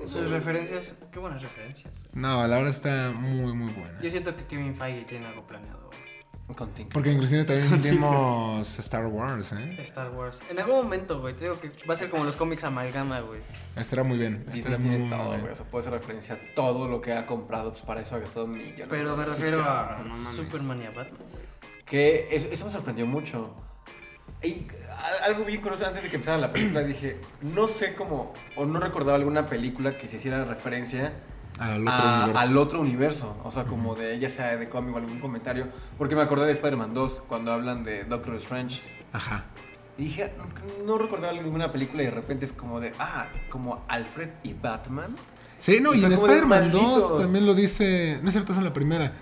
[SPEAKER 4] Sus referencias, qué buenas referencias. güey.
[SPEAKER 1] No, la verdad está muy, muy buena.
[SPEAKER 4] Yo siento que Kevin Feige tiene algo planeado. güey.
[SPEAKER 2] Con Tinker.
[SPEAKER 1] Porque inclusive también vimos Star Wars, ¿eh?
[SPEAKER 4] Star Wars. En algún momento, güey, te digo que va a ser como los cómics amalgama, güey.
[SPEAKER 1] Estará muy bien,
[SPEAKER 2] Disney
[SPEAKER 1] estará muy,
[SPEAKER 2] tiene
[SPEAKER 1] muy
[SPEAKER 2] todo, güey.
[SPEAKER 1] bien.
[SPEAKER 2] O sea, puede hacer referencia a todo lo que ha comprado, pues para eso ha gastado millones.
[SPEAKER 4] Pero me
[SPEAKER 2] Sí,
[SPEAKER 4] refiero
[SPEAKER 5] Ah,
[SPEAKER 4] a
[SPEAKER 2] cabrón, no mames.
[SPEAKER 4] Superman y a Batman. güey.
[SPEAKER 2] Que eso, eso me sorprendió mucho. Y a- algo bien curioso, antes de que empezara la película dije, no sé cómo, o no recordaba alguna película que se hiciera referencia
[SPEAKER 1] Al otro
[SPEAKER 2] a-
[SPEAKER 1] universo.
[SPEAKER 2] Ah, al otro universo. O sea, como de, ya sea de cómic o algún comentario. Porque me acordé de Spider-Man 2 cuando hablan de Doctor Strange.
[SPEAKER 1] Ajá.
[SPEAKER 2] Y dije, no recordaba ninguna película y de repente es como de, ah, como Alfred y Batman.
[SPEAKER 1] Sí, no,
[SPEAKER 2] Y
[SPEAKER 1] y en
[SPEAKER 2] fue como de
[SPEAKER 1] Spider-Man 2
[SPEAKER 2] malditos.
[SPEAKER 1] también lo dice, no es cierto, es en la primera,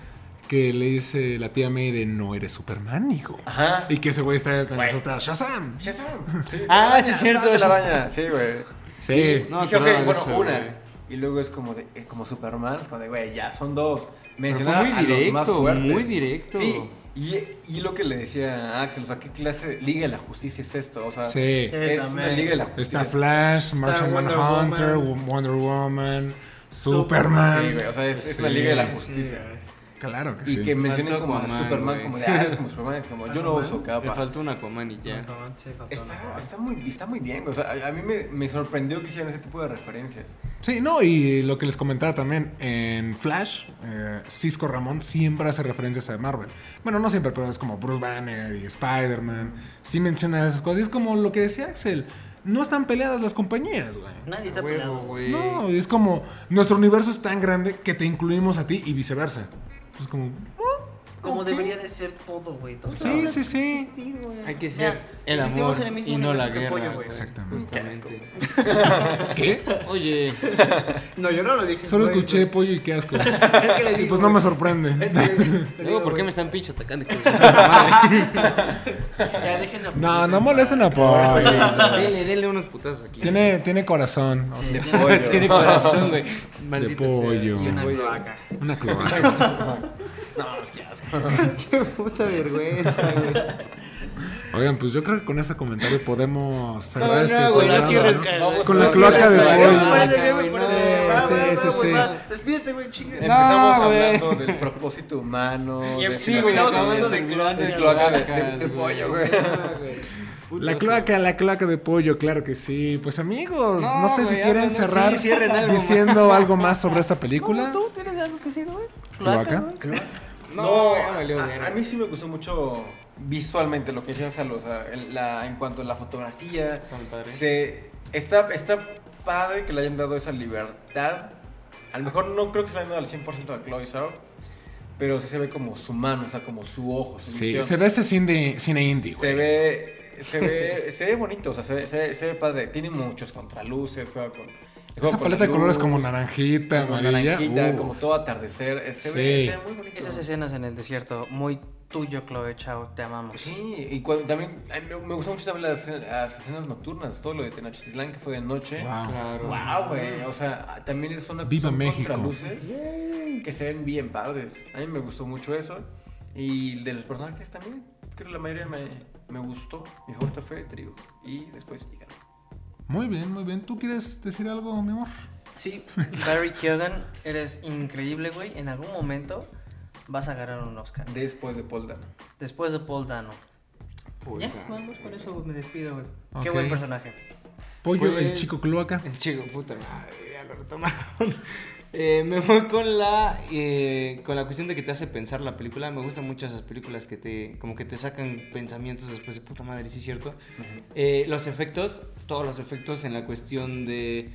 [SPEAKER 1] que le dice la tía May de no eres Superman, hijo.
[SPEAKER 2] Ajá.
[SPEAKER 1] Y que ese güey está tan azotada. Shazam.
[SPEAKER 2] Shazam. Sí,
[SPEAKER 3] Ah,
[SPEAKER 2] la
[SPEAKER 3] sí
[SPEAKER 2] araña,
[SPEAKER 3] es cierto,
[SPEAKER 2] de la
[SPEAKER 3] Shazam.
[SPEAKER 2] araña, Sí, güey.
[SPEAKER 1] Sí.
[SPEAKER 3] No,
[SPEAKER 2] Dije, ok,
[SPEAKER 3] acordaba de
[SPEAKER 2] bueno,
[SPEAKER 3] eso,
[SPEAKER 2] una.
[SPEAKER 3] güey.
[SPEAKER 2] Y luego es como de es como Superman, es como de, güey, ya son dos.
[SPEAKER 3] Pero fue
[SPEAKER 2] Mencionaba
[SPEAKER 3] muy
[SPEAKER 2] a los más
[SPEAKER 3] directo,
[SPEAKER 2] fuertes.
[SPEAKER 3] muy directo.
[SPEAKER 2] Sí, y, y lo que le decía a Axel, o sea, ¿qué clase de Liga de la Justicia es esto? O sea,
[SPEAKER 1] Sí.
[SPEAKER 4] Sí,
[SPEAKER 2] es una
[SPEAKER 4] también.
[SPEAKER 2] Liga de la Justicia.
[SPEAKER 1] Está Flash, Martian
[SPEAKER 2] Wonder
[SPEAKER 1] Manhunter,
[SPEAKER 2] Woman.
[SPEAKER 1] Wonder Woman,
[SPEAKER 2] Sí,
[SPEAKER 1] Superman.
[SPEAKER 2] güey, o sea, es, es
[SPEAKER 1] Sí.
[SPEAKER 2] la Liga de la Justicia.
[SPEAKER 1] Claro que
[SPEAKER 2] Y que
[SPEAKER 1] sí.
[SPEAKER 2] mencionen
[SPEAKER 3] Faltó
[SPEAKER 2] como a
[SPEAKER 3] Aquaman,
[SPEAKER 2] Superman,
[SPEAKER 3] güey.
[SPEAKER 2] como de, ah, es como Superman, es como, yo no uso
[SPEAKER 3] Le
[SPEAKER 2] capa.
[SPEAKER 3] faltó una Aquaman y ya.
[SPEAKER 4] Faltón, sí, faltón.
[SPEAKER 2] Está, está, muy, está muy bien, güey. o sea, a, a mí me, me sorprendió que hicieran ese tipo de referencias.
[SPEAKER 1] Sí, no, y lo que les comentaba también, en Flash, eh, Cisco Ramón siempre hace referencias a Marvel. Bueno, no siempre, pero es como Bruce Banner y Spider-Man. Sí menciona esas cosas. Y es como lo que decía Axel, no están peleadas las compañías, güey.
[SPEAKER 5] Nadie está
[SPEAKER 3] Huevo,
[SPEAKER 5] peleado.
[SPEAKER 3] güey.
[SPEAKER 1] No, es como, nuestro universo es tan grande que te incluimos a ti y viceversa. Es como,
[SPEAKER 5] Como
[SPEAKER 1] Ok.
[SPEAKER 5] debería de ser todo, güey. Todo
[SPEAKER 1] Sí,
[SPEAKER 5] debería
[SPEAKER 1] sí, sí.
[SPEAKER 5] existir, güey.
[SPEAKER 3] Hay que
[SPEAKER 5] Mira,
[SPEAKER 3] ser el
[SPEAKER 5] existimos
[SPEAKER 3] amor
[SPEAKER 5] en el mismo
[SPEAKER 3] y no la
[SPEAKER 5] universo que
[SPEAKER 3] guerra.
[SPEAKER 5] pollo,
[SPEAKER 3] güey.
[SPEAKER 5] güey.
[SPEAKER 1] Exactamente.
[SPEAKER 3] Justamente.
[SPEAKER 1] ¿Qué?
[SPEAKER 3] Oye,
[SPEAKER 4] No, yo no lo dije.
[SPEAKER 1] Solo
[SPEAKER 4] güey.
[SPEAKER 1] escuché pollo y qué asco.
[SPEAKER 4] Es que le
[SPEAKER 1] Y
[SPEAKER 4] digo,
[SPEAKER 1] pues no me
[SPEAKER 4] güey.
[SPEAKER 1] sorprende.
[SPEAKER 4] Es que le digo, le
[SPEAKER 3] luego,
[SPEAKER 4] digo,
[SPEAKER 3] ¿por qué me
[SPEAKER 4] güey.
[SPEAKER 3] están pinche atacando? hijos de su madre?
[SPEAKER 5] Ya, déjenlo.
[SPEAKER 1] No, no molesten a pollo.
[SPEAKER 3] dele, dele unos putazos aquí.
[SPEAKER 1] Tiene, tiene corazón. ¿no?
[SPEAKER 2] De pollo.
[SPEAKER 3] Tiene corazón, güey.
[SPEAKER 1] De
[SPEAKER 3] Maldito sea.
[SPEAKER 1] pollo.
[SPEAKER 3] Y una
[SPEAKER 1] cloaca. Una cloaca.
[SPEAKER 2] No, es que asco.
[SPEAKER 3] Qué puta vergüenza, güey.
[SPEAKER 1] Oigan, pues yo creo que con ese comentario podemos cerrar
[SPEAKER 3] No, no,
[SPEAKER 1] este
[SPEAKER 3] güey, no
[SPEAKER 1] programa,
[SPEAKER 3] cierres,
[SPEAKER 1] Con la
[SPEAKER 2] no
[SPEAKER 1] cloaca de
[SPEAKER 2] cierres,
[SPEAKER 1] pollo.
[SPEAKER 2] cabrón.
[SPEAKER 1] Sí, sí, sí, sí.
[SPEAKER 4] Despídete, güey, chinga.
[SPEAKER 2] Empezamos
[SPEAKER 3] No, güey.
[SPEAKER 2] hablando del propósito humano. de-
[SPEAKER 3] Sí, güey,
[SPEAKER 2] Estamos
[SPEAKER 3] acabas
[SPEAKER 2] hablando
[SPEAKER 3] de
[SPEAKER 2] de
[SPEAKER 3] cloaca,
[SPEAKER 2] de cloaca de,
[SPEAKER 3] cloacas,
[SPEAKER 2] de- de
[SPEAKER 3] güey.
[SPEAKER 2] pollo, güey.
[SPEAKER 1] La cloaca, la cloaca de pollo, claro que sí. Pues amigos, no, sé si
[SPEAKER 3] güey,
[SPEAKER 1] quieren
[SPEAKER 3] háblenos,
[SPEAKER 1] cerrar
[SPEAKER 3] sí, cierren algo más.
[SPEAKER 1] diciendo algo más sobre esta película.
[SPEAKER 5] ¿Tú tienes algo que decir, güey?
[SPEAKER 1] Cloaca.
[SPEAKER 5] güey.
[SPEAKER 2] No,
[SPEAKER 3] ya valió verga.
[SPEAKER 2] a, a mí sí me gustó mucho visualmente lo que hicieron, o sea, lo- o sea, el- la- en cuanto a la fotografía. Se, está, está padre que le hayan dado esa libertad. A lo mejor no creo que se la hayan dado al 100% a Chloe Zhao, pero sí se ve como su mano, o sea, como su ojo, su
[SPEAKER 1] Sí,
[SPEAKER 2] visión.
[SPEAKER 1] se ve ese cine, cine indie, güey.
[SPEAKER 2] Se ve, se ve, se ve bonito, o sea, se, ve- se ve- se ve padre. Tiene muchos contraluces, juega con. juega
[SPEAKER 1] Esa
[SPEAKER 2] con
[SPEAKER 1] paleta
[SPEAKER 2] la
[SPEAKER 1] de colores
[SPEAKER 2] luz,
[SPEAKER 1] como naranjita,
[SPEAKER 2] como
[SPEAKER 1] amarilla.
[SPEAKER 2] naranjita,
[SPEAKER 1] uh.
[SPEAKER 2] como todo atardecer. eh, Se,
[SPEAKER 1] Sí.
[SPEAKER 2] ve, se ve muy bonito.
[SPEAKER 4] Esas escenas en el desierto, muy tuyo, Chloe, chao, te amamos.
[SPEAKER 2] Sí, y cuando, también ay, me, me gustó mucho también las, las escenas nocturnas, todo lo de Tenochtitlán que fue de noche.
[SPEAKER 1] Wow.
[SPEAKER 3] Claro.
[SPEAKER 2] Wow, güey. O sea, también es una
[SPEAKER 1] Viva
[SPEAKER 2] son
[SPEAKER 1] México.
[SPEAKER 2] contraluces que se ven bien padres. A mí me gustó mucho eso. Y de los personajes también. Creo que la mayoría me, me gustó. Mi favorita fue Trigo. Y después Hígado.
[SPEAKER 1] Muy bien, muy bien. ¿Tú quieres decir algo, mi amor?
[SPEAKER 4] Sí, Barry Keoghan, eres increíble, güey. En algún momento vas a ganar un Oscar.
[SPEAKER 2] Después de Paul Dano.
[SPEAKER 4] Después de Paul Dano.
[SPEAKER 3] Paul
[SPEAKER 4] ya,
[SPEAKER 3] Dano,
[SPEAKER 4] nada más con eso me despido, güey.
[SPEAKER 1] Ok.
[SPEAKER 4] Qué buen personaje.
[SPEAKER 1] Pollo,
[SPEAKER 3] Pues-
[SPEAKER 1] el chico cloaca.
[SPEAKER 3] El chico, puta madre, ya lo retomaron. Eh, me voy con la eh, con la cuestión de que te hace pensar la película. Me gustan mucho esas películas que te como que te sacan pensamientos después de puta madre, sí es cierto. Eh, los efectos, todos los efectos en la cuestión de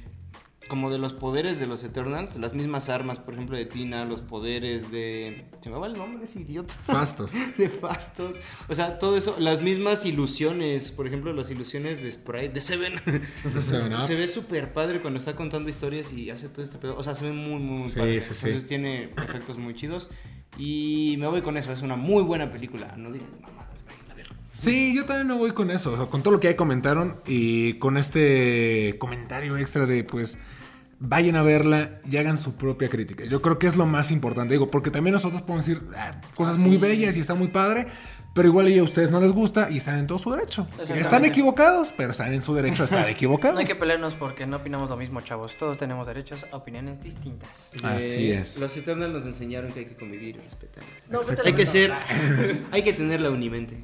[SPEAKER 3] como de los poderes de los Eternals, las mismas armas, por ejemplo, de Tina, los poderes de se me va el nombre, es idiota
[SPEAKER 1] Fastos.
[SPEAKER 3] de fastos. O sea, todo eso, las mismas ilusiones, por ejemplo, las ilusiones de Sprite, de Seven.
[SPEAKER 1] Seven Up.
[SPEAKER 3] se ve súper padre cuando está contando historias y hace todo este pedo. O sea, se ve muy, muy, muy
[SPEAKER 1] Sí,
[SPEAKER 3] padre.
[SPEAKER 1] sí, sí.
[SPEAKER 3] Entonces tiene efectos muy chidos. Y me voy con eso, es una muy buena película. No digan mamadas, vayan a ver.
[SPEAKER 1] Sí, yo también me voy con eso, o sea, con todo lo que ya comentaron y con este comentario extra de pues vayan a verla y hagan su propia crítica. Yo creo que es lo más importante, digo, porque también nosotros podemos decir ah, cosas muy bellas y está muy padre, pero igual y a ustedes no les gusta y están en todo su derecho.
[SPEAKER 4] Exactamente.
[SPEAKER 1] Están equivocados, pero están en su derecho a estar equivocados.
[SPEAKER 4] No hay que pelearnos porque no opinamos lo mismo, chavos. Todos tenemos derechos a opiniones distintas.
[SPEAKER 1] Así es.
[SPEAKER 3] eh, Los Eternals nos enseron que hay que convivir y respetar.
[SPEAKER 5] No, vete a la
[SPEAKER 3] Hay que
[SPEAKER 5] verga.
[SPEAKER 3] ser, hay que tener la unimente.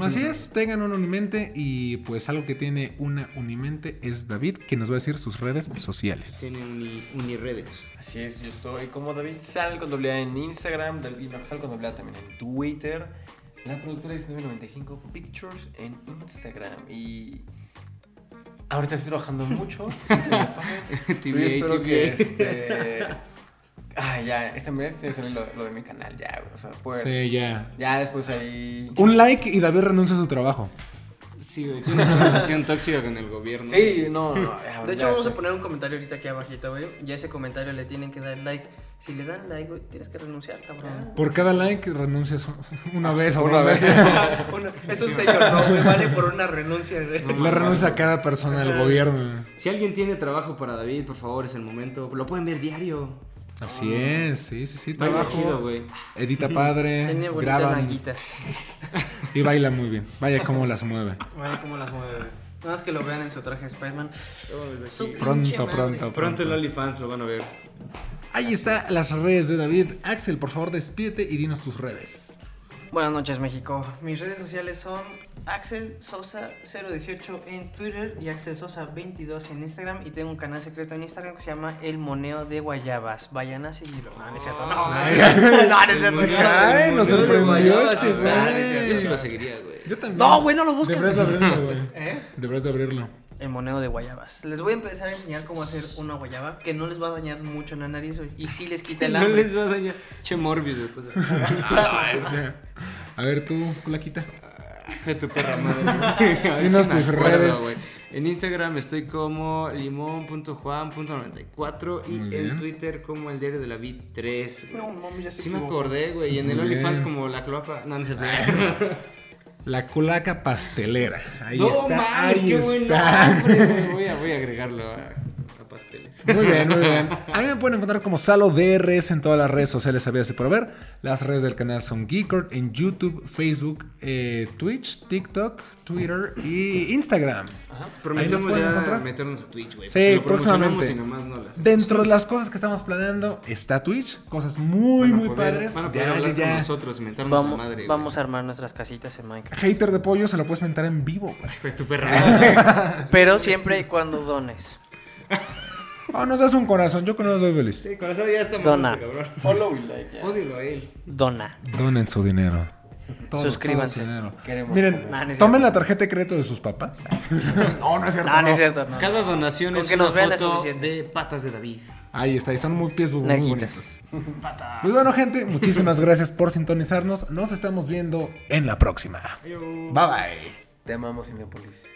[SPEAKER 1] Así es, tengan una unimente y pues algo que tiene una unimente es David que nos va a decir sus redes sociales.
[SPEAKER 3] Tiene uni, uniredes.
[SPEAKER 2] Así es, yo estoy como David Sal con doble A en Instagram, David Bajo Sal con doble A también en Twitter, la productora 1995 Pictures en Instagram y ahorita estoy trabajando mucho. así que me paguen. Pero yo
[SPEAKER 3] TVA,
[SPEAKER 2] espero que
[SPEAKER 3] TVA.
[SPEAKER 2] este... Ay, ya, este mes tiene que salir lo, lo de mi canal, ya, güey, o sea, pues...
[SPEAKER 1] Sí, ya.
[SPEAKER 2] Ya después ahí...
[SPEAKER 1] Un like y David renuncia a su trabajo.
[SPEAKER 3] Sí, güey, tiene una relación tóxica con el gobierno.
[SPEAKER 2] Sí, no, no.
[SPEAKER 4] De hecho, vamos a poner un comentario ahorita aquí abajito, güey. Y a ese comentario le tienen que dar like. Si le dan like, güey, tienes que renunciar, cabrón.
[SPEAKER 1] Por cada like renuncias una vez o
[SPEAKER 2] Una
[SPEAKER 1] dos
[SPEAKER 2] vez.
[SPEAKER 1] veces.
[SPEAKER 4] Una- es un señor, no, güey. Vale por una renuncia, güey.
[SPEAKER 1] Le renuncia a cada persona del gobierno.
[SPEAKER 3] Si alguien tiene trabajo para David, por favor, es el momento. Lo pueden ver diario.
[SPEAKER 1] Así
[SPEAKER 4] Ah.
[SPEAKER 1] es, sí, sí, sí.
[SPEAKER 3] Baila
[SPEAKER 1] Trabajo. Ah,
[SPEAKER 3] chido, güey.
[SPEAKER 1] Edita padre,
[SPEAKER 4] Tenía bonitas
[SPEAKER 1] graba
[SPEAKER 4] nalguitas.
[SPEAKER 1] y baila muy bien. Vaya cómo las mueve.
[SPEAKER 4] Vale, cómo las mueve, güey. Nada más que lo vean en su traje Spider-Man.
[SPEAKER 1] Pronto, pronto,
[SPEAKER 3] Pronto
[SPEAKER 1] pronto.
[SPEAKER 3] el OnlyFans lo van a ver.
[SPEAKER 1] Ahí está las redes de David. Axel, por favor, despídete y dinos tus redes.
[SPEAKER 4] Buenas noches, México. Mis redes sociales son Axel Sosa 018 en Twitter y Axel Sosa 22 en Instagram. Y tengo un canal secreto en Instagram que se llama El Moneo de Guayabas. Vayan a seguirlo. No, no es cierto, no. No, no es cierto, no.
[SPEAKER 1] Ay, nos sorprendió este, güey.
[SPEAKER 3] Yo sí lo seguiría, güey.
[SPEAKER 1] Yo también.
[SPEAKER 4] No, güey, no lo busques.
[SPEAKER 1] Deberías de abrirlo, güey.
[SPEAKER 4] ¿Eh?
[SPEAKER 1] Deberías de abrirlo.
[SPEAKER 4] El moneo de guayabas. Les voy a empezar a enseñar cómo hacer una guayaba que no les va a dañar mucho en la nariz güey, y sí les quita el
[SPEAKER 3] No
[SPEAKER 4] hambre.
[SPEAKER 3] les va a dañar. Che Morbius pues, después. de-
[SPEAKER 1] A ver, tú, Plaquita.
[SPEAKER 3] Hijo de tu perra madre. güey. A ver
[SPEAKER 1] Dinos
[SPEAKER 3] si me
[SPEAKER 1] tus
[SPEAKER 3] acuerdo,
[SPEAKER 1] redes.
[SPEAKER 3] güey. En Instagram estoy como limón.juan.94 y
[SPEAKER 1] Muy bien.
[SPEAKER 3] en Twitter como el diario de la vid 3.
[SPEAKER 4] No, mami, ya se
[SPEAKER 3] Sí me
[SPEAKER 4] equivocó.
[SPEAKER 3] acordé, güey. Y en el
[SPEAKER 1] Muy
[SPEAKER 3] OnlyFans
[SPEAKER 1] bien.
[SPEAKER 3] como la cloaca. No, no es cierto.
[SPEAKER 1] La culaca pastelera. Ahí
[SPEAKER 3] No
[SPEAKER 1] está.
[SPEAKER 3] mames,
[SPEAKER 1] ahí
[SPEAKER 3] qué buen
[SPEAKER 1] está.
[SPEAKER 3] nombre, güey. Voy a, voy a agregarlo a, a pasteles.
[SPEAKER 1] Muy bien, muy bien. A mí me pueden encontrar como Salo DRS en todas las redes sociales, había por ver. Las redes del canal son Geekord en YouTube, Facebook, eh, Twitch, TikTok, Twitter y Instagram. Ahí nos
[SPEAKER 3] Prometemos
[SPEAKER 1] pueden
[SPEAKER 3] ya
[SPEAKER 1] encontrar.
[SPEAKER 3] meternos a Twitch, güey.
[SPEAKER 1] Sí,
[SPEAKER 3] porque lo promocionamos
[SPEAKER 1] próximamente.
[SPEAKER 3] Y nada más no las...
[SPEAKER 1] Dentro de las cosas que estamos planeando está Twitch, cosas muy,
[SPEAKER 3] Van a
[SPEAKER 1] muy
[SPEAKER 3] poder-
[SPEAKER 1] padres.
[SPEAKER 3] Van a poder
[SPEAKER 1] Ya,
[SPEAKER 3] hablar
[SPEAKER 1] ya,
[SPEAKER 3] con
[SPEAKER 1] ya.
[SPEAKER 3] nosotros, mentarnos
[SPEAKER 5] Vamos,
[SPEAKER 3] la madre. güey.
[SPEAKER 5] vamos a armar nuestras casitas en Minecraft.
[SPEAKER 1] Hater de pollo se lo puedes mentar en vivo, güey.
[SPEAKER 3] Hijo de tu perra madre.
[SPEAKER 5] Pero siempre y cuando dones.
[SPEAKER 1] Ah, nos das un corazón, yo con eso soy feliz.
[SPEAKER 3] Sí, con eso ya estamos.
[SPEAKER 5] Dona.
[SPEAKER 3] cabrón.
[SPEAKER 2] Follow y like. ya.
[SPEAKER 3] Ódilo a él.
[SPEAKER 5] Dona.
[SPEAKER 1] Donen su dinero.
[SPEAKER 5] Suscríbanse.
[SPEAKER 1] dinero.
[SPEAKER 2] Queremos
[SPEAKER 1] Miren,
[SPEAKER 2] comer.
[SPEAKER 5] Nah, no es
[SPEAKER 1] tomen
[SPEAKER 5] cierto.
[SPEAKER 1] la tarjeta de crédito de sus papás. no, no es cierto.
[SPEAKER 5] No, no
[SPEAKER 1] no.
[SPEAKER 5] es cierto, no.
[SPEAKER 3] Cada donación
[SPEAKER 5] Con
[SPEAKER 3] es
[SPEAKER 5] que
[SPEAKER 3] una
[SPEAKER 5] nos vean es
[SPEAKER 3] foto
[SPEAKER 5] suficiente.
[SPEAKER 3] de patas de David.
[SPEAKER 1] Ahí está, y son muy pies muy bonitos.
[SPEAKER 5] Nalguitas.
[SPEAKER 1] Pues bueno, gente, muchísimas gracias por sintonizarnos. Nos estamos viendo en la próxima. Bye bye.
[SPEAKER 2] Te amamos, Cinepolis.